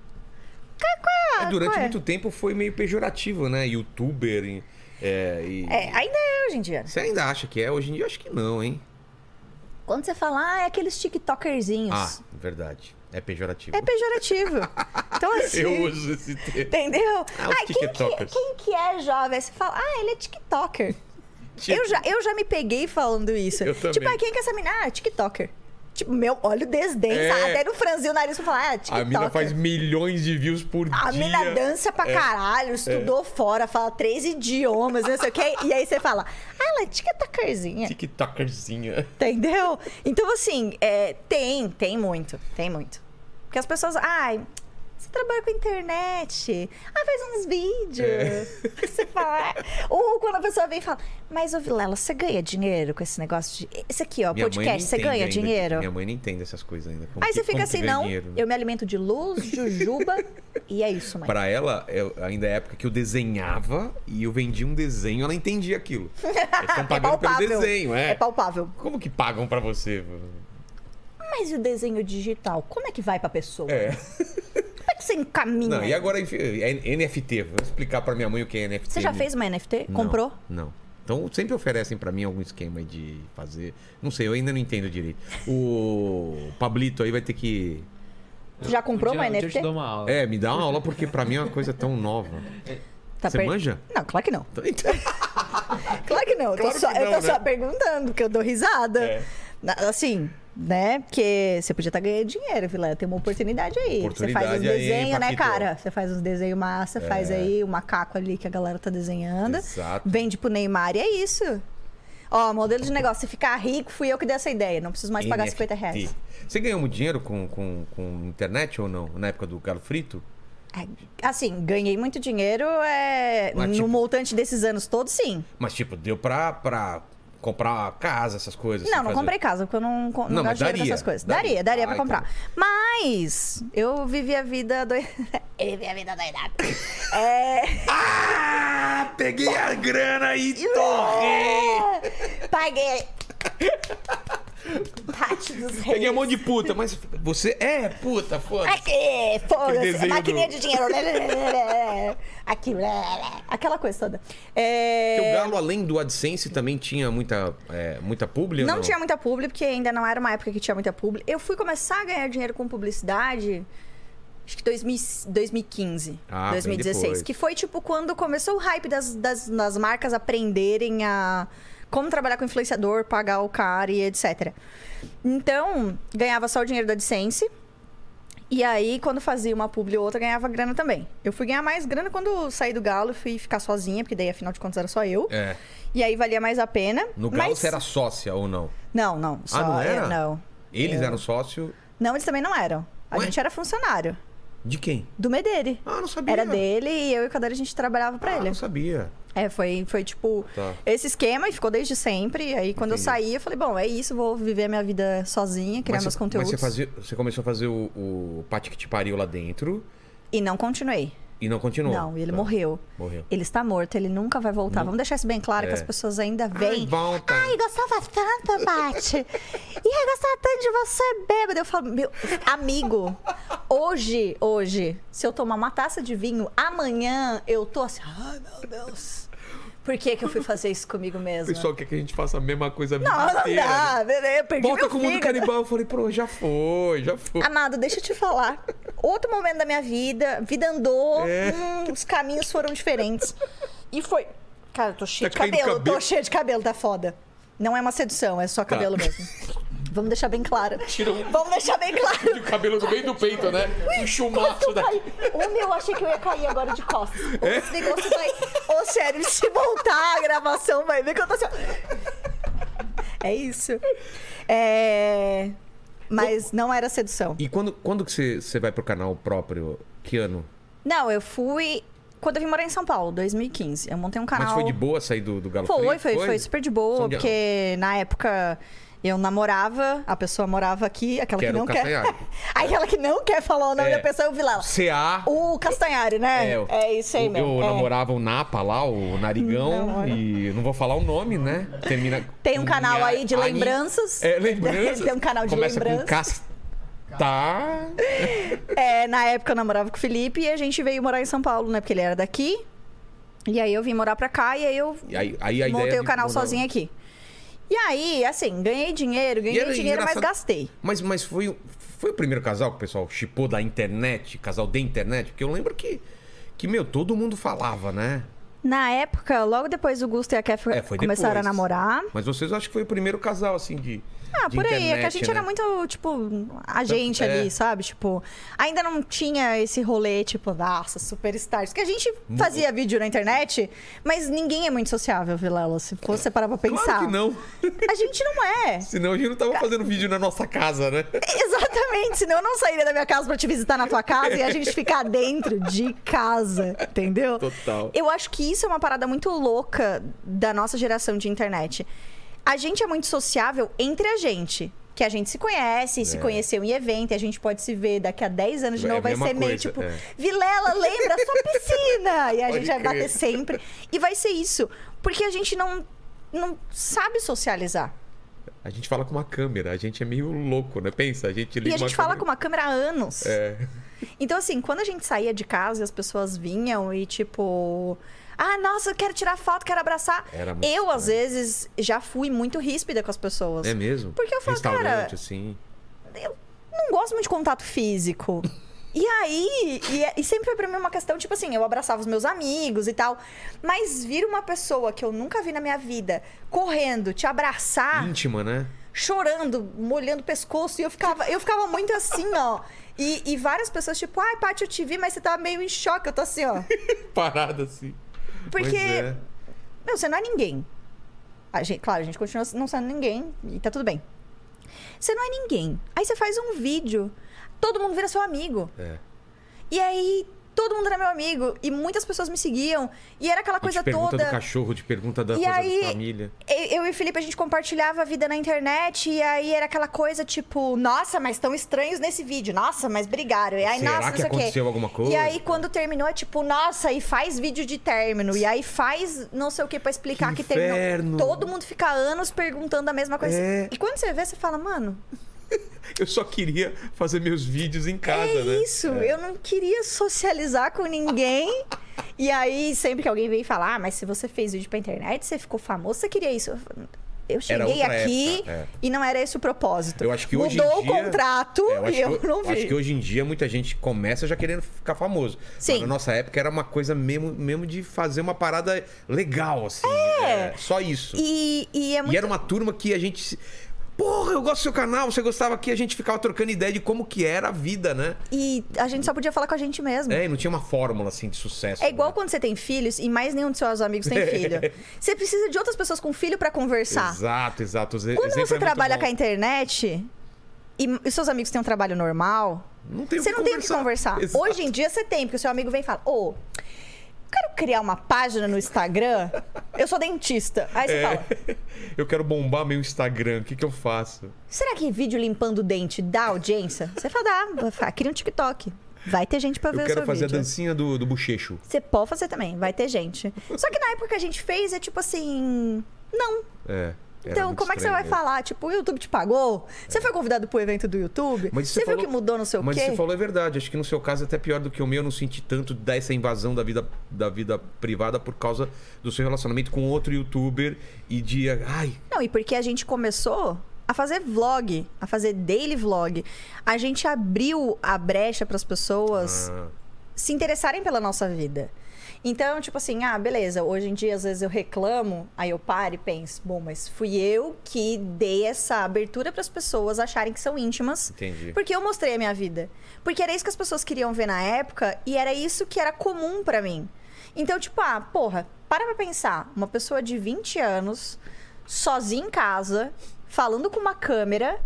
Speaker 3: qual- qual
Speaker 1: É, durante
Speaker 3: qual
Speaker 1: muito tempo foi meio pejorativo, né? Youtuber e- é, e-
Speaker 3: É, ainda é hoje em dia.
Speaker 1: Você ainda acha que é? Hoje em dia eu acho que não, hein?
Speaker 3: Quando você fala, ah, é aqueles tiktokerzinhos.
Speaker 1: Ah, verdade. É pejorativo.
Speaker 3: É pejorativo. então assim.
Speaker 1: [LAUGHS] Eu uso esse termo.
Speaker 3: Entendeu?
Speaker 1: Ah, os
Speaker 3: Ai, quem que,
Speaker 1: tiktokers.
Speaker 3: quem que é jovem? Aí Você fala, ah, ele é tiktoker.
Speaker 1: Tipo,
Speaker 3: eu, já, eu já me peguei falando isso.
Speaker 1: Eu
Speaker 3: Tipo,
Speaker 1: também.
Speaker 3: ah, quem que é essa menina? Ah, tiktoker. Tipo, meu, olha o desdém,
Speaker 1: É.
Speaker 3: sabe? Até no franzir o nariz pra falar, ah, tiktoker.
Speaker 1: A mina faz milhões de views por dia. É.
Speaker 3: A mina dança pra caralho, estudou fora, fala três idiomas, não sei o quê. E aí você fala, ah, ela é tiktokerzinha.
Speaker 1: TikTokerzinha.
Speaker 3: Entendeu? Então, assim, é, tem, tem muito, tem muito. Porque as pessoas, ai, você trabalha com internet, ah, faz uns vídeos.
Speaker 1: É.
Speaker 3: [LAUGHS] Você fala. "Ah." Ou quando a pessoa vem e fala, mas ô Vilela, você ganha dinheiro com esse negócio de. Esse aqui, ó,
Speaker 1: Minha mãe não
Speaker 3: podcast, você
Speaker 1: entende
Speaker 3: ganha
Speaker 1: ainda-
Speaker 3: dinheiro?
Speaker 1: Minha mãe não entende essas coisas ainda. Como
Speaker 3: Aí
Speaker 1: que-
Speaker 3: você
Speaker 1: como
Speaker 3: fica
Speaker 1: que
Speaker 3: assim,
Speaker 1: ganha
Speaker 3: não,
Speaker 1: dinheiro, né?
Speaker 3: eu me alimento de luz,
Speaker 1: [LAUGHS]
Speaker 3: jujuba, e é isso, mãe.
Speaker 1: Pra ela, eu- ainda é a época que eu desenhava e eu vendia um desenho, ela entendia
Speaker 3: [LAUGHS]
Speaker 1: aquilo. Eles estão
Speaker 3: É
Speaker 1: pagando pelo desenho, é.
Speaker 3: é palpável.
Speaker 1: Como que pagam pra você?
Speaker 3: Mas e o desenho digital? Como é que vai pra pessoa?
Speaker 1: É.
Speaker 3: Como é que você encaminha?
Speaker 1: Não, e agora, enfim, é NFT. Vou explicar pra minha mãe o que é NFT.
Speaker 3: Você já fez uma NFT?
Speaker 1: Não,
Speaker 3: Comprou?
Speaker 1: Não. Então sempre oferecem pra mim algum esquema de fazer. Não sei, eu ainda não entendo direito. O Pablito aí vai ter que.
Speaker 3: Tu já comprou
Speaker 4: um
Speaker 3: uma
Speaker 4: dia, Um dia eu
Speaker 3: NFT?
Speaker 4: te dou uma aula.
Speaker 1: É, me dá uma aula porque pra mim é uma coisa tão nova.
Speaker 3: Tá
Speaker 1: Você manja?
Speaker 3: Não, claro que [LAUGHS] não.
Speaker 1: Então, então-
Speaker 3: Claro que não. Eu tô,
Speaker 1: Claro
Speaker 3: só,
Speaker 1: que
Speaker 3: eu
Speaker 1: não,
Speaker 3: tô
Speaker 1: né?
Speaker 3: só perguntando, porque eu dou risada.
Speaker 1: É.
Speaker 3: Na- Assim, né? Porque você podia estar ganhando dinheiro, Vila. Tem uma oportunidade aí. você faz uns
Speaker 1: Oportunidade aí, hein,
Speaker 3: desenhos, né,
Speaker 1: Paquito? É.
Speaker 3: cara? Você faz uns desenhos massa, faz aí o macaco ali que a galera tá desenhando.
Speaker 1: Exato.
Speaker 3: Vende pro Neymar e é isso. Ó, modelo de negócio. Se ficar rico, fui eu que dei essa ideia. Não preciso mais pagar
Speaker 1: NFT.
Speaker 3: 50 reais.
Speaker 1: Você ganhou muito dinheiro com, com, com internet ou não? Na época do Galo Frito?
Speaker 3: É, Assim, ganhei muito dinheiro é,
Speaker 1: Mas,
Speaker 3: no
Speaker 1: tipo-
Speaker 3: montante desses anos todos, sim.
Speaker 1: Mas, tipo, deu pra, pra comprar uma casa, essas coisas?
Speaker 3: Não,
Speaker 1: assim,
Speaker 3: não
Speaker 1: fazer-
Speaker 3: comprei casa, porque eu não, co- não,
Speaker 1: Não, mas
Speaker 3: gasto dinheiro
Speaker 1: daria,
Speaker 3: nessas coisas.
Speaker 1: daria.
Speaker 3: Daria, daria pra
Speaker 1: Ah,
Speaker 3: comprar. Mas eu vivi a vida doida. [LAUGHS] eu vivi a vida doidada. É,
Speaker 1: Ah, peguei a grana e torrei!
Speaker 3: É. paguei. Bate dos reis.
Speaker 1: Peguei um monte de puta, mas você é puta, foda-se.
Speaker 3: Aqui,
Speaker 1: Aquele
Speaker 3: foda-se,
Speaker 1: desenho
Speaker 3: maquininha
Speaker 1: do- [LAUGHS]
Speaker 3: de dinheiro. Aqui, aquela coisa toda.
Speaker 1: Porque
Speaker 3: É...
Speaker 1: o Galo, além do AdSense, também tinha muita, é, muita publi? ou
Speaker 3: Não tinha muita publi, porque ainda não era uma época que tinha muita publi. Eu fui começar a ganhar dinheiro com publicidade, acho que 2000, 2015,
Speaker 1: Ah, bem
Speaker 3: 2016.
Speaker 1: depois.
Speaker 3: Que foi, tipo, quando começou o hype das, das, das marcas aprenderem a... Como trabalhar com influenciador, pagar o cara e etc. Então, ganhava só o dinheiro da AdSense. E aí, quando fazia uma publi ou outra, ganhava grana também. Eu fui ganhar mais grana quando saí do Galo e fui ficar sozinha, porque daí, afinal de contas, era só eu.
Speaker 1: É.
Speaker 3: E aí, valia mais a pena.
Speaker 1: No Galo
Speaker 3: mas...
Speaker 1: você era sócia ou não?
Speaker 3: Não, não. Só,
Speaker 1: Ah, não
Speaker 3: é,
Speaker 1: era?
Speaker 3: não.
Speaker 1: Eles
Speaker 3: É.
Speaker 1: eram sócio
Speaker 3: Não, eles também não eram. A
Speaker 1: Ué?
Speaker 3: gente era funcionário
Speaker 1: de quem?
Speaker 3: do Medeiros.
Speaker 1: Ah, não sabia.
Speaker 3: Era dele e eu e o Cadeira a gente trabalhava pra
Speaker 1: Ah,
Speaker 3: ele.
Speaker 1: não sabia.
Speaker 3: É, foi, foi tipo
Speaker 1: Tá.
Speaker 3: esse esquema e ficou desde sempre. Aí quando eu saí, eu falei, bom, é isso, vou viver minha vida sozinha, criar
Speaker 1: mas
Speaker 3: meus
Speaker 1: você,
Speaker 3: conteúdos.
Speaker 1: Mas você, fazia- você começou a fazer o, o Pati que te pariu lá dentro
Speaker 3: E não continuei.
Speaker 1: e não continuou.
Speaker 3: Não, ele
Speaker 1: Tá.
Speaker 3: morreu.
Speaker 1: Morreu.
Speaker 3: Ele está morto, ele nunca vai voltar. Vamos deixar isso bem claro que as pessoas ainda
Speaker 1: É. Ai,
Speaker 3: vêm.
Speaker 1: volta.
Speaker 3: Ai, gostava tanto, Bate. E eu gostava tanto de você bêbado. Eu falo, meu amigo, hoje, hoje, se eu tomar uma taça de vinho, amanhã eu tô assim, ai meu Deus. Por que, que eu fui fazer isso comigo
Speaker 1: O
Speaker 3: mesma?
Speaker 1: pessoal quer que a gente faça a mesma coisa a vida
Speaker 3: Não, não
Speaker 1: inteira, né?
Speaker 3: dá, eu perdi
Speaker 1: Volta
Speaker 3: meu Ah.
Speaker 1: com o mundo
Speaker 3: fígado.
Speaker 1: canibal. Eu falei, pô, já foi, já foi.
Speaker 3: Amado, deixa eu te falar. Outro momento da minha vida, vida andou,
Speaker 1: É.
Speaker 3: hum, os caminhos foram diferentes. E foi. Cara, eu tô cheia
Speaker 1: Tá
Speaker 3: de
Speaker 1: caindo
Speaker 3: cabelo,
Speaker 1: cabelo.
Speaker 3: tô cheia de cabelo, tá foda. Não é uma sedução, é só cabelo mesmo. Vamos deixar bem claro.
Speaker 1: Tá. Tira um-
Speaker 3: Vamos deixar bem claro.
Speaker 1: o cabelo do meio do peito, né? Um chumaço
Speaker 3: Eu caí. O meu, eu achei que eu ia cair agora de costas. Ou
Speaker 1: É?
Speaker 3: Esse negócio vai. Ô, sério, se voltar a gravação, vai ver que eu tô assim. ó. É isso. É. Mas não era sedução.
Speaker 1: E quando, quando que você, você vai pro canal próprio? Que ano?
Speaker 3: Não, eu fui. quando eu vim morar em São Paulo, 2015. Eu montei um canal.
Speaker 1: Mas foi de boa sair do, do Galo
Speaker 3: Foi,
Speaker 1: Frito?
Speaker 3: foi, foi super de boa,
Speaker 1: São Diego.
Speaker 3: porque na época eu namorava, a pessoa morava aqui, aquela
Speaker 1: Quero
Speaker 3: que não
Speaker 1: o
Speaker 3: quer.
Speaker 1: Castanhari.
Speaker 3: [LAUGHS] Aí aquela que não quer falar o nome
Speaker 1: É.
Speaker 3: da pessoa, eu vi lá.
Speaker 1: CA.
Speaker 3: O Castanhari, né? É,
Speaker 1: o-
Speaker 3: isso aí
Speaker 1: o-
Speaker 3: mesmo.
Speaker 1: Eu
Speaker 3: é.
Speaker 1: namorava o Napa lá, o Narigão,
Speaker 3: Namora.
Speaker 1: e não vou falar o nome, né? Termina...
Speaker 3: Tem um canal aí de
Speaker 1: Ai-
Speaker 3: lembranças.
Speaker 1: É, lembranças.
Speaker 3: [LAUGHS] Tem um canal de
Speaker 1: Começa Tá.
Speaker 3: lembranças.
Speaker 1: com Castar...
Speaker 3: É, na época eu namorava com o Felipe e a gente veio morar em São Paulo, né? Porque ele era daqui. E aí eu vim morar pra cá e aí eu
Speaker 1: E aí- aí a ideia é
Speaker 3: montei
Speaker 1: de
Speaker 3: o canal
Speaker 1: mudar-
Speaker 3: sozinha aqui. E aí, assim, ganhei dinheiro,
Speaker 1: E era
Speaker 3: ganhei dinheiro, mas
Speaker 1: engraçado-
Speaker 3: gastei.
Speaker 1: Mas, mas foi, o- foi o primeiro casal que o pessoal chipou da internet, casal de internet? Porque eu lembro que, que meu, todo mundo falava, né?
Speaker 3: Na época, logo depois o Gusto e a Kef
Speaker 1: É, foi
Speaker 3: começaram
Speaker 1: depois.
Speaker 3: a namorar.
Speaker 1: Mas vocês eu acho que foi o primeiro casal, assim, de.
Speaker 3: Ah,
Speaker 1: de
Speaker 3: por aí. É que a
Speaker 1: internet,
Speaker 3: gente
Speaker 1: né?
Speaker 3: era muito, tipo, a gente
Speaker 1: É.
Speaker 3: ali, sabe? Tipo, ainda não tinha esse rolê, tipo, nossa, superstar. Porque a gente
Speaker 1: Mu-
Speaker 3: fazia vídeo na internet, mas ninguém é muito sociável, Vilela. Se você parar pra pensar.
Speaker 1: Claro que não. [LAUGHS]
Speaker 3: A gente não é.
Speaker 1: Senão a gente não tava fazendo vídeo na nossa casa, né?
Speaker 3: [LAUGHS] Exatamente, senão eu não sairia da minha casa pra te visitar na tua casa e a gente ficar dentro de casa, entendeu?
Speaker 1: Total.
Speaker 3: Eu acho que isso é uma parada muito louca da nossa geração de internet. A gente é muito sociável entre a gente. Que a gente se conhece, se conheceu em evento, e a gente pode se ver daqui a 10 anos de
Speaker 1: É a
Speaker 3: novo, vai
Speaker 1: mesma
Speaker 3: ser meio
Speaker 1: coisa,
Speaker 3: tipo,
Speaker 1: é.
Speaker 3: Vilela, lembra a sua piscina! E a
Speaker 1: Pode
Speaker 3: gente vai
Speaker 1: crer.
Speaker 3: bater sempre. E vai ser isso. Porque a gente não, não sabe socializar.
Speaker 1: A gente fala com uma câmera, a gente é meio louco, né? Pensa, a gente liga
Speaker 3: E a gente fala com
Speaker 1: câmera-
Speaker 3: uma câmera há anos.
Speaker 1: É.
Speaker 3: Então, assim, quando a gente saía de casa e as pessoas vinham e tipo. Ah, nossa, eu quero tirar foto, quero abraçar.
Speaker 1: Era muito
Speaker 3: eu, às vezes, já fui muito ríspida com as pessoas.
Speaker 1: É mesmo?
Speaker 3: Porque eu falo,
Speaker 1: Restaurante,
Speaker 3: cara,
Speaker 1: assim.
Speaker 3: Não gosto muito de contato físico. E aí, e, e sempre foi pra mim uma questão, tipo assim, eu abraçava os meus amigos e tal. Mas vir uma pessoa que eu nunca vi na minha vida correndo, te abraçar,
Speaker 1: Íntima,
Speaker 3: [LAUGHS]
Speaker 1: né?
Speaker 3: chorando, molhando o pescoço, e eu ficava, eu ficava muito assim, ó. E, e várias pessoas, tipo, ai, Paty, eu te vi, mas você tá meio em choque. Eu tô assim, ó.
Speaker 1: Parada assim.
Speaker 3: Porque-
Speaker 1: [LAUGHS] Pois é.
Speaker 3: Meu, você não é ninguém. A gente, claro, a gente continua não sendo ninguém e tá tudo bem. Você não é ninguém. Aí você faz um vídeo, todo mundo vira seu amigo.
Speaker 1: É.
Speaker 3: E aí todo mundo era meu amigo e muitas pessoas me seguiam e era aquela
Speaker 1: E te
Speaker 3: coisa
Speaker 1: pergunta
Speaker 3: toda.
Speaker 1: do cachorro, te pergunta da
Speaker 3: E
Speaker 1: coisa
Speaker 3: aí-
Speaker 1: da família.
Speaker 3: Eu eu e o Felipe, a gente compartilhava a vida na internet e aí era aquela coisa tipo, nossa, mas tão estranhos nesse vídeo, nossa, mas brigaram. E aí,
Speaker 1: Será que
Speaker 3: nossa, não sei o quê.
Speaker 1: aconteceu alguma coisa?
Speaker 3: E aí, quando terminou, é tipo, nossa, e faz vídeo de término. E aí faz não sei o que pra explicar
Speaker 1: Que
Speaker 3: que,
Speaker 1: inferno.
Speaker 3: terminou. Todo mundo fica anos perguntando a mesma coisa.
Speaker 1: É.
Speaker 3: E quando você vê, você fala, mano,
Speaker 1: Eu só queria fazer meus vídeos em casa,
Speaker 3: é
Speaker 1: né?
Speaker 3: isso, eu não queria socializar com ninguém. e aí, sempre que alguém vem falar, ah, mas se você fez vídeo pra internet, você ficou famoso, você queria isso. Eu falo, Eu
Speaker 1: Era
Speaker 3: cheguei
Speaker 1: outra
Speaker 3: aqui
Speaker 1: época, é.
Speaker 3: e não era esse o propósito.
Speaker 1: Eu acho que hoje
Speaker 3: Mudou
Speaker 1: em dia-
Speaker 3: o contrato
Speaker 1: É, acho
Speaker 3: e eu
Speaker 1: que,
Speaker 3: não vi.
Speaker 1: Acho que hoje em dia muita gente começa já querendo ficar famoso.
Speaker 3: Sim.
Speaker 1: Mas na nossa época era uma coisa mesmo, mesmo de fazer uma parada legal, assim. É. só isso. E,
Speaker 3: E, e é muito
Speaker 1: era uma turma que a gente. se- Porra, eu gosto do seu canal, você gostava que a gente ficava trocando ideia de como que era a vida, né?
Speaker 3: E a gente só podia falar com a gente mesmo. É.
Speaker 1: É, e não tinha uma fórmula assim de sucesso.
Speaker 3: igual
Speaker 1: né?
Speaker 3: quando você tem filhos e mais nenhum dos seus amigos
Speaker 1: [LAUGHS]
Speaker 3: tem filho. Você precisa de outras pessoas com filho pra conversar.
Speaker 1: Exato, exato. Os e-
Speaker 3: Quando
Speaker 1: exemplo
Speaker 3: você
Speaker 1: é muito
Speaker 3: trabalha
Speaker 1: bom.
Speaker 3: com a internet e, e seus amigos têm um trabalho normal,
Speaker 1: Não tem o
Speaker 3: você
Speaker 1: que
Speaker 3: não tem o que conversar.
Speaker 1: Exato.
Speaker 3: Hoje em dia você tem, porque o seu amigo vem e fala: Ô, eu quero criar uma página no Instagram, eu sou dentista. Aí você fala:
Speaker 1: É. [LAUGHS] Eu quero bombar meu Instagram, o que, que eu faço?
Speaker 3: será que vídeo limpando o dente dá audiência? Você fala: dá, vai ficar- cria um TikTok. Vai ter gente pra ver
Speaker 1: Eu
Speaker 3: o
Speaker 1: quero
Speaker 3: seu
Speaker 1: fazer
Speaker 3: vídeo.
Speaker 1: a dancinha do, do bochecho.
Speaker 3: Você pode fazer também, vai ter gente. Só que na época que a gente fez, é tipo assim. Não.
Speaker 1: É. era
Speaker 3: Então,
Speaker 1: muito
Speaker 3: como é que você
Speaker 1: estranho
Speaker 3: vai
Speaker 1: né? mesmo.
Speaker 3: falar? Tipo, o YouTube te pagou? Você foi convidado pro evento do YouTube?
Speaker 1: Mas
Speaker 3: você
Speaker 1: falou-
Speaker 3: viu que mudou no seu
Speaker 1: Mas
Speaker 3: quê?
Speaker 1: você falou é verdade. Acho que no seu caso é até pior do que o meu. Eu não senti tanto dessa invasão da vida, da vida privada por causa do seu relacionamento com outro youtuber e de. Ai,
Speaker 3: Não, e porque a gente começou a fazer vlog, a fazer daily vlog. A gente abriu a brecha pras pessoas
Speaker 1: ah,
Speaker 3: se interessarem pela nossa vida. Então, tipo assim, ah, beleza, hoje em dia às vezes eu reclamo, aí eu paro e penso, bom, mas fui eu que dei essa abertura pras pessoas acharem que são íntimas.
Speaker 1: entendi.
Speaker 3: Porque eu mostrei a minha vida. Porque era isso que as pessoas queriam ver na época e era isso que era comum pra mim. Então, tipo, ah, porra, para pra pensar. Uma pessoa de 20 anos, sozinha em casa, falando com uma câmera,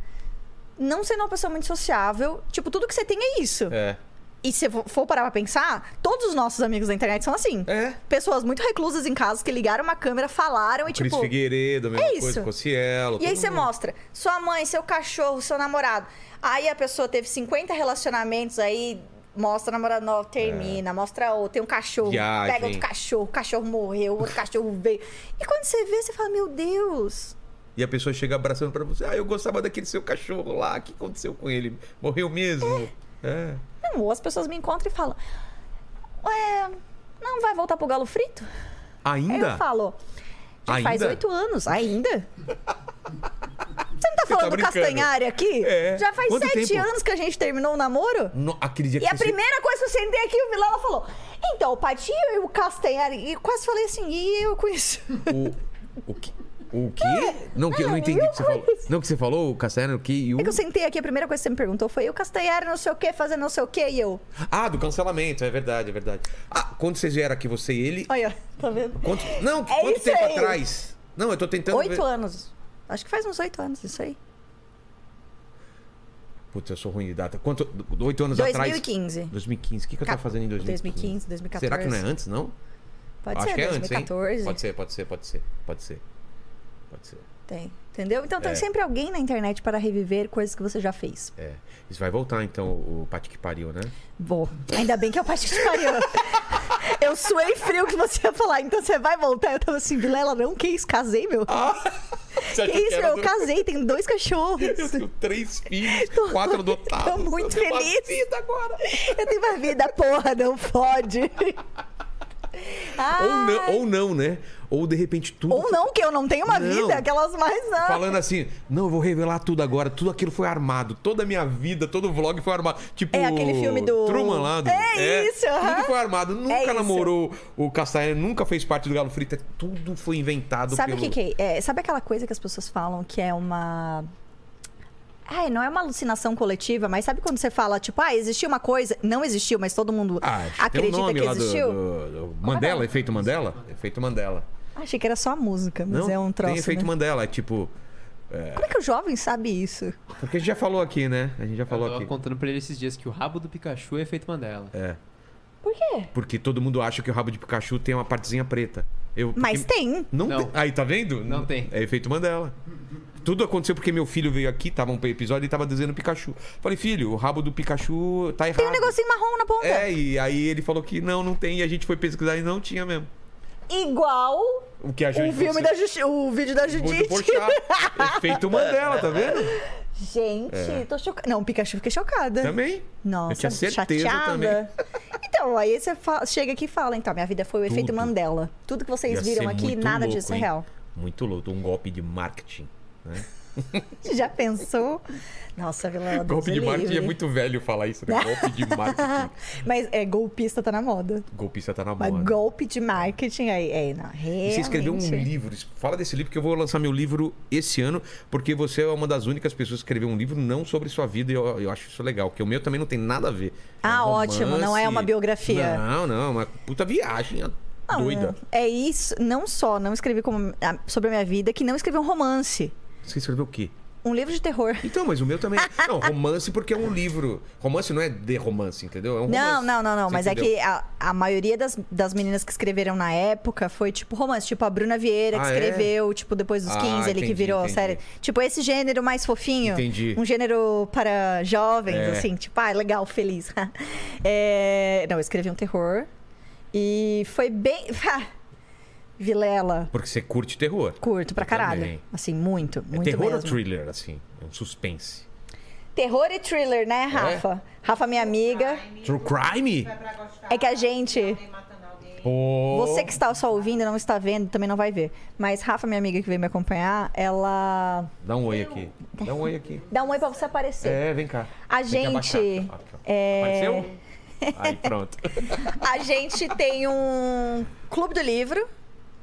Speaker 3: não sendo uma pessoa muito sociável. Tipo, tudo que você tem é isso.
Speaker 1: É.
Speaker 3: E se eu for- for parar pra pensar, todos os nossos amigos da internet são assim.
Speaker 1: É.
Speaker 3: Pessoas muito reclusas em casa que ligaram uma câmera, falaram e
Speaker 1: Cris
Speaker 3: tipo.
Speaker 1: Figueiredo, a mesma
Speaker 3: é
Speaker 1: coisa,
Speaker 3: isso.
Speaker 1: Cocielo.
Speaker 3: E aí
Speaker 1: todo
Speaker 3: você
Speaker 1: mundo.
Speaker 3: mostra sua mãe, seu cachorro, seu namorado. Aí a pessoa teve 50 relacionamentos, aí mostra namorado novo, termina, mostra outro, tem um cachorro,
Speaker 1: É. Viagem.
Speaker 3: pega outro cachorro, o cachorro morreu, outro cachorro veio. E quando você vê, você fala, meu Deus.
Speaker 1: E a pessoa chega abraçando pra você. Ah, eu gostava daquele seu cachorro lá. O que aconteceu com ele? Morreu mesmo? É.
Speaker 3: Não, ou as pessoas me encontram e falam, ué, não vai voltar pro galo frito? Aí eu
Speaker 1: Ainda?
Speaker 3: falo, já faz
Speaker 1: Ainda?
Speaker 3: oito anos, ainda? Você não tá falando do
Speaker 1: brincando.
Speaker 3: Castanhari aqui?
Speaker 1: É.
Speaker 3: Já faz
Speaker 1: Quanto
Speaker 3: sete
Speaker 1: tempo?
Speaker 3: anos que a gente terminou o namoro?
Speaker 1: No, aquele dia
Speaker 3: E
Speaker 1: que
Speaker 3: a primeira coisa que eu sentei aqui, o Vilela falou: Então, o Patinho e o Castanhari. E eu quase falei assim, e eu com isso? [LAUGHS]
Speaker 1: O, o que? O quê? Não, que, eu não entendi o que você falou. Não, o que você falou, o Castanheira, o que e o...
Speaker 3: É que eu sentei aqui, a primeira coisa que você me perguntou foi: E o Castanhari, não sei o que, fazendo não sei o que, e eu.
Speaker 1: Ah, do cancelamento, é verdade, é verdade. Ah, quando vocês vieram aqui, você e ele...
Speaker 3: Olha, tá vendo?
Speaker 1: Quanto... Não,
Speaker 3: É
Speaker 1: quanto
Speaker 3: isso
Speaker 1: tempo
Speaker 3: aí.
Speaker 1: atrás? Não, eu tô tentando ver...
Speaker 3: Oito anos. Acho que faz uns oito anos isso aí.
Speaker 1: Putz, eu sou ruim de data. Quanto... Oito anos atrás...
Speaker 3: 2015.
Speaker 1: 2015. O que, que eu tava
Speaker 3: Ca-
Speaker 1: fazendo em 2015?
Speaker 3: 2015, 2014.
Speaker 1: Será que não é antes, não?
Speaker 3: Pode
Speaker 1: Acho
Speaker 3: ser,
Speaker 1: que é antes, hein?
Speaker 3: 2014.
Speaker 1: Pode ser, pode ser, pode ser. Pode ser. Pode ser.
Speaker 3: Tem. Entendeu? Então tem
Speaker 1: É.
Speaker 3: sempre alguém na internet para reviver coisas que você já fez.
Speaker 1: É. Isso vai voltar, então, o Pati que pariu,
Speaker 3: [LAUGHS]
Speaker 1: né?
Speaker 3: Vou. Ainda bem que é o Pati que te pariu. [LAUGHS] Eu suei frio que você ia falar, então você vai voltar. Eu tava assim, Vilela, não, que isso? Casei, meu.
Speaker 1: Você
Speaker 3: Ah! que
Speaker 1: acha
Speaker 3: isso,
Speaker 1: era
Speaker 3: meu? Eu
Speaker 1: do-
Speaker 3: casei, tenho dois cachorros.
Speaker 1: Eu tenho três filhos,
Speaker 3: [LAUGHS] Tô-
Speaker 1: quatro adotados.
Speaker 3: tô muito
Speaker 1: eu tenho uma
Speaker 3: feliz.
Speaker 1: vida agora.
Speaker 3: [LAUGHS] Eu tenho uma vida, porra, não fode.
Speaker 1: Ou
Speaker 3: Ah,
Speaker 1: não, ou não, né? Ou de repente tudo.
Speaker 3: ou não, que eu não tenho uma
Speaker 1: Não.
Speaker 3: vida, aquelas mais ah. não.
Speaker 1: Falando assim, não, eu vou revelar tudo agora. Tudo aquilo foi armado. Toda a minha vida, todo o vlog foi armado. Tipo,
Speaker 3: É aquele filme do-
Speaker 1: Truman lá. do-
Speaker 3: É isso, aham. É
Speaker 1: Tudo foi armado. Nunca
Speaker 3: isso.
Speaker 1: namorou o Castanheira, nunca fez parte do Galo Frito. é- Tudo foi inventado
Speaker 3: Sabe o
Speaker 1: pelo...
Speaker 3: que, que é? É, Sabe aquela coisa que as pessoas falam que é uma. Ai, não é uma alucinação coletiva, mas sabe quando você fala, tipo, ah, existiu uma coisa, não existiu, mas todo mundo
Speaker 1: Ah, tem um
Speaker 3: acredita
Speaker 1: nome
Speaker 3: que
Speaker 1: lá do-
Speaker 3: existiu? é?
Speaker 1: do, do Mandela, efeito Mandela? Efeito Mandela.
Speaker 3: Achei que era só a música, mas
Speaker 1: Não,
Speaker 3: é um troço.
Speaker 1: tem efeito
Speaker 3: né?
Speaker 1: Mandela, é tipo...
Speaker 3: Como é que o jovem sabe isso?
Speaker 1: Porque a gente já falou aqui, né? A gente já
Speaker 4: Eu
Speaker 1: falou
Speaker 4: tava
Speaker 1: aqui.
Speaker 4: contando pra ele esses dias que o rabo do Pikachu é efeito Mandela.
Speaker 1: É.
Speaker 3: Por quê?
Speaker 1: Porque todo mundo acha que o rabo de Pikachu tem uma partezinha preta. Eu,
Speaker 3: Mas
Speaker 1: porque-
Speaker 3: tem.
Speaker 1: Não,
Speaker 4: Não.
Speaker 1: tem. Aí, tá vendo?
Speaker 4: Não tem.
Speaker 1: É efeito Mandela. Tudo aconteceu porque meu filho veio aqui, tava um episódio e tava desenhando Pikachu. Falei, filho, o rabo do Pikachu tá errado.
Speaker 3: Tem um negocinho marrom na ponta.
Speaker 1: É, e aí ele falou que não, não tem. E a gente foi pesquisar e não tinha mesmo.
Speaker 3: Igual
Speaker 1: O que a gente
Speaker 3: o Um filme da Justi... o vídeo da Judite.
Speaker 1: Efeito Mandela, tá
Speaker 3: [LAUGHS]
Speaker 1: vendo?
Speaker 3: Gente, tô chocada. Não, Pikachu, fiquei chocada.
Speaker 1: É. Também.
Speaker 3: Nossa,
Speaker 1: Eu tinha certeza
Speaker 3: chateada.
Speaker 1: também.
Speaker 3: Então, aí você fa- chega aqui e fala, então, minha vida foi o efeito
Speaker 1: Tudo.
Speaker 3: Mandela. Tudo que vocês
Speaker 1: Ia ser
Speaker 3: viram aqui,
Speaker 1: muito
Speaker 3: nada
Speaker 1: louco,
Speaker 3: disso
Speaker 1: hein?
Speaker 3: é real.
Speaker 1: Muito louco, um golpe de marketing. Né?
Speaker 3: Já pensou? Nossa,
Speaker 1: [LAUGHS]
Speaker 3: Vila
Speaker 1: Golpe de marketing é
Speaker 3: [LAUGHS]
Speaker 1: muito velho falar isso, né? Golpe de marketing.
Speaker 3: Mas é golpista tá na moda.
Speaker 1: Golpista tá na
Speaker 3: Mas
Speaker 1: moda.
Speaker 3: golpe de marketing aí, é, não,
Speaker 1: E
Speaker 3: realmente.
Speaker 1: você escreveu um livro. Fala desse livro, que eu vou lançar meu livro esse ano, porque você é uma das únicas pessoas que escreveu um livro não sobre sua vida, e eu, eu acho isso legal, porque o meu também não tem nada a ver. É um
Speaker 3: Ah, ótimo, não é uma biografia.
Speaker 1: Não, não, é uma puta viagem é
Speaker 3: Não,
Speaker 1: doida.
Speaker 3: É isso, não só não escrevi como- ah, sobre a minha vida, que não escrevi um romance.
Speaker 1: Você escreveu o quê?
Speaker 3: Um livro de terror.
Speaker 1: Então, mas o meu também.
Speaker 3: [LAUGHS]
Speaker 1: Não, romance porque é um livro. Romance não é de romance, entendeu? É um
Speaker 3: Não,
Speaker 1: romance.
Speaker 3: não, não, não.
Speaker 1: Você
Speaker 3: Mas é
Speaker 1: entendeu?
Speaker 3: que a, a maioria das, das meninas que escreveram na época foi tipo romance. Tipo a Bruna Vieira, que
Speaker 1: Ah, é?
Speaker 3: escreveu, tipo, depois dos
Speaker 1: Ah,
Speaker 3: 15 ali, que
Speaker 1: entendi,
Speaker 3: virou
Speaker 1: entendi.
Speaker 3: a série. Tipo, esse gênero mais fofinho.
Speaker 1: Entendi.
Speaker 3: Um gênero para jovens,
Speaker 1: É.
Speaker 3: assim. Tipo, ah, legal, feliz. [LAUGHS] É, Não, eu escrevi um terror. E foi bem... [LAUGHS] Ah, Vilela.
Speaker 1: Porque você curte terror.
Speaker 3: Curto pra
Speaker 1: Eu
Speaker 3: caralho.
Speaker 1: também.
Speaker 3: Assim, muito, muito
Speaker 1: é terror ou
Speaker 3: mesmo.
Speaker 1: thriller, assim? É um suspense.
Speaker 3: Terror e thriller,
Speaker 1: É?
Speaker 3: né, Rafa? Rafa, minha amiga.
Speaker 1: True crime?
Speaker 3: É que a gente...
Speaker 1: Pô.
Speaker 3: Você que está só ouvindo, e não está vendo, também não vai ver. Mas Rafa, minha amiga que veio me acompanhar, ela
Speaker 1: Dá um oi aqui. Dá um oi aqui.
Speaker 3: dá um oi pra você aparecer.
Speaker 1: É, vem cá.
Speaker 3: A
Speaker 1: Tem que
Speaker 3: gente,
Speaker 1: abaixar. Aqui, ó.
Speaker 3: é- [LAUGHS]
Speaker 1: Apareceu? Aí, pronto.
Speaker 3: A gente tem um clube do livro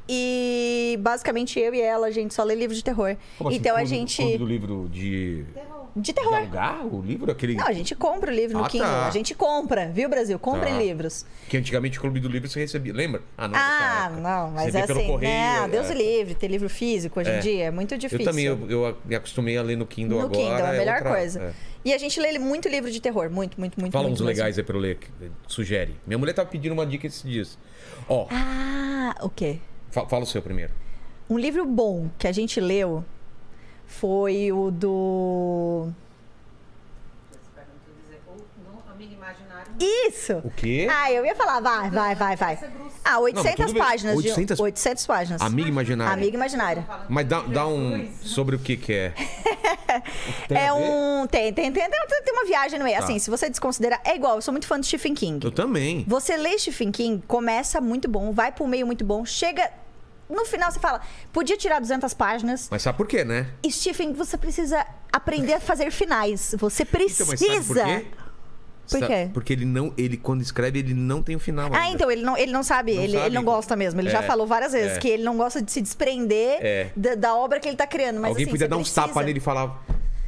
Speaker 3: E basicamente eu e ela, a gente só lê livro de terror.
Speaker 1: Como assim,
Speaker 3: então a
Speaker 1: clube-
Speaker 3: gente.
Speaker 1: clube do livro de.
Speaker 3: De
Speaker 1: de
Speaker 3: terror.
Speaker 1: alugar? O livro? Aquele.
Speaker 3: Não, a gente compra o livro no
Speaker 1: Ah, tá.
Speaker 3: Kindle. A gente compra, viu, Brasil? Comprem
Speaker 1: Tá.
Speaker 3: livros.
Speaker 1: Que antigamente o clube do livro você recebia. Lembra? Ah, não. dessa
Speaker 3: Ah,
Speaker 1: época.
Speaker 3: não, mas
Speaker 1: Recebia pelo
Speaker 3: assim,
Speaker 1: correio,
Speaker 3: né?
Speaker 1: é.
Speaker 3: Deus o livre, ter livro físico hoje
Speaker 1: É.
Speaker 3: em dia é muito
Speaker 1: Eu
Speaker 3: difícil.
Speaker 1: também, eu, eu me acostumei a ler no Kindle
Speaker 3: no
Speaker 1: agora.
Speaker 3: Kindle, é a melhor
Speaker 1: outra-
Speaker 3: coisa.
Speaker 1: é.
Speaker 3: E a gente lê muito livro de terror, muito, muito, muito.
Speaker 1: Fala uns
Speaker 3: muito mesmo.
Speaker 1: legais aí pra eu ler. que- eh, Sugere. Minha mulher tava pedindo uma dica esses dias. Ó,
Speaker 3: Ah, o quê?
Speaker 1: fa- fala o seu primeiro.
Speaker 3: Um livro bom que a gente leu foi o do.
Speaker 5: Para não dizer, ou não, amigo imaginário.
Speaker 3: Isso!
Speaker 1: O quê?
Speaker 3: Ah, eu ia falar, vai, vai, vai, vai.
Speaker 1: é
Speaker 3: Ah,
Speaker 1: Não,
Speaker 3: 800
Speaker 1: tudo bem.
Speaker 3: páginas.
Speaker 1: 800?
Speaker 3: De... 800 páginas.
Speaker 1: Amiga imaginária.
Speaker 3: Amiga Imaginária.
Speaker 1: Mas dá, dá um. Sobre o que que
Speaker 3: [LAUGHS]
Speaker 1: é? Tem
Speaker 3: É
Speaker 1: a ver?
Speaker 3: um. Tem, tem, tem, tem, tem uma viagem no meio. Assim, se você desconsiderar. É igual, eu sou muito fã do Stephen King.
Speaker 1: Eu também.
Speaker 3: Você lê Stephen King, começa muito bom, vai pro meio muito bom, chega. No final você fala, podia tirar 200 páginas.
Speaker 1: Mas sabe por quê, né?
Speaker 3: E, Stephen, você precisa aprender a fazer finais. Você
Speaker 1: Então,
Speaker 3: precisa.
Speaker 1: mas sabe por quê?
Speaker 3: Por
Speaker 1: Sa-
Speaker 3: quê?
Speaker 1: Porque ele não, ele quando escreve ele não tem o final.
Speaker 3: Ah,
Speaker 1: ainda.
Speaker 3: então, ele não, ele não sabe,
Speaker 1: Não
Speaker 3: ele,
Speaker 1: sabe.
Speaker 3: ele não gosta mesmo. Ele já
Speaker 1: É,
Speaker 3: falou várias vezes
Speaker 1: é.
Speaker 3: que ele não gosta de se desprender
Speaker 1: É.
Speaker 3: da, da obra que ele tá criando. Mas,
Speaker 1: Alguém
Speaker 3: assim,
Speaker 1: podia
Speaker 3: você
Speaker 1: dar uns
Speaker 3: precisa.
Speaker 1: tapas nele e falar: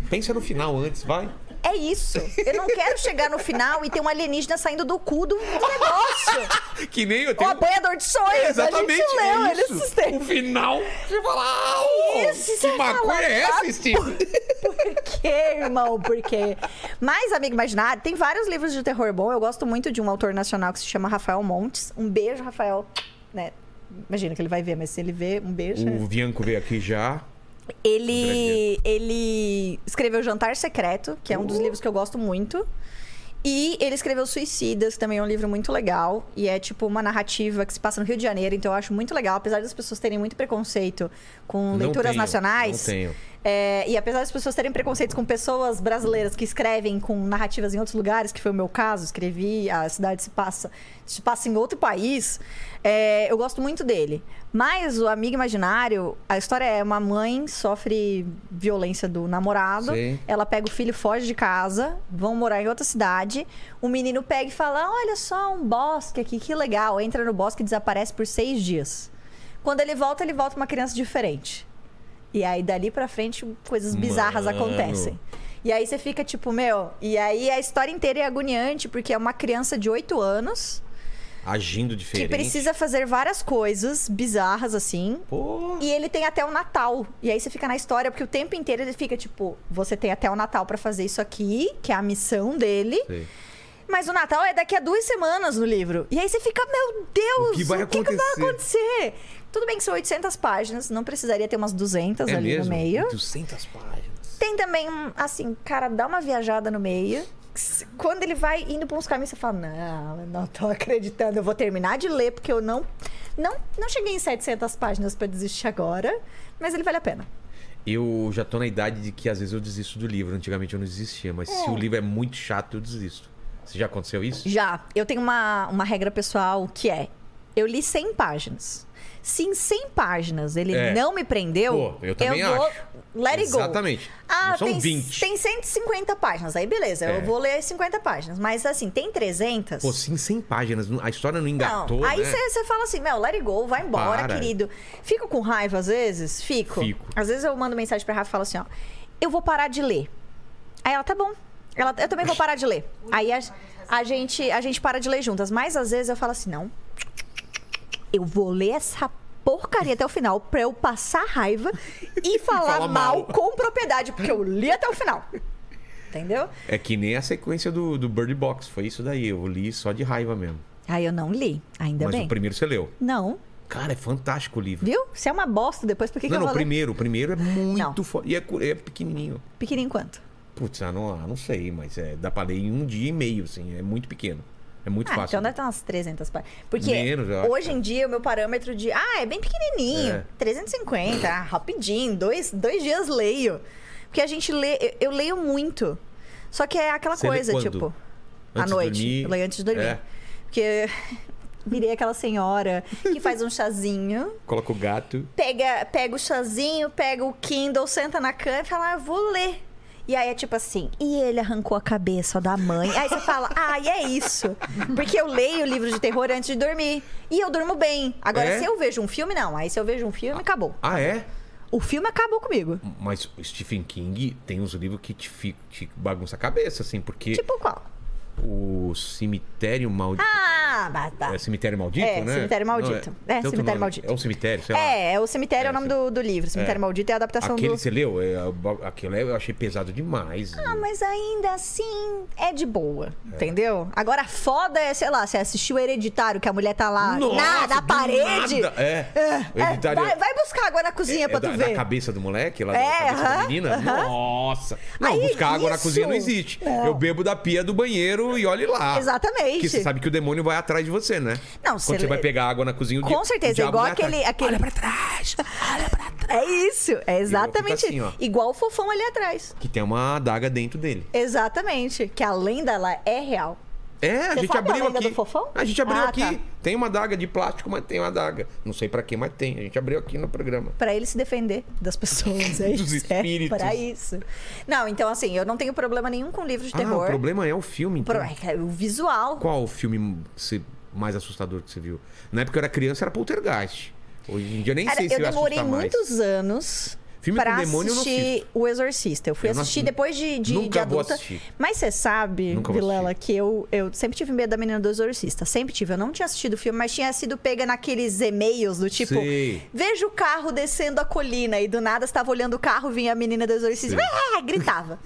Speaker 1: pensa no final antes, vai. [LAUGHS]
Speaker 3: É isso. Eu não quero chegar no final e ter um alienígena saindo do cu do negócio.
Speaker 1: Que nem eu
Speaker 3: O
Speaker 1: tenho.
Speaker 3: apanhador de sonhos. a gente leu,
Speaker 1: um- é
Speaker 3: ele
Speaker 1: isso.
Speaker 3: assiste.
Speaker 1: O final. Você fala, "Au,
Speaker 3: Isso, tá?
Speaker 1: que
Speaker 3: você
Speaker 1: maconha
Speaker 3: fala,
Speaker 1: é essa, Steve?
Speaker 3: Por quê, irmão? Por quê? Mas, amigo imaginário, tem vários livros de terror bom. Eu gosto muito de um autor nacional que se chama Rafael Montes. Um beijo, Rafael. Né? Imagina que ele vai ver, mas se ele vê, um beijo. né?
Speaker 1: O Bianco veio aqui já.
Speaker 3: Ele, ele escreveu Jantar Secreto, que é um
Speaker 1: Oh.
Speaker 3: dos livros que eu gosto muito. E ele escreveu Suicidas, que também é um livro muito legal. E é tipo uma narrativa que se passa no Rio de Janeiro, então eu acho muito legal. Apesar das pessoas terem muito preconceito com
Speaker 1: Não
Speaker 3: leituras
Speaker 1: tenho,
Speaker 3: nacionais.
Speaker 1: não tenho.
Speaker 3: é, e apesar das pessoas terem preconceito com pessoas brasileiras que escrevem com narrativas em outros lugares, que foi o meu caso, escrevi, a cidade se passa, se passa em outro país. é, eu gosto muito dele. Mas o Amigo Imaginário, a história é uma mãe sofre violência do namorado.
Speaker 1: Sim.
Speaker 3: Ela pega o filho, foge de casa, vão morar em outra cidade. O menino pega e fala: Olha só, um bosque aqui, que legal. Entra no bosque e desaparece por seis dias. Quando ele volta, ele volta uma criança diferente. E aí, dali pra frente, coisas bizarras
Speaker 1: Mano.
Speaker 3: acontecem. E aí você fica tipo, meu. E aí a história inteira é agoniante, porque é uma criança de 8 anos
Speaker 1: Agindo
Speaker 3: que
Speaker 1: diferente.
Speaker 3: precisa fazer várias coisas bizarras assim.
Speaker 1: Pô,
Speaker 3: E ele tem até o Natal. E aí você fica na história, porque o tempo inteiro ele fica tipo: você tem até o Natal pra fazer isso aqui, que é a missão dele.
Speaker 1: sei.
Speaker 3: Mas o Natal é daqui a duas semanas no livro. E aí você fica: meu Deus,
Speaker 1: O que vai
Speaker 3: que, que vai
Speaker 1: acontecer?"
Speaker 3: acontecer? Tudo bem que são 800 páginas, não precisaria ter umas 200
Speaker 1: É
Speaker 3: ali
Speaker 1: mesmo?
Speaker 3: no meio.
Speaker 1: 200 páginas.
Speaker 3: Tem também um, assim, cara, dá uma viajada no meio. Quando ele vai indo pra uns caminhos, você fala: Não, eu não tô [LAUGHS] acreditando, eu vou terminar de ler, porque eu não. Não, não cheguei em 700 páginas pra desistir agora, mas ele vale a pena.
Speaker 1: Eu já tô na idade de que às vezes eu desisto do livro. Antigamente eu não desistia, mas se o livro é muito chato, eu desisto. Você já aconteceu isso?
Speaker 3: Já, eu tenho uma, uma regra pessoal que é: eu li 100 páginas. Se em 100 páginas ele
Speaker 1: É.
Speaker 3: não me prendeu,
Speaker 1: Pô, eu também
Speaker 3: vou
Speaker 1: acho.
Speaker 3: let it go.
Speaker 1: Exatamente.
Speaker 3: Ah,
Speaker 1: Não são
Speaker 3: tem,
Speaker 1: 20.
Speaker 3: tem 150 páginas. Aí beleza,
Speaker 1: É.
Speaker 3: eu vou ler 50 páginas. Mas assim, tem 300.
Speaker 1: Pô, sim, 100 páginas. A história não engatou,
Speaker 3: Não, aí
Speaker 1: né?
Speaker 3: você fala assim, meu, let it go, vai embora,
Speaker 1: Para.
Speaker 3: querido. Fico com raiva às vezes? Fico.
Speaker 1: Fico.
Speaker 3: Às vezes eu mando mensagem pra Rafa e falo assim, ó, eu vou parar de ler. Aí ela, tá bom. Ela, eu também vou parar de ler. Aí a, a gente, a gente para de ler juntas. Mas às vezes eu falo assim, não, eu vou ler essa porcaria até o final pra eu passar raiva
Speaker 1: [LAUGHS]
Speaker 3: e falar
Speaker 1: Fala mal.
Speaker 3: mal, com propriedade, porque eu li até o final. Entendeu?
Speaker 1: É que nem a sequência do, do Bird Box. Foi isso daí. Eu li só de raiva mesmo.
Speaker 3: Aí eu não li, ainda
Speaker 1: mas
Speaker 3: bem.
Speaker 1: o primeiro você leu.
Speaker 3: Não,
Speaker 1: Cara, é fantástico o livro.
Speaker 3: viu? Se é uma bosta depois, por que, que
Speaker 1: não,
Speaker 3: eu
Speaker 1: não,
Speaker 3: vou
Speaker 1: o
Speaker 3: ler?
Speaker 1: primeiro. O primeiro é muito
Speaker 3: Não.
Speaker 1: foda. E é, cu- é pequenininho.
Speaker 3: Pequenininho quanto?
Speaker 1: Putz, ah, não, ah, não sei, mas é, dá pra ler em um dia e meio, assim. É muito pequeno. É muito
Speaker 3: Ah,
Speaker 1: fácil.
Speaker 3: então deve ter umas 300 páginas. Porque
Speaker 1: Menos, eu acho.
Speaker 3: hoje em dia o meu parâmetro de. Ah, é bem pequenininho.
Speaker 1: É.
Speaker 3: 350, ah, rapidinho. Dois, dois dias leio. Porque a gente lê. Eu, eu leio muito. Só que é aquela
Speaker 1: Você lê
Speaker 3: coisa,
Speaker 1: quando?
Speaker 3: tipo. à
Speaker 1: Antes de
Speaker 3: noite.
Speaker 1: dormir?
Speaker 3: Eu leio antes de dormir.
Speaker 1: É.
Speaker 3: Porque. [LAUGHS] Virei aquela senhora que faz um chazinho,
Speaker 1: Coloca o gato.
Speaker 3: pega, pega o chazinho, pega o Kindle, senta na cama e fala, ah, eu vou ler. E aí é tipo assim, e ele arrancou a cabeça da mãe. Aí você fala, [LAUGHS] ah, e é isso. Porque eu leio o livro de terror antes de dormir. E eu durmo bem. Agora,
Speaker 1: É?
Speaker 3: se eu vejo um filme, não. Aí se eu vejo um filme, acabou.
Speaker 1: Ah, é?
Speaker 3: O filme acabou comigo.
Speaker 1: Mas o Stephen King tem uns livros que te, fi- te bagunça a cabeça, assim, porque
Speaker 3: Tipo qual?
Speaker 1: o Cemitério Maldito.
Speaker 3: Ah, mas tá.
Speaker 1: É Cemitério Maldito,
Speaker 3: É,
Speaker 1: né?
Speaker 3: Cemitério
Speaker 1: Não,
Speaker 3: Maldito. É,
Speaker 1: tem outro
Speaker 3: Cemitério
Speaker 1: nome.
Speaker 3: Maldito.
Speaker 1: É um cemitério, sei lá.
Speaker 3: É, é o cemitério é, o nome do, do livro. Cemitério
Speaker 1: É.
Speaker 3: Maldito é a adaptação
Speaker 1: Aquele
Speaker 3: do.
Speaker 1: você leu? É, a- aquilo eu achei pesado demais.
Speaker 3: Ah, mas ainda assim é de boa, entendeu? Agora foda é, sei lá, você assistiu o hereditário que a mulher tá lá
Speaker 1: Nossa,
Speaker 3: na, na
Speaker 1: do
Speaker 3: parede.
Speaker 1: nada. É.
Speaker 3: É,
Speaker 1: O
Speaker 3: é,
Speaker 1: hereditário-
Speaker 3: vai, vai buscar água na cozinha
Speaker 1: É
Speaker 3: pra
Speaker 1: da,
Speaker 3: tu
Speaker 1: da
Speaker 3: ver.
Speaker 1: cabeça do moleque lá
Speaker 3: É,
Speaker 1: da cabeça da
Speaker 3: aham,
Speaker 1: menina? Nossa! Não,
Speaker 3: Aí,
Speaker 1: buscar água na
Speaker 3: isso-
Speaker 1: cozinha não existe.
Speaker 3: Não.
Speaker 1: Eu bebo da pia do banheiro e olhe lá.
Speaker 3: Exatamente.
Speaker 1: Que você sabe que o demônio vai atrás de você, né?
Speaker 3: Não,
Speaker 1: Quando
Speaker 3: você-
Speaker 1: você vai pegar água na cozinha, o
Speaker 3: Com
Speaker 1: dia- o
Speaker 3: certeza,
Speaker 1: diabo tá.
Speaker 3: igual
Speaker 1: vai atrás.
Speaker 3: aquele, aquele. Olha pra trás! Olha pra trás! É isso, é exatamente
Speaker 1: assim, ó.
Speaker 3: isso. Igual o fofão ali atrás.
Speaker 1: Que tem uma adaga dentro dele.
Speaker 3: Exatamente. Que a lenda ela é real.
Speaker 1: É, a
Speaker 3: Você
Speaker 1: gente
Speaker 3: sabe a
Speaker 1: abriu
Speaker 3: lenda
Speaker 1: aqui.
Speaker 3: do fofão?
Speaker 1: A gente abriu
Speaker 3: Ah,
Speaker 1: aqui.
Speaker 3: tá.
Speaker 1: Tem uma adaga de plástico, mas tem uma adaga. Não sei pra quê, mas tem. A gente abriu aqui no programa.
Speaker 3: Pra ele se defender
Speaker 1: [LAUGHS]
Speaker 3: das pessoas, é
Speaker 1: Dos
Speaker 3: isso. é
Speaker 1: espíritos.
Speaker 3: pra isso. Não, então assim, eu não tenho problema nenhum com livro de
Speaker 1: Ah, o
Speaker 3: terror.
Speaker 1: problema é o filme, então.
Speaker 3: Pro- é que é O visual.
Speaker 1: Qual o filme se- mais assustador que você viu? Na época eu era criança, era Poltergeist. Hoje em dia eu nem
Speaker 3: Cara,
Speaker 1: sei se
Speaker 3: eu
Speaker 1: vai
Speaker 3: demorei
Speaker 1: assim assustar mais.
Speaker 3: muitos anos
Speaker 1: Filme com
Speaker 3: pra
Speaker 1: demônio eu não
Speaker 3: assistir O Exorcista. Eu fui
Speaker 1: Eu não
Speaker 3: assistir
Speaker 1: assi-
Speaker 3: depois de, de,
Speaker 1: Nunca
Speaker 3: de
Speaker 1: vou
Speaker 3: adulta.
Speaker 1: assistir.
Speaker 3: Mas você sabe,
Speaker 1: Nunca vou
Speaker 3: Vilela,
Speaker 1: assistir.
Speaker 3: que eu, eu sempre tive medo da menina do Exorcista. Sempre tive. Eu não tinha assistido o filme, mas tinha sido pega naqueles e-mails do tipo.
Speaker 1: Sei.
Speaker 3: Veja o carro descendo a colina e do nada estava olhando o carro, vinha a menina do exorcismo, ah, [LAUGHS] gritava.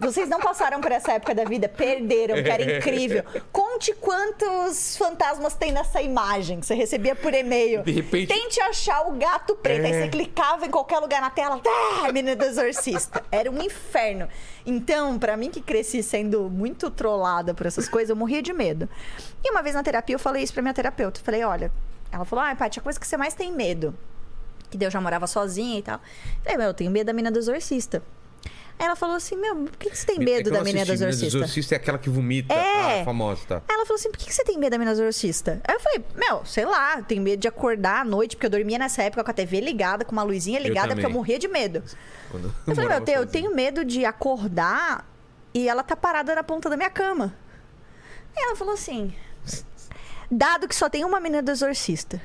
Speaker 3: Vocês não passaram por essa época da vida, perderam, que era
Speaker 1: [LAUGHS]
Speaker 3: incrível. Conte quantos fantasmas tem nessa imagem que você recebia por e-mail.
Speaker 1: De repente- É.
Speaker 3: Tente achar o gato preto. Aí você clicava em qualquer lugar na tela, ah, menina do exorcista. Era um inferno. Então, pra mim que cresci sendo muito trollada por essas coisas, eu morria de medo. E uma vez na terapia eu falei isso pra minha terapeuta. Eu Falei, olha, ela falou: ai, Paty, a coisa que você mais tem medo que daí eu já morava sozinha e tal. Falei, meu, eu tenho medo da menina do exorcista. Aí ela falou assim, meu, por que, que você tem
Speaker 1: É que
Speaker 3: medo
Speaker 1: eu
Speaker 3: da
Speaker 1: não
Speaker 3: menina do
Speaker 1: assisti. Menina
Speaker 3: exorcista?
Speaker 1: Exorcista é aquela que vomita.
Speaker 3: É.
Speaker 1: Ah, famosa, tá.
Speaker 3: Aí ela falou assim, por que, que você tem medo da menina do exorcista? Aí eu falei, meu, sei lá, eu tenho medo de acordar à noite, porque eu dormia nessa época com a TV ligada, com uma luzinha ligada, porque eu
Speaker 1: também.
Speaker 3: morria de medo.
Speaker 1: Quando
Speaker 3: Eu falei, meu,
Speaker 1: [LAUGHS] morava
Speaker 3: eu tenho- eu
Speaker 1: sozinho.
Speaker 3: tenho medo de acordar e ela tá parada na ponta da minha cama. Aí ela falou assim: dado que só tem uma menina do exorcista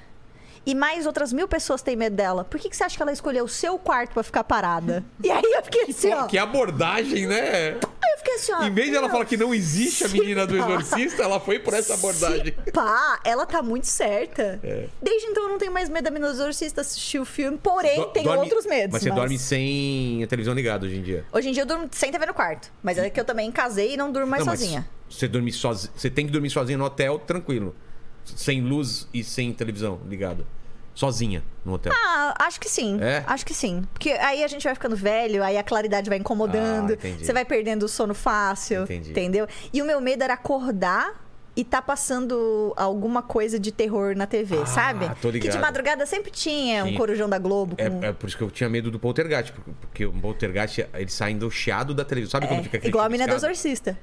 Speaker 3: e mais outras mil pessoas têm medo dela, por que, que você acha que ela escolheu o seu quarto pra ficar parada? E aí eu fiquei assim, ó.
Speaker 1: Que abordagem, né?
Speaker 3: Aí eu fiquei assim, ó.
Speaker 1: Em vez de ela
Speaker 3: "Meu,
Speaker 1: falar que não existe a menina
Speaker 3: [LAUGHS]
Speaker 1: do
Speaker 3: se pá,
Speaker 1: exorcista, ela foi por essa abordagem. É.
Speaker 3: se [LAUGHS] Pá, ela tá muito certa. Desde então eu não tenho mais medo da menina do exorcista assistir o filme, porém
Speaker 1: Do-
Speaker 3: tenho
Speaker 1: dorme-
Speaker 3: outros medos.
Speaker 1: Mas você dorme sem a televisão ligada hoje em dia.
Speaker 3: Hoje em dia eu durmo sem TV no quarto. Mas é que eu também casei e não durmo mais
Speaker 1: Não, mas
Speaker 3: sozinha.
Speaker 1: Você, dorme sozi... você tem que dormir sozinha no hotel, tranquilo. Sem luz e sem televisão ligada. Sozinha no hotel.
Speaker 3: Ah, acho que sim.
Speaker 1: É?
Speaker 3: Acho que sim. Porque aí a gente vai ficando velho, aí a claridade vai
Speaker 1: Ah,
Speaker 3: incomodando,
Speaker 1: entendi.
Speaker 3: você vai perdendo o sono fácil,
Speaker 1: Entendi.
Speaker 3: entendeu? E o meu medo era acordar e tá passando alguma coisa de terror na TV,
Speaker 1: Ah,
Speaker 3: sabe?
Speaker 1: tô
Speaker 3: que de
Speaker 1: ligado.
Speaker 3: madrugada sempre tinha um
Speaker 1: Sim.
Speaker 3: corujão da Globo com...
Speaker 1: É, é por isso que eu tinha medo do poltergeist, porque, porque o poltergeist ele sai endocheado da televisão. Sabe como fica aquele
Speaker 3: É, Igual a
Speaker 1: filme
Speaker 3: mina do
Speaker 1: escada?
Speaker 3: exorcista.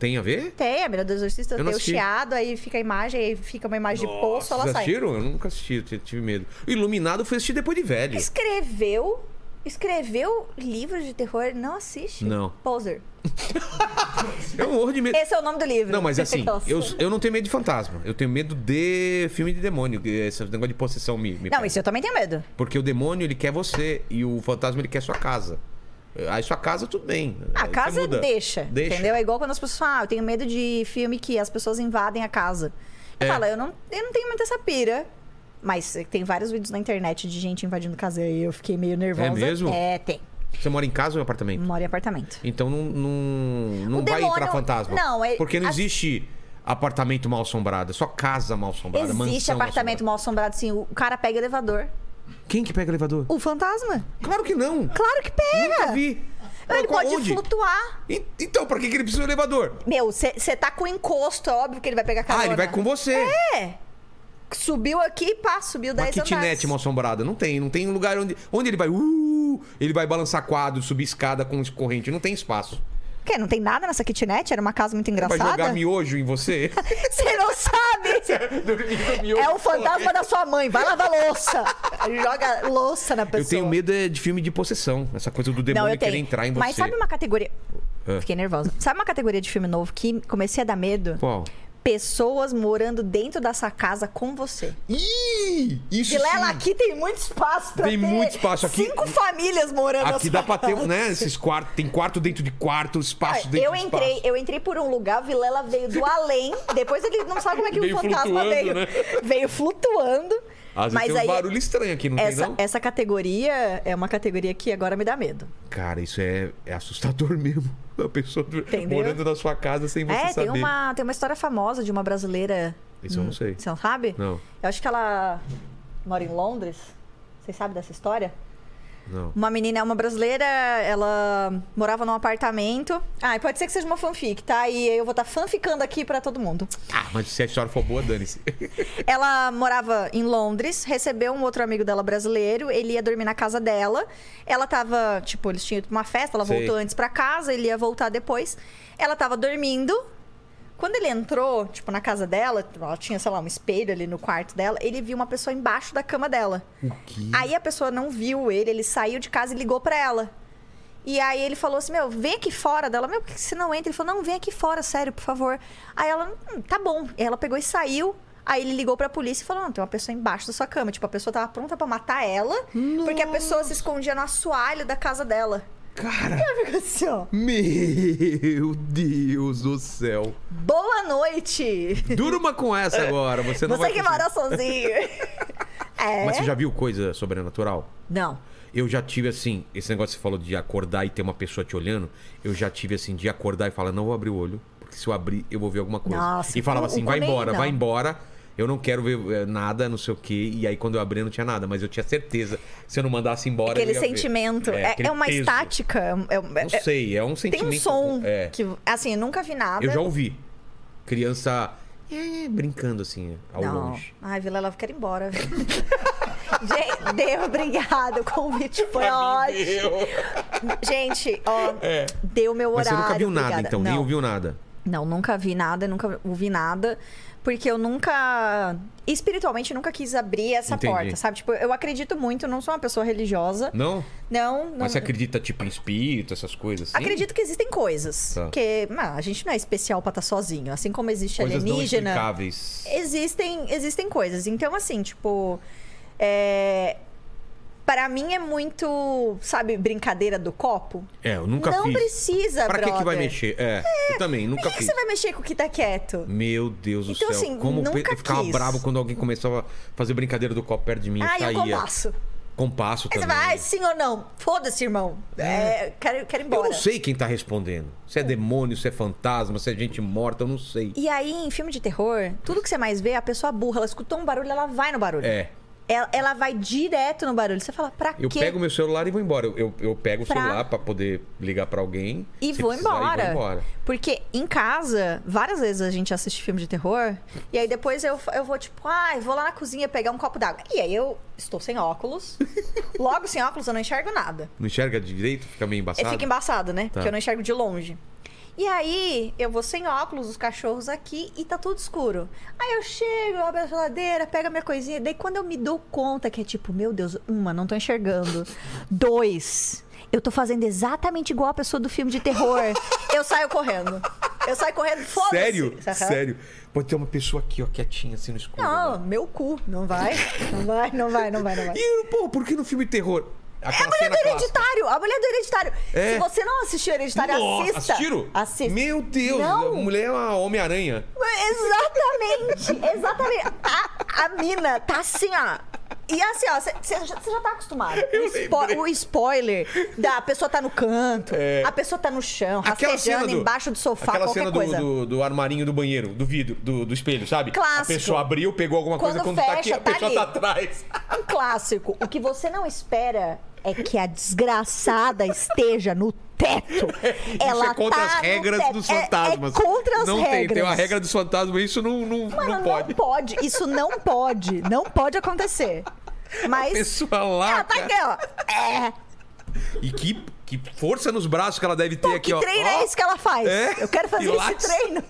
Speaker 1: Tem a ver?
Speaker 3: Tem, a mina do exorcista
Speaker 1: Eu não
Speaker 3: tem o
Speaker 1: assisti.
Speaker 3: chiado, aí fica a imagem, aí fica uma imagem de poço, ela
Speaker 1: Vocês
Speaker 3: sai.
Speaker 1: assistiram? Eu nunca assisti, eu t- tive medo. O Iluminado foi assistir depois de velho.
Speaker 3: Escreveu. Escreveu livros de terror, não assiste?
Speaker 1: Não.
Speaker 3: Poser.
Speaker 1: Eu morro um de medo.
Speaker 3: Esse é o nome do livro.
Speaker 1: Não, mas assim,
Speaker 3: Nossa.
Speaker 1: eu, eu não tenho medo de fantasma. Eu tenho medo de filme de demônio. que é Esse negócio de possessão me, me
Speaker 3: Não,
Speaker 1: pega.
Speaker 3: isso eu também tenho medo.
Speaker 1: Porque o demônio, ele quer você. E o fantasma, ele quer sua casa. Aí sua casa, tudo bem.
Speaker 3: A
Speaker 1: Aí você
Speaker 3: casa
Speaker 1: muda.
Speaker 3: deixa, entendeu? É igual quando as pessoas falam, ah, eu tenho medo de filme que as pessoas invadem a casa. Eu
Speaker 1: É.
Speaker 3: falo, eu não, eu não tenho muita essa pira. Mas tem vários vídeos na internet de gente invadindo casa e eu fiquei meio nervosa.
Speaker 1: É mesmo?
Speaker 3: É, tem.
Speaker 1: Você mora em casa ou em apartamento?
Speaker 3: Mora em apartamento.
Speaker 1: Então não, não, não
Speaker 3: O
Speaker 1: vai
Speaker 3: demônio-
Speaker 1: entrar fantasma.
Speaker 3: não, é-
Speaker 1: Porque não
Speaker 3: as-
Speaker 1: existe apartamento mal assombrado. É só casa mal assombrada.
Speaker 3: Existe
Speaker 1: mansão
Speaker 3: apartamento mal assombrado, sim. O cara pega elevador.
Speaker 1: mal-assombrada. Quem que pega elevador?
Speaker 3: O fantasma?
Speaker 1: Claro que não.
Speaker 3: Claro que
Speaker 1: Nunca
Speaker 3: pega!
Speaker 1: vi. Mas
Speaker 3: Ele
Speaker 1: qual-
Speaker 3: pode
Speaker 1: onde?
Speaker 3: flutuar.
Speaker 1: E- Então, pra que que ele precisa do elevador?
Speaker 3: Meu, você tá com encosto, é óbvio que ele vai pegar carona.
Speaker 1: Ah, ele vai com você.
Speaker 3: É! Subiu aqui, pá, subiu
Speaker 1: Uma
Speaker 3: 10 andares.
Speaker 1: kitnet mal assombrada. Não tem, não tem um lugar onde. Onde ele vai? Uh, ele vai balançar quadro, subir escada com corrente. Não tem espaço.
Speaker 3: Quê? Não tem nada nessa kitnet? Era uma casa muito
Speaker 1: Vai [LAUGHS]
Speaker 3: engraçada?
Speaker 1: jogar miojo em você?
Speaker 3: [LAUGHS] Você não sabe!
Speaker 1: Dormindo miolo.
Speaker 3: É o fantasma da sua mãe. Vai lavar louça. Joga louça na pessoa.
Speaker 1: Eu tenho medo é, de filme de possessão. Essa coisa do
Speaker 3: Não, eu
Speaker 1: demônio querer
Speaker 3: tenho.
Speaker 1: entrar em você.
Speaker 3: Mas sabe uma categoria.
Speaker 1: Ah.
Speaker 3: Fiquei nervosa. Sabe uma categoria de filme novo que comecei a dar medo?
Speaker 1: Qual?
Speaker 3: Pessoas morando dentro dessa casa com você.
Speaker 1: Ih! Isso
Speaker 3: Vilela,
Speaker 1: sim.
Speaker 3: aqui tem muito espaço pra
Speaker 1: Tem
Speaker 3: ter
Speaker 1: muito espaço aqui.
Speaker 3: Cinco famílias morando
Speaker 1: Aqui
Speaker 3: nessa
Speaker 1: dá pra ter,
Speaker 3: casa.
Speaker 1: né? Esses quartos. Tem quarto dentro de quarto, espaço dentro
Speaker 3: Eu
Speaker 1: de
Speaker 3: entrei,
Speaker 1: espaço.
Speaker 3: eu entrei por um lugar, o Vilela veio do além. Depois ele não sabe como é que
Speaker 1: Veio
Speaker 3: o fantasma
Speaker 1: flutuando,
Speaker 3: veio.
Speaker 1: né?
Speaker 3: Veio flutuando.
Speaker 1: Às vezes
Speaker 3: mas
Speaker 1: tem um
Speaker 3: aí
Speaker 1: barulho estranho aqui, não
Speaker 3: essa,
Speaker 1: tem, não?
Speaker 3: essa categoria é uma categoria que agora me dá medo.
Speaker 1: Cara, isso é, é assustador [LAUGHS] mesmo. A pessoa morando na sua casa sem você
Speaker 3: é,
Speaker 1: saber.
Speaker 3: tem uma, tem uma história famosa de uma brasileira.
Speaker 1: Isso eu não sei.
Speaker 3: Você não sabe?
Speaker 1: Não,
Speaker 3: Eu acho que ela mora em Londres. Vocês sabem dessa história?
Speaker 1: não.
Speaker 3: Uma menina, uma brasileira, ela morava num apartamento. Ah, e pode ser que seja uma fanfic, tá? E eu vou estar fanficando aqui pra todo mundo.
Speaker 1: Ah, mas se a história for boa, dane-se.
Speaker 3: Ela morava em Londres, recebeu um outro amigo dela brasileiro, ele ia dormir na casa dela. Ela tava, tipo, eles tinham ido pra uma festa, ela
Speaker 1: Sei.
Speaker 3: voltou antes pra casa, ele ia voltar depois. Ela tava dormindo. Quando ele entrou, tipo, na casa dela, ela tinha, sei lá, um espelho ali no quarto dela, ele viu uma pessoa embaixo da cama dela.
Speaker 1: O quê?
Speaker 3: Aí a pessoa não viu ele, ele saiu de casa e ligou pra ela. E aí ele falou assim: Meu, vem aqui fora dela. Meu, por que você não entra? Ele falou: Não, vem aqui fora, sério, por favor. Aí ela, "Hum, tá bom. Aí ela pegou e saiu. Aí ele ligou pra polícia e falou: Não, tem uma pessoa embaixo da sua cama. Tipo, a pessoa tava pronta pra matar ela, porque a pessoa se escondia no assoalho da casa dela.
Speaker 1: Cara,
Speaker 3: [LAUGHS] Ela ficou assim, ó.
Speaker 1: meu Deus do céu.
Speaker 3: Boa noite!
Speaker 1: Durma com essa agora, você não
Speaker 3: Você
Speaker 1: vai
Speaker 3: que
Speaker 1: conseguir.
Speaker 3: mora sozinho. é.
Speaker 1: [LAUGHS] Mas assim, você já viu coisa sobrenatural?
Speaker 3: Não.
Speaker 1: Eu já tive assim, esse negócio que você falou de acordar e ter uma pessoa te olhando, eu já tive assim de acordar e falar, não vou abrir o olho, porque se eu abrir, eu vou ver alguma coisa.
Speaker 3: Nossa,
Speaker 1: e falava
Speaker 3: o- o
Speaker 1: assim, vai
Speaker 3: Coney,
Speaker 1: embora,
Speaker 3: não.
Speaker 1: vai embora. Eu não quero ver eh, nada, não sei o quê. E aí, quando eu abri, não tinha nada. Mas eu tinha certeza. Se eu não mandasse embora.
Speaker 3: Aquele
Speaker 1: eu ia ver.
Speaker 3: sentimento. É,
Speaker 1: aquele
Speaker 3: é uma
Speaker 1: peso.
Speaker 3: estática. é-
Speaker 1: Não
Speaker 3: é-
Speaker 1: sei, é um sentimento.
Speaker 3: Tem um som
Speaker 1: É.
Speaker 3: que, assim, eu nunca vi nada.
Speaker 1: Eu já ouvi. Criança é, brincando assim, ao
Speaker 3: Não.
Speaker 1: longe.
Speaker 3: Ai, Vilela, eu quero ir embora. [LAUGHS] Gente, Deus, obrigada. O convite foi ótimo. Gente, ó, deu meu
Speaker 1: É. Mas
Speaker 3: horário.
Speaker 1: você nunca viu nada,
Speaker 3: obrigada.
Speaker 1: então,
Speaker 3: não,
Speaker 1: nem ouviu nada.
Speaker 3: Não, nunca vi nada, nunca ouvi nada. Porque eu nunca. Espiritualmente, nunca quis abrir essa
Speaker 1: Entendi.
Speaker 3: porta, sabe? Tipo, eu acredito muito, não sou uma pessoa religiosa.
Speaker 1: Não?
Speaker 3: Não, não.
Speaker 1: Mas você acredita, tipo, em espírito, essas coisas assim?
Speaker 3: Acredito que existem coisas.
Speaker 1: Tá.
Speaker 3: Porque ah, a gente não é especial pra estar sozinho. Assim como existe
Speaker 1: Coisas não
Speaker 3: alienígena.
Speaker 1: explicáveis.
Speaker 3: existem, existem coisas. Então, assim, tipo. É... Para mim é muito, sabe, brincadeira do copo.
Speaker 1: É, eu nunca
Speaker 3: não
Speaker 1: fiz.
Speaker 3: precisa,
Speaker 1: pra que que vai
Speaker 3: brother.
Speaker 1: mexer? É, eu também, nunca
Speaker 3: Por que, que
Speaker 1: fiz.
Speaker 3: você vai mexer com o que tá quieto?
Speaker 1: Meu Deus do
Speaker 3: Então,
Speaker 1: céu.
Speaker 3: assim,
Speaker 1: Como
Speaker 3: nunca
Speaker 1: eu ficava
Speaker 3: quis.
Speaker 1: bravo quando alguém começava a fazer brincadeira do copo perto de mim.
Speaker 3: ah,
Speaker 1: eu
Speaker 3: e o
Speaker 1: saía.
Speaker 3: compasso.
Speaker 1: Compasso
Speaker 3: Aí você
Speaker 1: também.
Speaker 3: vai, ah, sim ou não? Foda-se, irmão. É, quero, quero ir
Speaker 1: eu
Speaker 3: embora.
Speaker 1: não sei quem tá respondendo. Se é demônio, se é fantasma, se é gente morta, eu não sei.
Speaker 3: E aí, em filme de terror, tudo que você mais vê é a pessoa burra. Ela escutou um barulho, ela vai no barulho.
Speaker 1: É.
Speaker 3: Ela, ela vai direto no barulho. Você fala, pra
Speaker 1: Eu
Speaker 3: quê?
Speaker 1: pego meu celular e vou embora. Eu, eu, eu pego
Speaker 3: Pra-
Speaker 1: o celular pra poder ligar pra alguém.
Speaker 3: E
Speaker 1: se
Speaker 3: vou
Speaker 1: precisar,
Speaker 3: embora.
Speaker 1: E vou embora.
Speaker 3: Porque em casa, várias vezes a gente assiste filme de terror. E aí depois eu, eu vou, tipo, ai, vou lá na cozinha pegar um copo d'água. E aí eu estou sem óculos. Logo sem óculos, eu não enxergo nada.
Speaker 1: Não enxerga direito? Fica meio
Speaker 3: Eu
Speaker 1: embaçado?
Speaker 3: fico embaçada, né?
Speaker 1: Tá.
Speaker 3: Porque eu não enxergo de longe. E aí, eu vou sem óculos, os cachorros aqui e tá tudo escuro. Aí eu chego, abro a geladeira, pego a minha coisinha. Daí quando eu me dou conta que é tipo, meu Deus, uma, não tô
Speaker 1: [LAUGHS]
Speaker 3: enxergando. Dois, eu tô fazendo exatamente igual a pessoa do filme de terror. Eu saio correndo. Eu saio correndo, foda-se.
Speaker 1: Sério?
Speaker 3: Saca?
Speaker 1: Sério. Pode ter uma pessoa aqui, ó, quietinha, assim no escuro.
Speaker 3: Não,
Speaker 1: né?
Speaker 3: meu cu. Não vai, não vai, não vai, não vai, não vai.
Speaker 1: E, pô, por que no filme de terror?
Speaker 3: É a
Speaker 1: Aquela
Speaker 3: mulher
Speaker 1: cena
Speaker 3: do
Speaker 1: clássica.
Speaker 3: hereditário! A mulher do hereditário!
Speaker 1: É.
Speaker 3: Se você não assistiu hereditário,
Speaker 1: Nossa,
Speaker 3: assista!
Speaker 1: assistiram?
Speaker 3: Assista!
Speaker 1: Meu Deus,
Speaker 3: Não.
Speaker 1: a mulher é uma Homem-Aranha.
Speaker 3: Exatamente, exatamente. A, a mina tá assim, ó. E assim, ó, você já tá acostumado. O, spo-
Speaker 1: lembrei.
Speaker 3: o spoiler da a pessoa tá no canto,
Speaker 1: É.
Speaker 3: a pessoa tá no chão,
Speaker 1: Aquela cena
Speaker 3: rastejando
Speaker 1: do,
Speaker 3: embaixo do sofá,
Speaker 1: aquela
Speaker 3: qualquer
Speaker 1: cena do,
Speaker 3: coisa.
Speaker 1: do, do armarinho do banheiro, do vidro, do, do espelho, sabe?
Speaker 3: Clássico.
Speaker 1: A pessoa abriu, pegou alguma coisa,
Speaker 3: Quando
Speaker 1: quando tá aqui,
Speaker 3: fecha,
Speaker 1: a
Speaker 3: tá
Speaker 1: pessoa
Speaker 3: ali.
Speaker 1: tá atrás.
Speaker 3: Um clássico. O que você não espera é que a desgraçada esteja no teto. Ela
Speaker 1: [LAUGHS] isso é contra
Speaker 3: tá
Speaker 1: as
Speaker 3: no
Speaker 1: regras
Speaker 3: teto.
Speaker 1: dos
Speaker 3: É-
Speaker 1: fantasmas.
Speaker 3: É, contra as
Speaker 1: não
Speaker 3: regras.
Speaker 1: Tem, tem uma regra dos fantasmas, isso não, não,
Speaker 3: Mano,
Speaker 1: não pode.
Speaker 3: Isso não
Speaker 1: [LAUGHS]
Speaker 3: pode. Não pode acontecer. Mas.
Speaker 1: Pessoa lá,
Speaker 3: Ela tá
Speaker 1: cara.
Speaker 3: aqui, ó. É.
Speaker 1: E que, que força nos braços que ela deve ter
Speaker 3: Pô,
Speaker 1: aqui,
Speaker 3: que
Speaker 1: ó.
Speaker 3: treino
Speaker 1: Ó,
Speaker 3: é esse que ela faz?
Speaker 1: É?
Speaker 3: Eu quero fazer
Speaker 1: Pilates.
Speaker 3: esse treino.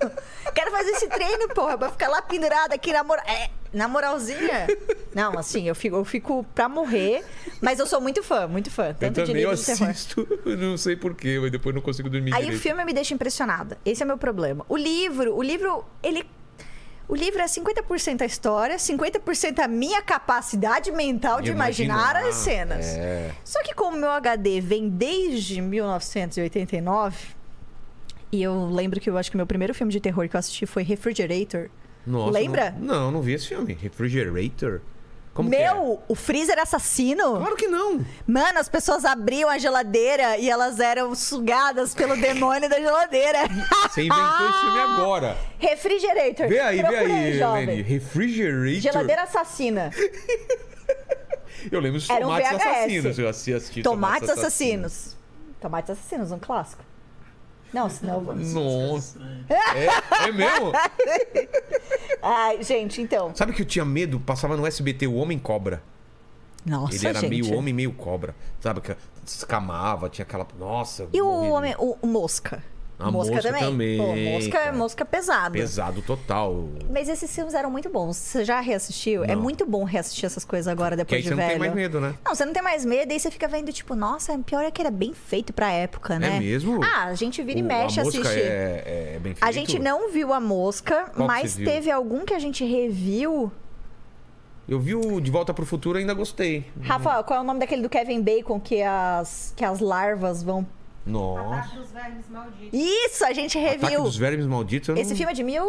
Speaker 3: Quero fazer esse treino, porra. Pra ficar lá pendurada aqui na, mora... é, na moralzinha. Não, assim, eu fico, eu fico pra morrer. Mas eu sou muito fã, muito fã.
Speaker 1: Eu
Speaker 3: Tanto de
Speaker 1: também eu
Speaker 3: livros de terror.
Speaker 1: assisto, [LAUGHS] não sei porquê, mas depois não consigo dormir
Speaker 3: Aí o
Speaker 1: direito.
Speaker 3: filme me deixa impressionada. Esse é meu problema. O livro, o livro, ele. O livro é 50% a história, 50% a minha capacidade mental de imaginar,
Speaker 1: Imaginar,
Speaker 3: as cenas.
Speaker 1: é.
Speaker 3: Só que como meu HD vem desde 1989, e eu lembro que eu acho que meu primeiro filme de terror que eu assisti foi Refrigerator.
Speaker 1: Nossa,
Speaker 3: Lembra?
Speaker 1: Não, não, não vi esse filme. Refrigerator? Como que é?
Speaker 3: meu, o freezer assassino?
Speaker 1: Claro que não.
Speaker 3: Mano, as pessoas abriam a geladeira e elas eram
Speaker 1: [LAUGHS]
Speaker 3: sugadas pelo demônio da geladeira.
Speaker 1: Você inventou esse filme agora.
Speaker 3: Refrigerator.
Speaker 1: Vê aí, vê
Speaker 3: Procura
Speaker 1: aí,
Speaker 3: jovem.
Speaker 1: Leni. Refrigerator.
Speaker 3: Geladeira assassina.
Speaker 1: Eu lembro dos
Speaker 3: Era um
Speaker 1: tomates
Speaker 3: VHS.
Speaker 1: assassinos. Eu assi- assisti
Speaker 3: Tomates assassinos. Tomates assassinos, um clássico. Não, senão.
Speaker 1: Nossa.
Speaker 3: né?
Speaker 1: É, é mesmo?
Speaker 3: Ai, gente, então.
Speaker 1: Sabe que eu tinha medo? Passava no SBT o Homem Cobra.
Speaker 3: Nossa,
Speaker 1: Ele era
Speaker 3: gente.
Speaker 1: meio homem, meio cobra. Sabe? Que descamava, tinha aquela. Nossa.
Speaker 3: E o
Speaker 1: morri. né?
Speaker 3: homem, o, o mosca.
Speaker 1: A mosca também,
Speaker 3: Pô, mosca é
Speaker 1: cara.
Speaker 3: mosca pesado.
Speaker 1: Pesado total.
Speaker 3: Mas esses filmes eram muito bons. Você já reassistiu? É
Speaker 1: Não.
Speaker 3: muito bom reassistir essas coisas agora
Speaker 1: Porque
Speaker 3: depois
Speaker 1: aí
Speaker 3: de
Speaker 1: você não
Speaker 3: velho.
Speaker 1: tem mais medo, né?
Speaker 3: Não, você não tem mais medo, aí você fica vendo, tipo, nossa, pior é que era bem feito pra época, né?
Speaker 1: É mesmo?
Speaker 3: Ah, a gente vira e
Speaker 1: O-
Speaker 3: mexe,
Speaker 1: a mosca
Speaker 3: assiste.
Speaker 1: É, é- é bem feito.
Speaker 3: A gente não viu a mosca,
Speaker 1: que
Speaker 3: mas
Speaker 1: você viu?
Speaker 3: teve algum que a gente reviu.
Speaker 1: Eu vi o De Volta pro Futuro e ainda gostei.
Speaker 3: Rafa, qual é o nome daquele do Kevin Bacon que as, que as larvas vão.
Speaker 1: Nossa.
Speaker 5: Ataque dos vermes malditos.
Speaker 3: Isso, a gente
Speaker 1: Ataque
Speaker 3: Ah, reviu!
Speaker 1: dos Vermes Malditos. eu não-
Speaker 3: Esse filme é de mil.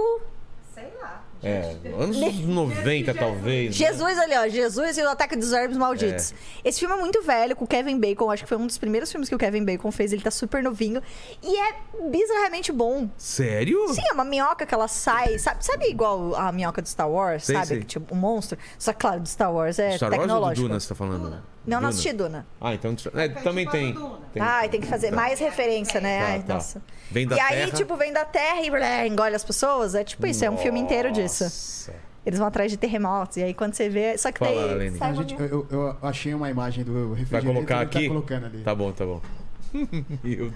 Speaker 5: Sei lá.
Speaker 1: É,
Speaker 5: gente.
Speaker 1: anos
Speaker 3: [LAUGHS]
Speaker 1: 90 talvez. né?
Speaker 3: Jesus ali, ó. Jesus e o Ataque dos Vermes Malditos. Esse filme é muito velho, com o Kevin Bacon. Acho que foi um dos primeiros filmes que o Kevin Bacon fez. Ele tá super novinho. E é bizarramente bom.
Speaker 1: Sério?
Speaker 3: Sim, é uma minhoca que ela sai. Sabe, sabe igual a minhoca do Star Wars?
Speaker 1: Sei,
Speaker 3: sabe?
Speaker 1: sei.
Speaker 3: Tipo, um monstro. Só que, claro, do Star Wars é
Speaker 1: Star Wars ou do
Speaker 3: tecnológico.
Speaker 1: Duna você tá falando?
Speaker 3: Não,
Speaker 1: Duna.
Speaker 3: não assisti Duna.
Speaker 1: Ah, então é, também tem. tem.
Speaker 3: Ai, tem que fazer mais referência, né?
Speaker 1: Tá,
Speaker 3: Ai,
Speaker 1: tá.
Speaker 3: nossa.
Speaker 1: Vem da
Speaker 3: e aí,
Speaker 1: terra.
Speaker 3: tipo, vem da terra e blé, engole as pessoas. É tipo isso, é um filme inteiro disso.
Speaker 1: Nossa.
Speaker 3: Eles vão atrás de terremotos. E aí, quando você vê. Só que
Speaker 1: Fala,
Speaker 3: daí.
Speaker 1: Lene.
Speaker 3: sai
Speaker 2: A
Speaker 3: uma
Speaker 2: gente,
Speaker 3: minha-
Speaker 2: eu, eu achei uma imagem do
Speaker 1: Vai
Speaker 2: refrigerante.
Speaker 1: colocar
Speaker 2: ele tá
Speaker 1: aqui?
Speaker 2: colocando ali.
Speaker 1: Tá bom, tá bom. [LAUGHS] Meu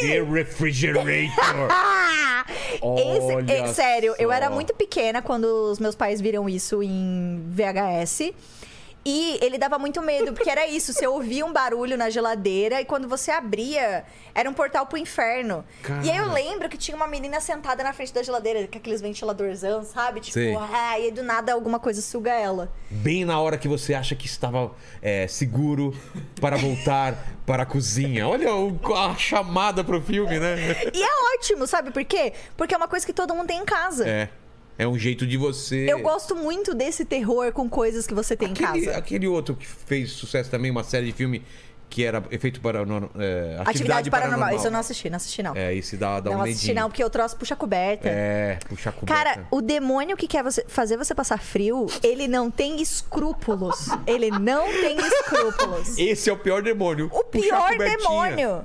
Speaker 1: The
Speaker 3: Olha!
Speaker 1: Refrigerator.
Speaker 3: Ah! [LAUGHS] Esse,
Speaker 1: Olha
Speaker 3: é, sério, eu era
Speaker 1: só.
Speaker 3: muito pequena quando os meus pais viram isso em VHS. E ele dava muito medo, porque era isso. Você ouvia um barulho na geladeira e quando você abria, era um portal pro inferno. E aí eu
Speaker 1: Cara.
Speaker 3: lembro que tinha uma menina sentada na frente da geladeira, com aqueles ventiladorzão, sabe? Tipo,
Speaker 1: Sei.
Speaker 3: ah, e aí do nada alguma coisa suga ela.
Speaker 1: Bem na hora que você acha que estava é, seguro para voltar para a cozinha. Olha o- a chamada pro filme, né?
Speaker 3: E é ótimo, sabe por quê? Porque é uma coisa que todo mundo tem em casa.
Speaker 1: É. É um jeito de você.
Speaker 3: Eu gosto muito desse terror com coisas que você tem em
Speaker 1: Aquele,
Speaker 3: casa.
Speaker 1: aquele outro que fez sucesso também, uma série de filme que era efeito para é, atividade,
Speaker 3: Atividade paranormal.
Speaker 1: paranormal.
Speaker 3: Isso eu não assisti, não assisti não.
Speaker 1: É, esse dá, dá
Speaker 3: não
Speaker 1: um
Speaker 3: assisti
Speaker 1: medinho.
Speaker 3: não, porque o troço puxa a coberta.
Speaker 1: É, puxar coberta.
Speaker 3: Cara, o demônio que quer você- fazer você passar frio, ele não tem escrúpulos. Ele não tem escrúpulos.
Speaker 1: esse é o pior demônio.
Speaker 3: o
Speaker 1: puxar a
Speaker 3: pior
Speaker 1: cobertinha.
Speaker 3: demônio.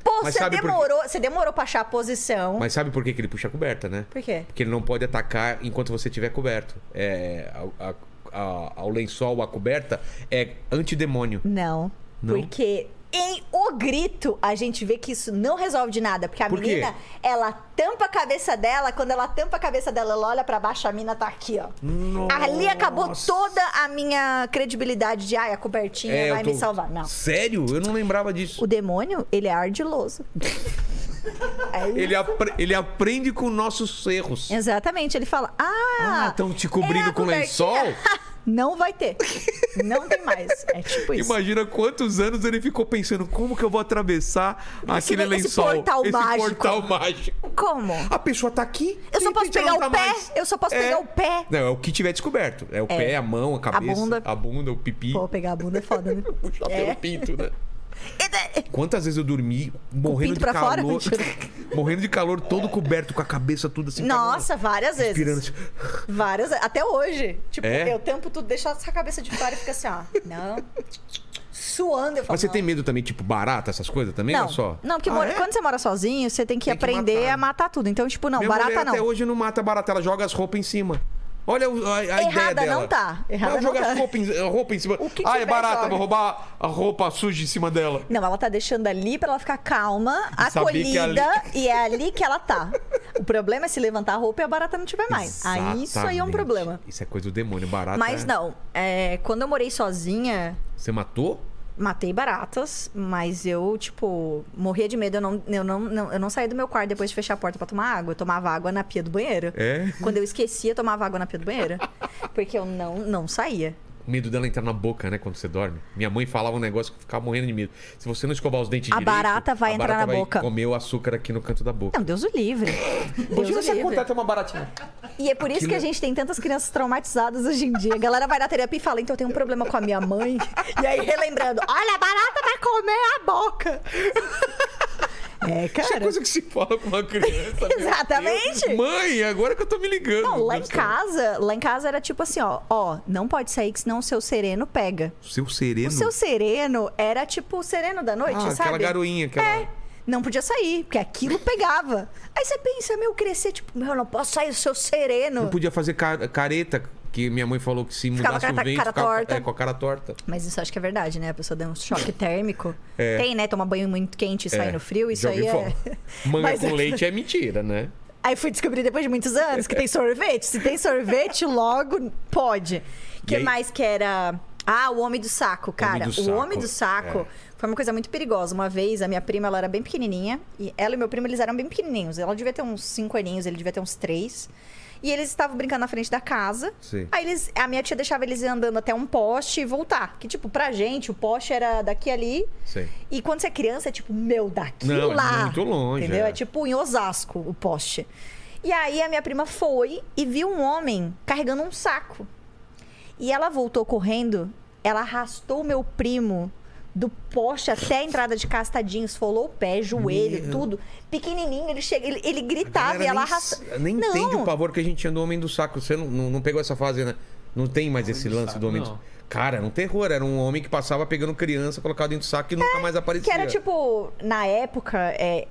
Speaker 3: Pô,
Speaker 1: Mas
Speaker 3: você
Speaker 1: sabe por quê?
Speaker 3: demorou, você demorou pra achar a posição.
Speaker 1: Mas sabe por que, que ele puxa a coberta, né?
Speaker 3: Por quê?
Speaker 1: Porque ele não pode atacar enquanto você estiver coberto. É, a- a- a- ao lençol, a coberta, é antidemônio.
Speaker 3: Não,
Speaker 1: Não?
Speaker 3: Porque em O Grito, a gente vê que isso não resolve de nada. Porque a
Speaker 1: Por quê?
Speaker 3: menina, ela tampa a cabeça dela. Quando ela tampa a cabeça dela, ela olha pra baixo, a mina tá aqui, ó. Ali acabou toda a minha credibilidade de, ai, a cobertinha
Speaker 1: É, eu
Speaker 3: vai
Speaker 1: tô-
Speaker 3: me salvar. Não.
Speaker 1: Sério? Eu não lembrava disso.
Speaker 3: O demônio, ele é
Speaker 1: [LAUGHS]
Speaker 3: ardiloso. Aí-
Speaker 1: Ele, apre- ele aprende com nossos erros.
Speaker 3: Exatamente, ele fala, ah...
Speaker 1: Ah, tão te
Speaker 3: é
Speaker 1: cobrindo
Speaker 3: a
Speaker 1: com
Speaker 3: cobertinha?
Speaker 1: lençol?
Speaker 3: Não vai ter. Não tem mais. É tipo isso.
Speaker 1: Imagina quantos anos ele ficou pensando como que eu vou atravessar aquele
Speaker 3: esse
Speaker 1: lençol,
Speaker 3: portal
Speaker 1: esse
Speaker 3: mágico.
Speaker 1: portal mágico.
Speaker 3: Como?
Speaker 1: A pessoa tá aqui.
Speaker 3: Eu
Speaker 1: de
Speaker 3: só posso
Speaker 1: repente ela
Speaker 3: pegar
Speaker 1: não tá
Speaker 3: o pé.
Speaker 1: mais.
Speaker 3: Eu só posso
Speaker 1: É.
Speaker 3: pegar o pé.
Speaker 1: Não, é o que tiver descoberto. É o pé, a mão, a cabeça,
Speaker 3: bunda.
Speaker 1: a bunda o pipi.
Speaker 3: Pô, pegar a bunda é
Speaker 1: [LAUGHS]
Speaker 3: foda, né?
Speaker 1: Puxar
Speaker 3: É.
Speaker 1: pelo pinto, né? Quantas vezes eu dormi morrendo
Speaker 3: pinto
Speaker 1: de
Speaker 3: pra fora?
Speaker 1: calor,
Speaker 3: Mentira.
Speaker 1: [LAUGHS] morrendo de calor, todo coberto com a cabeça tudo assim.
Speaker 3: Nossa, várias
Speaker 1: pra- respirando.
Speaker 3: vezes.
Speaker 1: assim.
Speaker 3: Várias Até hoje. Tipo,
Speaker 1: É?
Speaker 3: eu tampo tudo, deixo essa cabeça de fora e fica assim, ó. Não. Suando, eu falo.
Speaker 1: Mas você
Speaker 3: não.
Speaker 1: tem medo também, tipo, barata, essas coisas também?
Speaker 3: Não,
Speaker 1: ou só?
Speaker 3: não, porque
Speaker 1: Ah,
Speaker 3: mora-
Speaker 1: é?
Speaker 3: quando você mora sozinho, você tem que
Speaker 1: Tem que
Speaker 3: aprender
Speaker 1: matar.
Speaker 3: a matar tudo. Então, tipo, não,
Speaker 1: Minha mulher
Speaker 3: barata
Speaker 1: até
Speaker 3: não.
Speaker 1: hoje não mata barata, ela joga as roupas em cima. Olha o- a, a ideia
Speaker 3: Errada
Speaker 1: dela.
Speaker 3: não tá. Errada
Speaker 1: Vai
Speaker 3: não
Speaker 1: jogar
Speaker 3: tá.
Speaker 1: roupa, em, roupa em cima.
Speaker 3: O que
Speaker 1: ah, é
Speaker 3: tiver,
Speaker 1: barata,
Speaker 3: joga.
Speaker 1: vou roubar a roupa suja em cima dela.
Speaker 3: Não, ela tá deixando ali pra ela ficar calma,
Speaker 1: E saber que é
Speaker 3: acolhida, e é ali que ela tá. O problema é se levantar a roupa e a barata não tiver mais. Aí isso aí é um
Speaker 1: Exatamente.
Speaker 3: problema.
Speaker 1: Isso é coisa do demônio, barata.
Speaker 3: Mas não, é, quando eu morei sozinha,
Speaker 1: Você matou?
Speaker 3: matei baratas, mas eu, tipo, morria de medo. Eu não, eu não, não- eu não saía do meu quarto depois de fechar a porta pra tomar água. Eu tomava água na pia do banheiro.
Speaker 1: É.
Speaker 3: Quando eu esquecia, eu tomava água na pia do banheiro. Porque eu não, não saía.
Speaker 1: O medo dela entrar na boca, né, quando você dorme. Minha mãe falava um negócio que eu ficava morrendo de medo. Se você não escovar os dentes
Speaker 3: A
Speaker 1: direito,
Speaker 3: barata vai
Speaker 1: a
Speaker 3: entrar
Speaker 1: barata
Speaker 3: na
Speaker 1: vai
Speaker 3: boca.
Speaker 1: comer o açúcar aqui no canto da boca.
Speaker 3: Não, Deus o livre. Deus o livre.
Speaker 1: até uma baratinha.
Speaker 3: E é por isso que a gente tem tantas crianças traumatizadas hoje em dia. A galera vai na terapia e fala, então eu tenho um problema com a minha mãe. E aí, relembrando, olha, a barata vai comer a boca. É,
Speaker 1: Isso é
Speaker 3: cara.
Speaker 1: coisa que se fala pra uma criança. né?
Speaker 3: [LAUGHS] Exatamente.
Speaker 1: Mãe, agora que eu tô me ligando.
Speaker 3: Não, lá em
Speaker 1: Deus
Speaker 3: casa, lá em casa era tipo assim, ó, ó, não pode sair que senão o seu sereno pega.
Speaker 1: do céu. Seu sereno.
Speaker 3: O seu sereno era tipo o sereno da noite,
Speaker 1: ah,
Speaker 3: sabe?
Speaker 1: aquela garoinha, aquela...
Speaker 3: É. Não podia sair, porque aquilo pegava. Aí você pensa, meu, crescer, tipo, meu, não posso sair, o seu sereno.
Speaker 1: Não podia fazer ca- careta, que minha mãe falou que se
Speaker 3: Ficava
Speaker 1: mudasse
Speaker 3: com a
Speaker 1: o
Speaker 3: cara-
Speaker 1: vento,
Speaker 3: cara
Speaker 1: ficava
Speaker 3: torta.
Speaker 1: é, com a cara torta.
Speaker 3: Mas isso acho que é verdade, né? A pessoa deu um choque térmico. Tem, né? Toma banho muito quente e sai
Speaker 1: É,
Speaker 3: no frio, isso
Speaker 1: já ouvi
Speaker 3: aí é. [LAUGHS]
Speaker 1: falar. Manga
Speaker 3: Mas-
Speaker 1: com leite é mentira, né?
Speaker 3: Aí fui descobrir depois de muitos anos que tem sorvete. Se
Speaker 1: [LAUGHS]
Speaker 3: tem sorvete, logo pode. O
Speaker 1: E
Speaker 3: que
Speaker 1: aí-
Speaker 3: mais que era. Ah, o homem do saco, cara.
Speaker 1: do
Speaker 3: o
Speaker 1: saco,
Speaker 3: homem do saco
Speaker 1: é.
Speaker 3: foi uma coisa muito perigosa. Uma vez, a minha prima, ela era bem pequenininha. E ela e meu primo, eles eram bem pequenininhos. Ela devia ter uns cinco aninhos, ele devia ter uns três. E eles estavam brincando na frente da casa.
Speaker 1: Sim.
Speaker 3: Aí eles, a minha tia deixava eles ir andando até um poste e voltar. Que, tipo, pra gente, o poste era daqui ali.
Speaker 1: Sei.
Speaker 3: E quando você é criança, é tipo, meu, daqui
Speaker 1: Não, é
Speaker 3: lá.
Speaker 1: muito longe,
Speaker 3: Entendeu?
Speaker 1: é.
Speaker 3: É. tipo em Osasco, o poste. E aí a minha prima foi e viu um homem carregando um saco. E ela voltou correndo, ela arrastou o meu primo do poste até a entrada de castadinho, esfolou o pé, joelho, tudo. Pequenininho, ele chega, ele, ele
Speaker 1: A
Speaker 3: gritava
Speaker 1: galera
Speaker 3: e ela
Speaker 1: nem,
Speaker 3: arrastou.
Speaker 1: nem
Speaker 3: Não.
Speaker 1: entende o pavor que a gente tinha do Homem do Saco. Você não, não, não pegou essa fase, né? Não tem mais esse
Speaker 4: do
Speaker 1: lance
Speaker 4: Saco,
Speaker 1: do Homem do
Speaker 4: não.
Speaker 1: Saco. Cara, era um terror. Era um homem que passava pegando criança, colocava dentro do saco e nunca mais aparecia.
Speaker 3: É, Que era tipo, na época, é,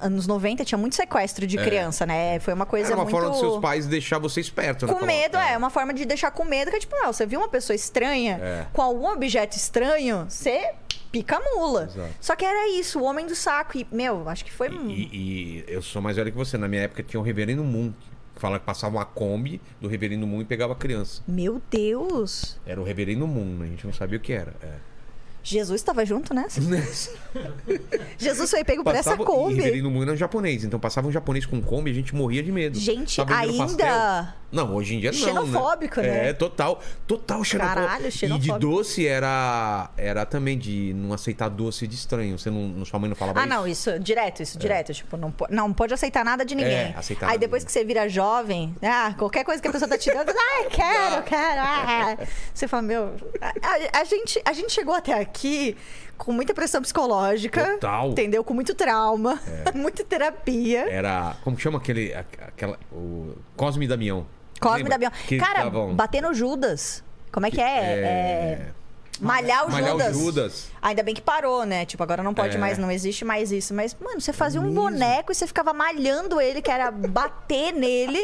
Speaker 3: anos 90 tinha muito sequestro de criança, né? Foi uma coisa
Speaker 1: É. Era uma
Speaker 3: muito...
Speaker 1: forma dos seus pais deixar você esperto, né?
Speaker 3: Com
Speaker 1: Falar,
Speaker 3: medo, é. Uma forma de deixar com medo, que é tipo, não, você viu uma pessoa estranha,
Speaker 1: É.
Speaker 3: com algum objeto estranho, você pica a mula.
Speaker 1: Exato.
Speaker 3: Só que era isso, o homem do saco. E, meu, acho que foi. um
Speaker 1: E, e eu sou mais velho que você. Na minha época tinha o Reverendo Moon. Que fala que passava uma Kombi do Reverendo Moon e pegava a criança.
Speaker 3: Meu Deus!
Speaker 1: Era o Reverendo Moon, né? A gente não sabia o que era. É.
Speaker 3: Jesus estava junto, né? [LAUGHS] Jesus foi pego por
Speaker 1: Uhum. passava,
Speaker 3: essa
Speaker 1: E
Speaker 3: Kombi.
Speaker 1: Reverendo Moon era japonês. Então passava um japonês com Kombi e a gente morria de medo.
Speaker 3: Gente,
Speaker 1: Tava vendendo
Speaker 3: ainda-
Speaker 1: pastel. Não, hoje em dia não. né?
Speaker 3: Xenofóbico, né?
Speaker 1: É, total. Total xenofóbico.
Speaker 3: Caralho,
Speaker 1: E de
Speaker 3: xenofóbico.
Speaker 1: doce era, era também de não aceitar doce de estranho. Você não, não- sua mãe não falava
Speaker 3: Ah,
Speaker 1: isso?
Speaker 3: não, isso, direto, isso, direto. Tipo, não, po- não pode aceitar nada de ninguém.
Speaker 1: É, aceitar
Speaker 3: Aí
Speaker 1: nada
Speaker 3: depois
Speaker 1: de
Speaker 3: que você vira jovem, ah, qualquer coisa que a pessoa tá te
Speaker 1: [LAUGHS]
Speaker 3: dando, ah, eu quero, eu quero. Ah. Você fala, meu, a, a- a gente, a gente chegou até aqui com muita pressão psicológica.
Speaker 1: Total. É.
Speaker 3: Entendeu? Com muito trauma, [LAUGHS] muita terapia.
Speaker 1: Era. Como que chama aquele. a- Aquela, o Cosme e Damião.
Speaker 3: Cosme
Speaker 1: Lembra?
Speaker 3: da Bion.
Speaker 1: Que tá
Speaker 3: Cara,
Speaker 1: davam-
Speaker 3: bater no Judas. Como é que é? É- Malhar o
Speaker 1: Malhar o
Speaker 3: Judas.
Speaker 1: Judas.
Speaker 3: Ainda bem que parou, né? Tipo, agora não pode
Speaker 1: É.
Speaker 3: mais, não existe mais isso. Mas, mano, você fazia um boneco e você ficava malhando ele, que era bater nele.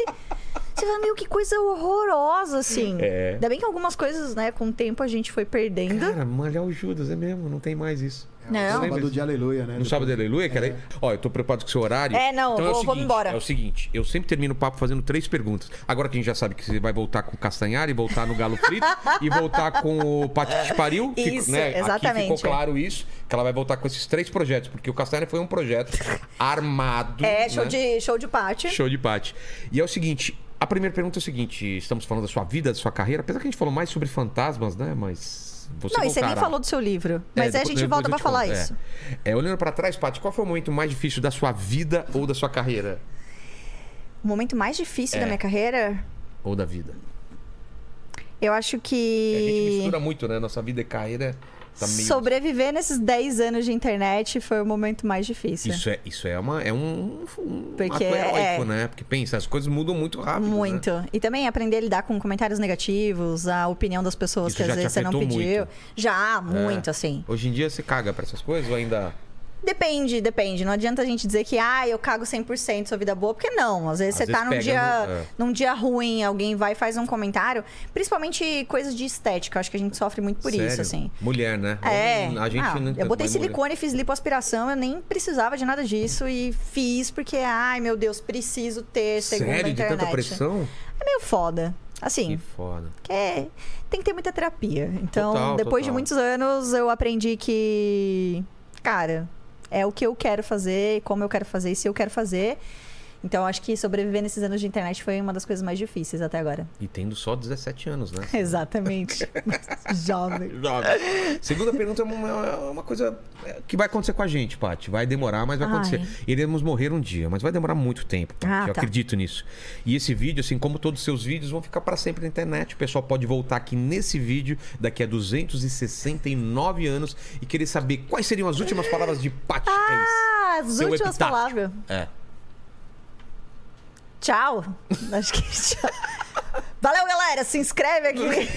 Speaker 3: Você fala, meu, que coisa horrorosa, assim.
Speaker 1: É.
Speaker 3: Ainda bem que algumas coisas, né, com o tempo a gente foi perdendo.
Speaker 1: Cara, malhar o Judas é mesmo, não tem mais isso.
Speaker 3: Não.
Speaker 1: lembra
Speaker 2: Sábado
Speaker 1: disso?
Speaker 2: de aleluia, né?
Speaker 1: No
Speaker 2: Depois-
Speaker 1: sábado de aleluia, cara. Ó, eu tô preocupado com o seu horário.
Speaker 3: É, não,
Speaker 1: então
Speaker 3: eu
Speaker 1: é o
Speaker 3: vou-
Speaker 1: seguinte,
Speaker 3: vou embora.
Speaker 1: É o seguinte, eu sempre termino o papo fazendo três perguntas. Agora que a gente já sabe que você vai voltar com o Castanhari, voltar no Galo Frito
Speaker 3: [LAUGHS]
Speaker 1: e voltar com o Patite Pariu. que,
Speaker 3: Isso,
Speaker 1: né, Aqui ficou
Speaker 3: exatamente, é.
Speaker 1: claro isso, que ela vai voltar com esses três projetos, porque o Castanhari foi um
Speaker 3: [LAUGHS]
Speaker 1: projeto armado.
Speaker 3: É, show
Speaker 1: né?
Speaker 3: de, show de parte.
Speaker 1: Show de bate. E é o seguinte, a primeira pergunta é o seguinte, estamos falando da sua vida, da sua carreira, apesar que a gente falou mais sobre fantasmas, né? Mas você
Speaker 3: não, e você nem
Speaker 1: voltará.
Speaker 3: falou do seu livro. Mas
Speaker 1: É,
Speaker 3: aí a
Speaker 1: depois-
Speaker 3: gente
Speaker 1: depois
Speaker 3: volta
Speaker 1: eu
Speaker 3: pra
Speaker 1: te
Speaker 3: falar
Speaker 1: conto, é.
Speaker 3: isso.
Speaker 1: É, olhando pra trás, Paty, qual foi o momento mais difícil da sua vida ou da sua carreira?
Speaker 3: O momento mais difícil
Speaker 1: É.
Speaker 3: da minha carreira,
Speaker 1: Ou da vida?
Speaker 3: eu acho
Speaker 1: É A gente
Speaker 3: que.
Speaker 1: mistura muito, né? Nossa vida e carreira tá meio...
Speaker 3: Sobreviver nesses 10 anos de internet foi o momento mais difícil.
Speaker 1: Isso é, isso é, uma, é um, um
Speaker 3: Porque
Speaker 1: ato heróico,
Speaker 3: é-
Speaker 1: né? Porque pensa, as coisas mudam muito rápido. né?
Speaker 3: Muito. E também aprender a lidar com comentários negativos, a opinião das pessoas
Speaker 1: Isso
Speaker 3: que
Speaker 1: já
Speaker 3: às
Speaker 1: te
Speaker 3: vezes você não
Speaker 1: afetou É.
Speaker 3: pediu.
Speaker 1: muito?
Speaker 3: Já, muito, assim.
Speaker 1: Hoje em dia você caga pra essas coisas ou ainda
Speaker 3: Depende, depende. Não adianta a gente dizer que, ah, eu cago 100% sua vida boa, porque não. Às vezes
Speaker 1: Às
Speaker 3: você
Speaker 1: vezes
Speaker 3: tá num
Speaker 1: pega
Speaker 3: dia,
Speaker 1: no- é.
Speaker 3: num dia ruim, alguém vai e faz um comentário. Principalmente coisas de estética. eu Acho que a gente sofre muito por isso,
Speaker 1: Sério?
Speaker 3: assim.
Speaker 1: Mulher, né?
Speaker 3: É.
Speaker 1: A gente
Speaker 3: Ah,
Speaker 1: não tanto,
Speaker 3: eu botei
Speaker 1: mas mulher.
Speaker 3: silicone, fiz lipoaspiração, eu nem precisava de nada disso e fiz porque, ai meu Deus, preciso ter, segundo a
Speaker 1: Sério? De
Speaker 3: internet.
Speaker 1: tanta pressão?
Speaker 3: É meio foda. Assim,
Speaker 1: Que foda.
Speaker 3: que é- tem que ter muita terapia. Então,
Speaker 1: Total,
Speaker 3: depois de
Speaker 1: total.
Speaker 3: muitos anos, eu aprendi que, cara, é o que eu quero fazer, como eu quero fazer e se eu quero fazer. Então, acho que sobreviver nesses anos de internet foi uma das coisas mais difíceis até agora.
Speaker 1: E tendo só 17 anos, né?
Speaker 3: [LAUGHS] Exatamente. [LAUGHS] Jovem.
Speaker 1: Jovem. [LAUGHS] Segunda pergunta é uma, é uma coisa é, que vai acontecer com a gente, Paty. Vai demorar, mas vai
Speaker 3: Ai.
Speaker 1: acontecer. Iremos morrer um dia, mas vai demorar muito tempo. Paty.
Speaker 3: Ah,
Speaker 1: Eu
Speaker 3: tá.
Speaker 1: acredito nisso. E esse vídeo, assim como todos os seus vídeos, vão ficar para sempre na internet. O pessoal pode voltar aqui nesse vídeo daqui a 269 anos e querer saber quais seriam as últimas palavras de Paty. Ah!
Speaker 3: Ah, as
Speaker 1: Seu
Speaker 3: últimas
Speaker 1: epitáfio.
Speaker 3: palavras.
Speaker 1: É.
Speaker 3: Tchau. [LAUGHS] Acho que é tchau. Valeu, galera. Se inscreve
Speaker 1: [LAUGHS]
Speaker 3: aqui.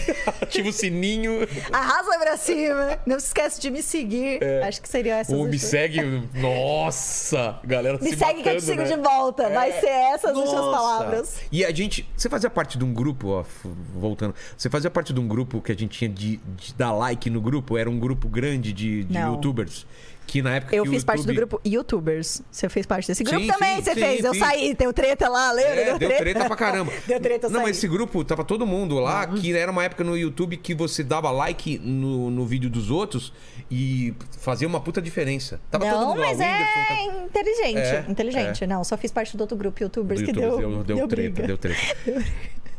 Speaker 1: Ativa o sininho.
Speaker 3: Arrasa pra cima. Não se esquece de me seguir.
Speaker 1: É.
Speaker 3: Acho que seriam essas
Speaker 1: Ou me
Speaker 3: últimas-
Speaker 1: segue. Nossa! Galera,
Speaker 3: Me
Speaker 1: se
Speaker 3: segue que eu
Speaker 1: matando,
Speaker 3: te sigo
Speaker 1: né?
Speaker 3: de volta. Vai ser essas últimas
Speaker 1: Nossa!
Speaker 3: palavras.
Speaker 1: E a gente. Você fazia parte de um grupo, ó, f- voltando. Você fazia parte de um grupo que a gente tinha de, de dar like no grupo? Era um grupo grande de, de
Speaker 3: Não.
Speaker 1: youtubers? Que na época.
Speaker 3: Eu
Speaker 1: que o
Speaker 3: fiz parte do
Speaker 1: YouTube-
Speaker 3: grupo YouTubers. Você fez parte desse grupo
Speaker 1: Sim,
Speaker 3: também,
Speaker 1: sim,
Speaker 3: você
Speaker 1: sim,
Speaker 3: fez. Eu
Speaker 1: sim.
Speaker 3: saí, deu treta lá, lembra?
Speaker 1: É, deu treta. pra caramba.
Speaker 3: [LAUGHS] Deu treta, Uhum. eu
Speaker 1: Não,
Speaker 3: saí.
Speaker 1: mas esse grupo tava todo mundo lá, que era uma época no YouTube que você dava like no, no vídeo dos outros e fazia uma puta diferença. Tava todo
Speaker 3: Não,
Speaker 1: mundo lá,
Speaker 3: mas
Speaker 1: o Whindersson, tá-
Speaker 3: é inteligente,
Speaker 1: É,
Speaker 3: inteligente. Não, só fiz parte do outro grupo
Speaker 1: do
Speaker 3: YouTubers que
Speaker 1: YouTube,
Speaker 3: deu,
Speaker 1: deu, treta,
Speaker 3: briga.
Speaker 1: deu
Speaker 3: [LAUGHS]
Speaker 1: treta.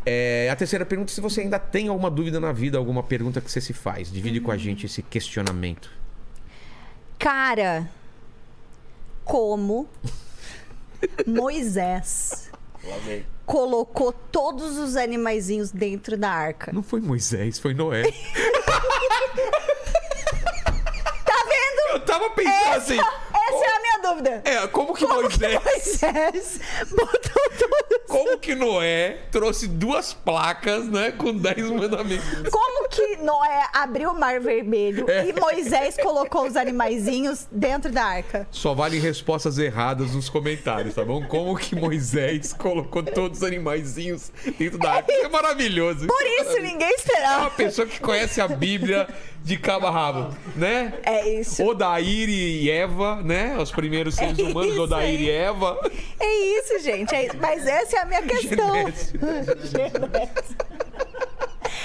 Speaker 1: É, a terceira pergunta é se você ainda tem alguma dúvida na vida, alguma pergunta que você se faz. Divide
Speaker 3: Hum.
Speaker 1: com a gente esse questionamento.
Speaker 3: Cara,
Speaker 1: [LAUGHS]
Speaker 3: como Moisés colocou todos os animaizinhos dentro da arca?
Speaker 1: Não foi Moisés, foi
Speaker 3: [LAUGHS]
Speaker 1: Noé.
Speaker 3: Tá vendo?
Speaker 1: Eu tava pensando assim.
Speaker 3: Essa é a minha dúvida.
Speaker 1: É, como que
Speaker 3: Como que
Speaker 1: Moisés. é,
Speaker 3: Moisés é, botou todos.
Speaker 1: Como que Noé trouxe duas placas, né? Com dez mandamentos.
Speaker 3: Como que Noé abriu o mar vermelho
Speaker 1: É.
Speaker 3: e Moisés colocou os animaizinhos dentro da arca?
Speaker 1: Só vale respostas erradas nos comentários, tá bom? Como que Moisés colocou todos os animaizinhos dentro da arca? Isso é maravilhoso.
Speaker 3: Por isso ninguém
Speaker 1: É [LAUGHS] uma
Speaker 3: esperava.
Speaker 1: pessoa que conhece a Bíblia de cabo a rabo, né?
Speaker 3: É isso.
Speaker 1: Odair e Eva, né? Os primeiros seres
Speaker 3: É
Speaker 1: humanos,
Speaker 3: isso
Speaker 1: Odair
Speaker 3: aí.
Speaker 1: e Eva.
Speaker 3: É isso, gente. É isso. Mas essa é a minha questão.
Speaker 1: Genésio.
Speaker 3: Genésio.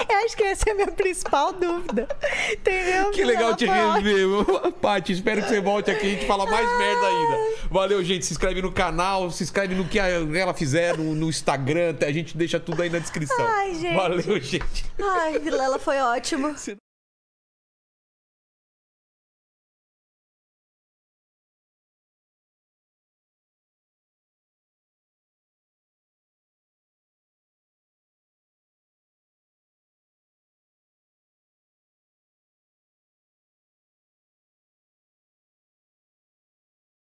Speaker 3: Eu acho que essa é a minha principal dúvida. Entendeu?
Speaker 1: Que legal
Speaker 3: Ela
Speaker 1: te
Speaker 3: foi ótima.
Speaker 1: receber, Paty. Espero que você volte aqui e a gente fala mais merda ainda. Valeu, gente. Se inscreve no canal, se inscreve no que a- ela fizer no, no Instagram. A gente deixa tudo aí na descrição.
Speaker 3: Ai, gente.
Speaker 1: Valeu, gente.
Speaker 3: Ai, Vilela, foi ótimo.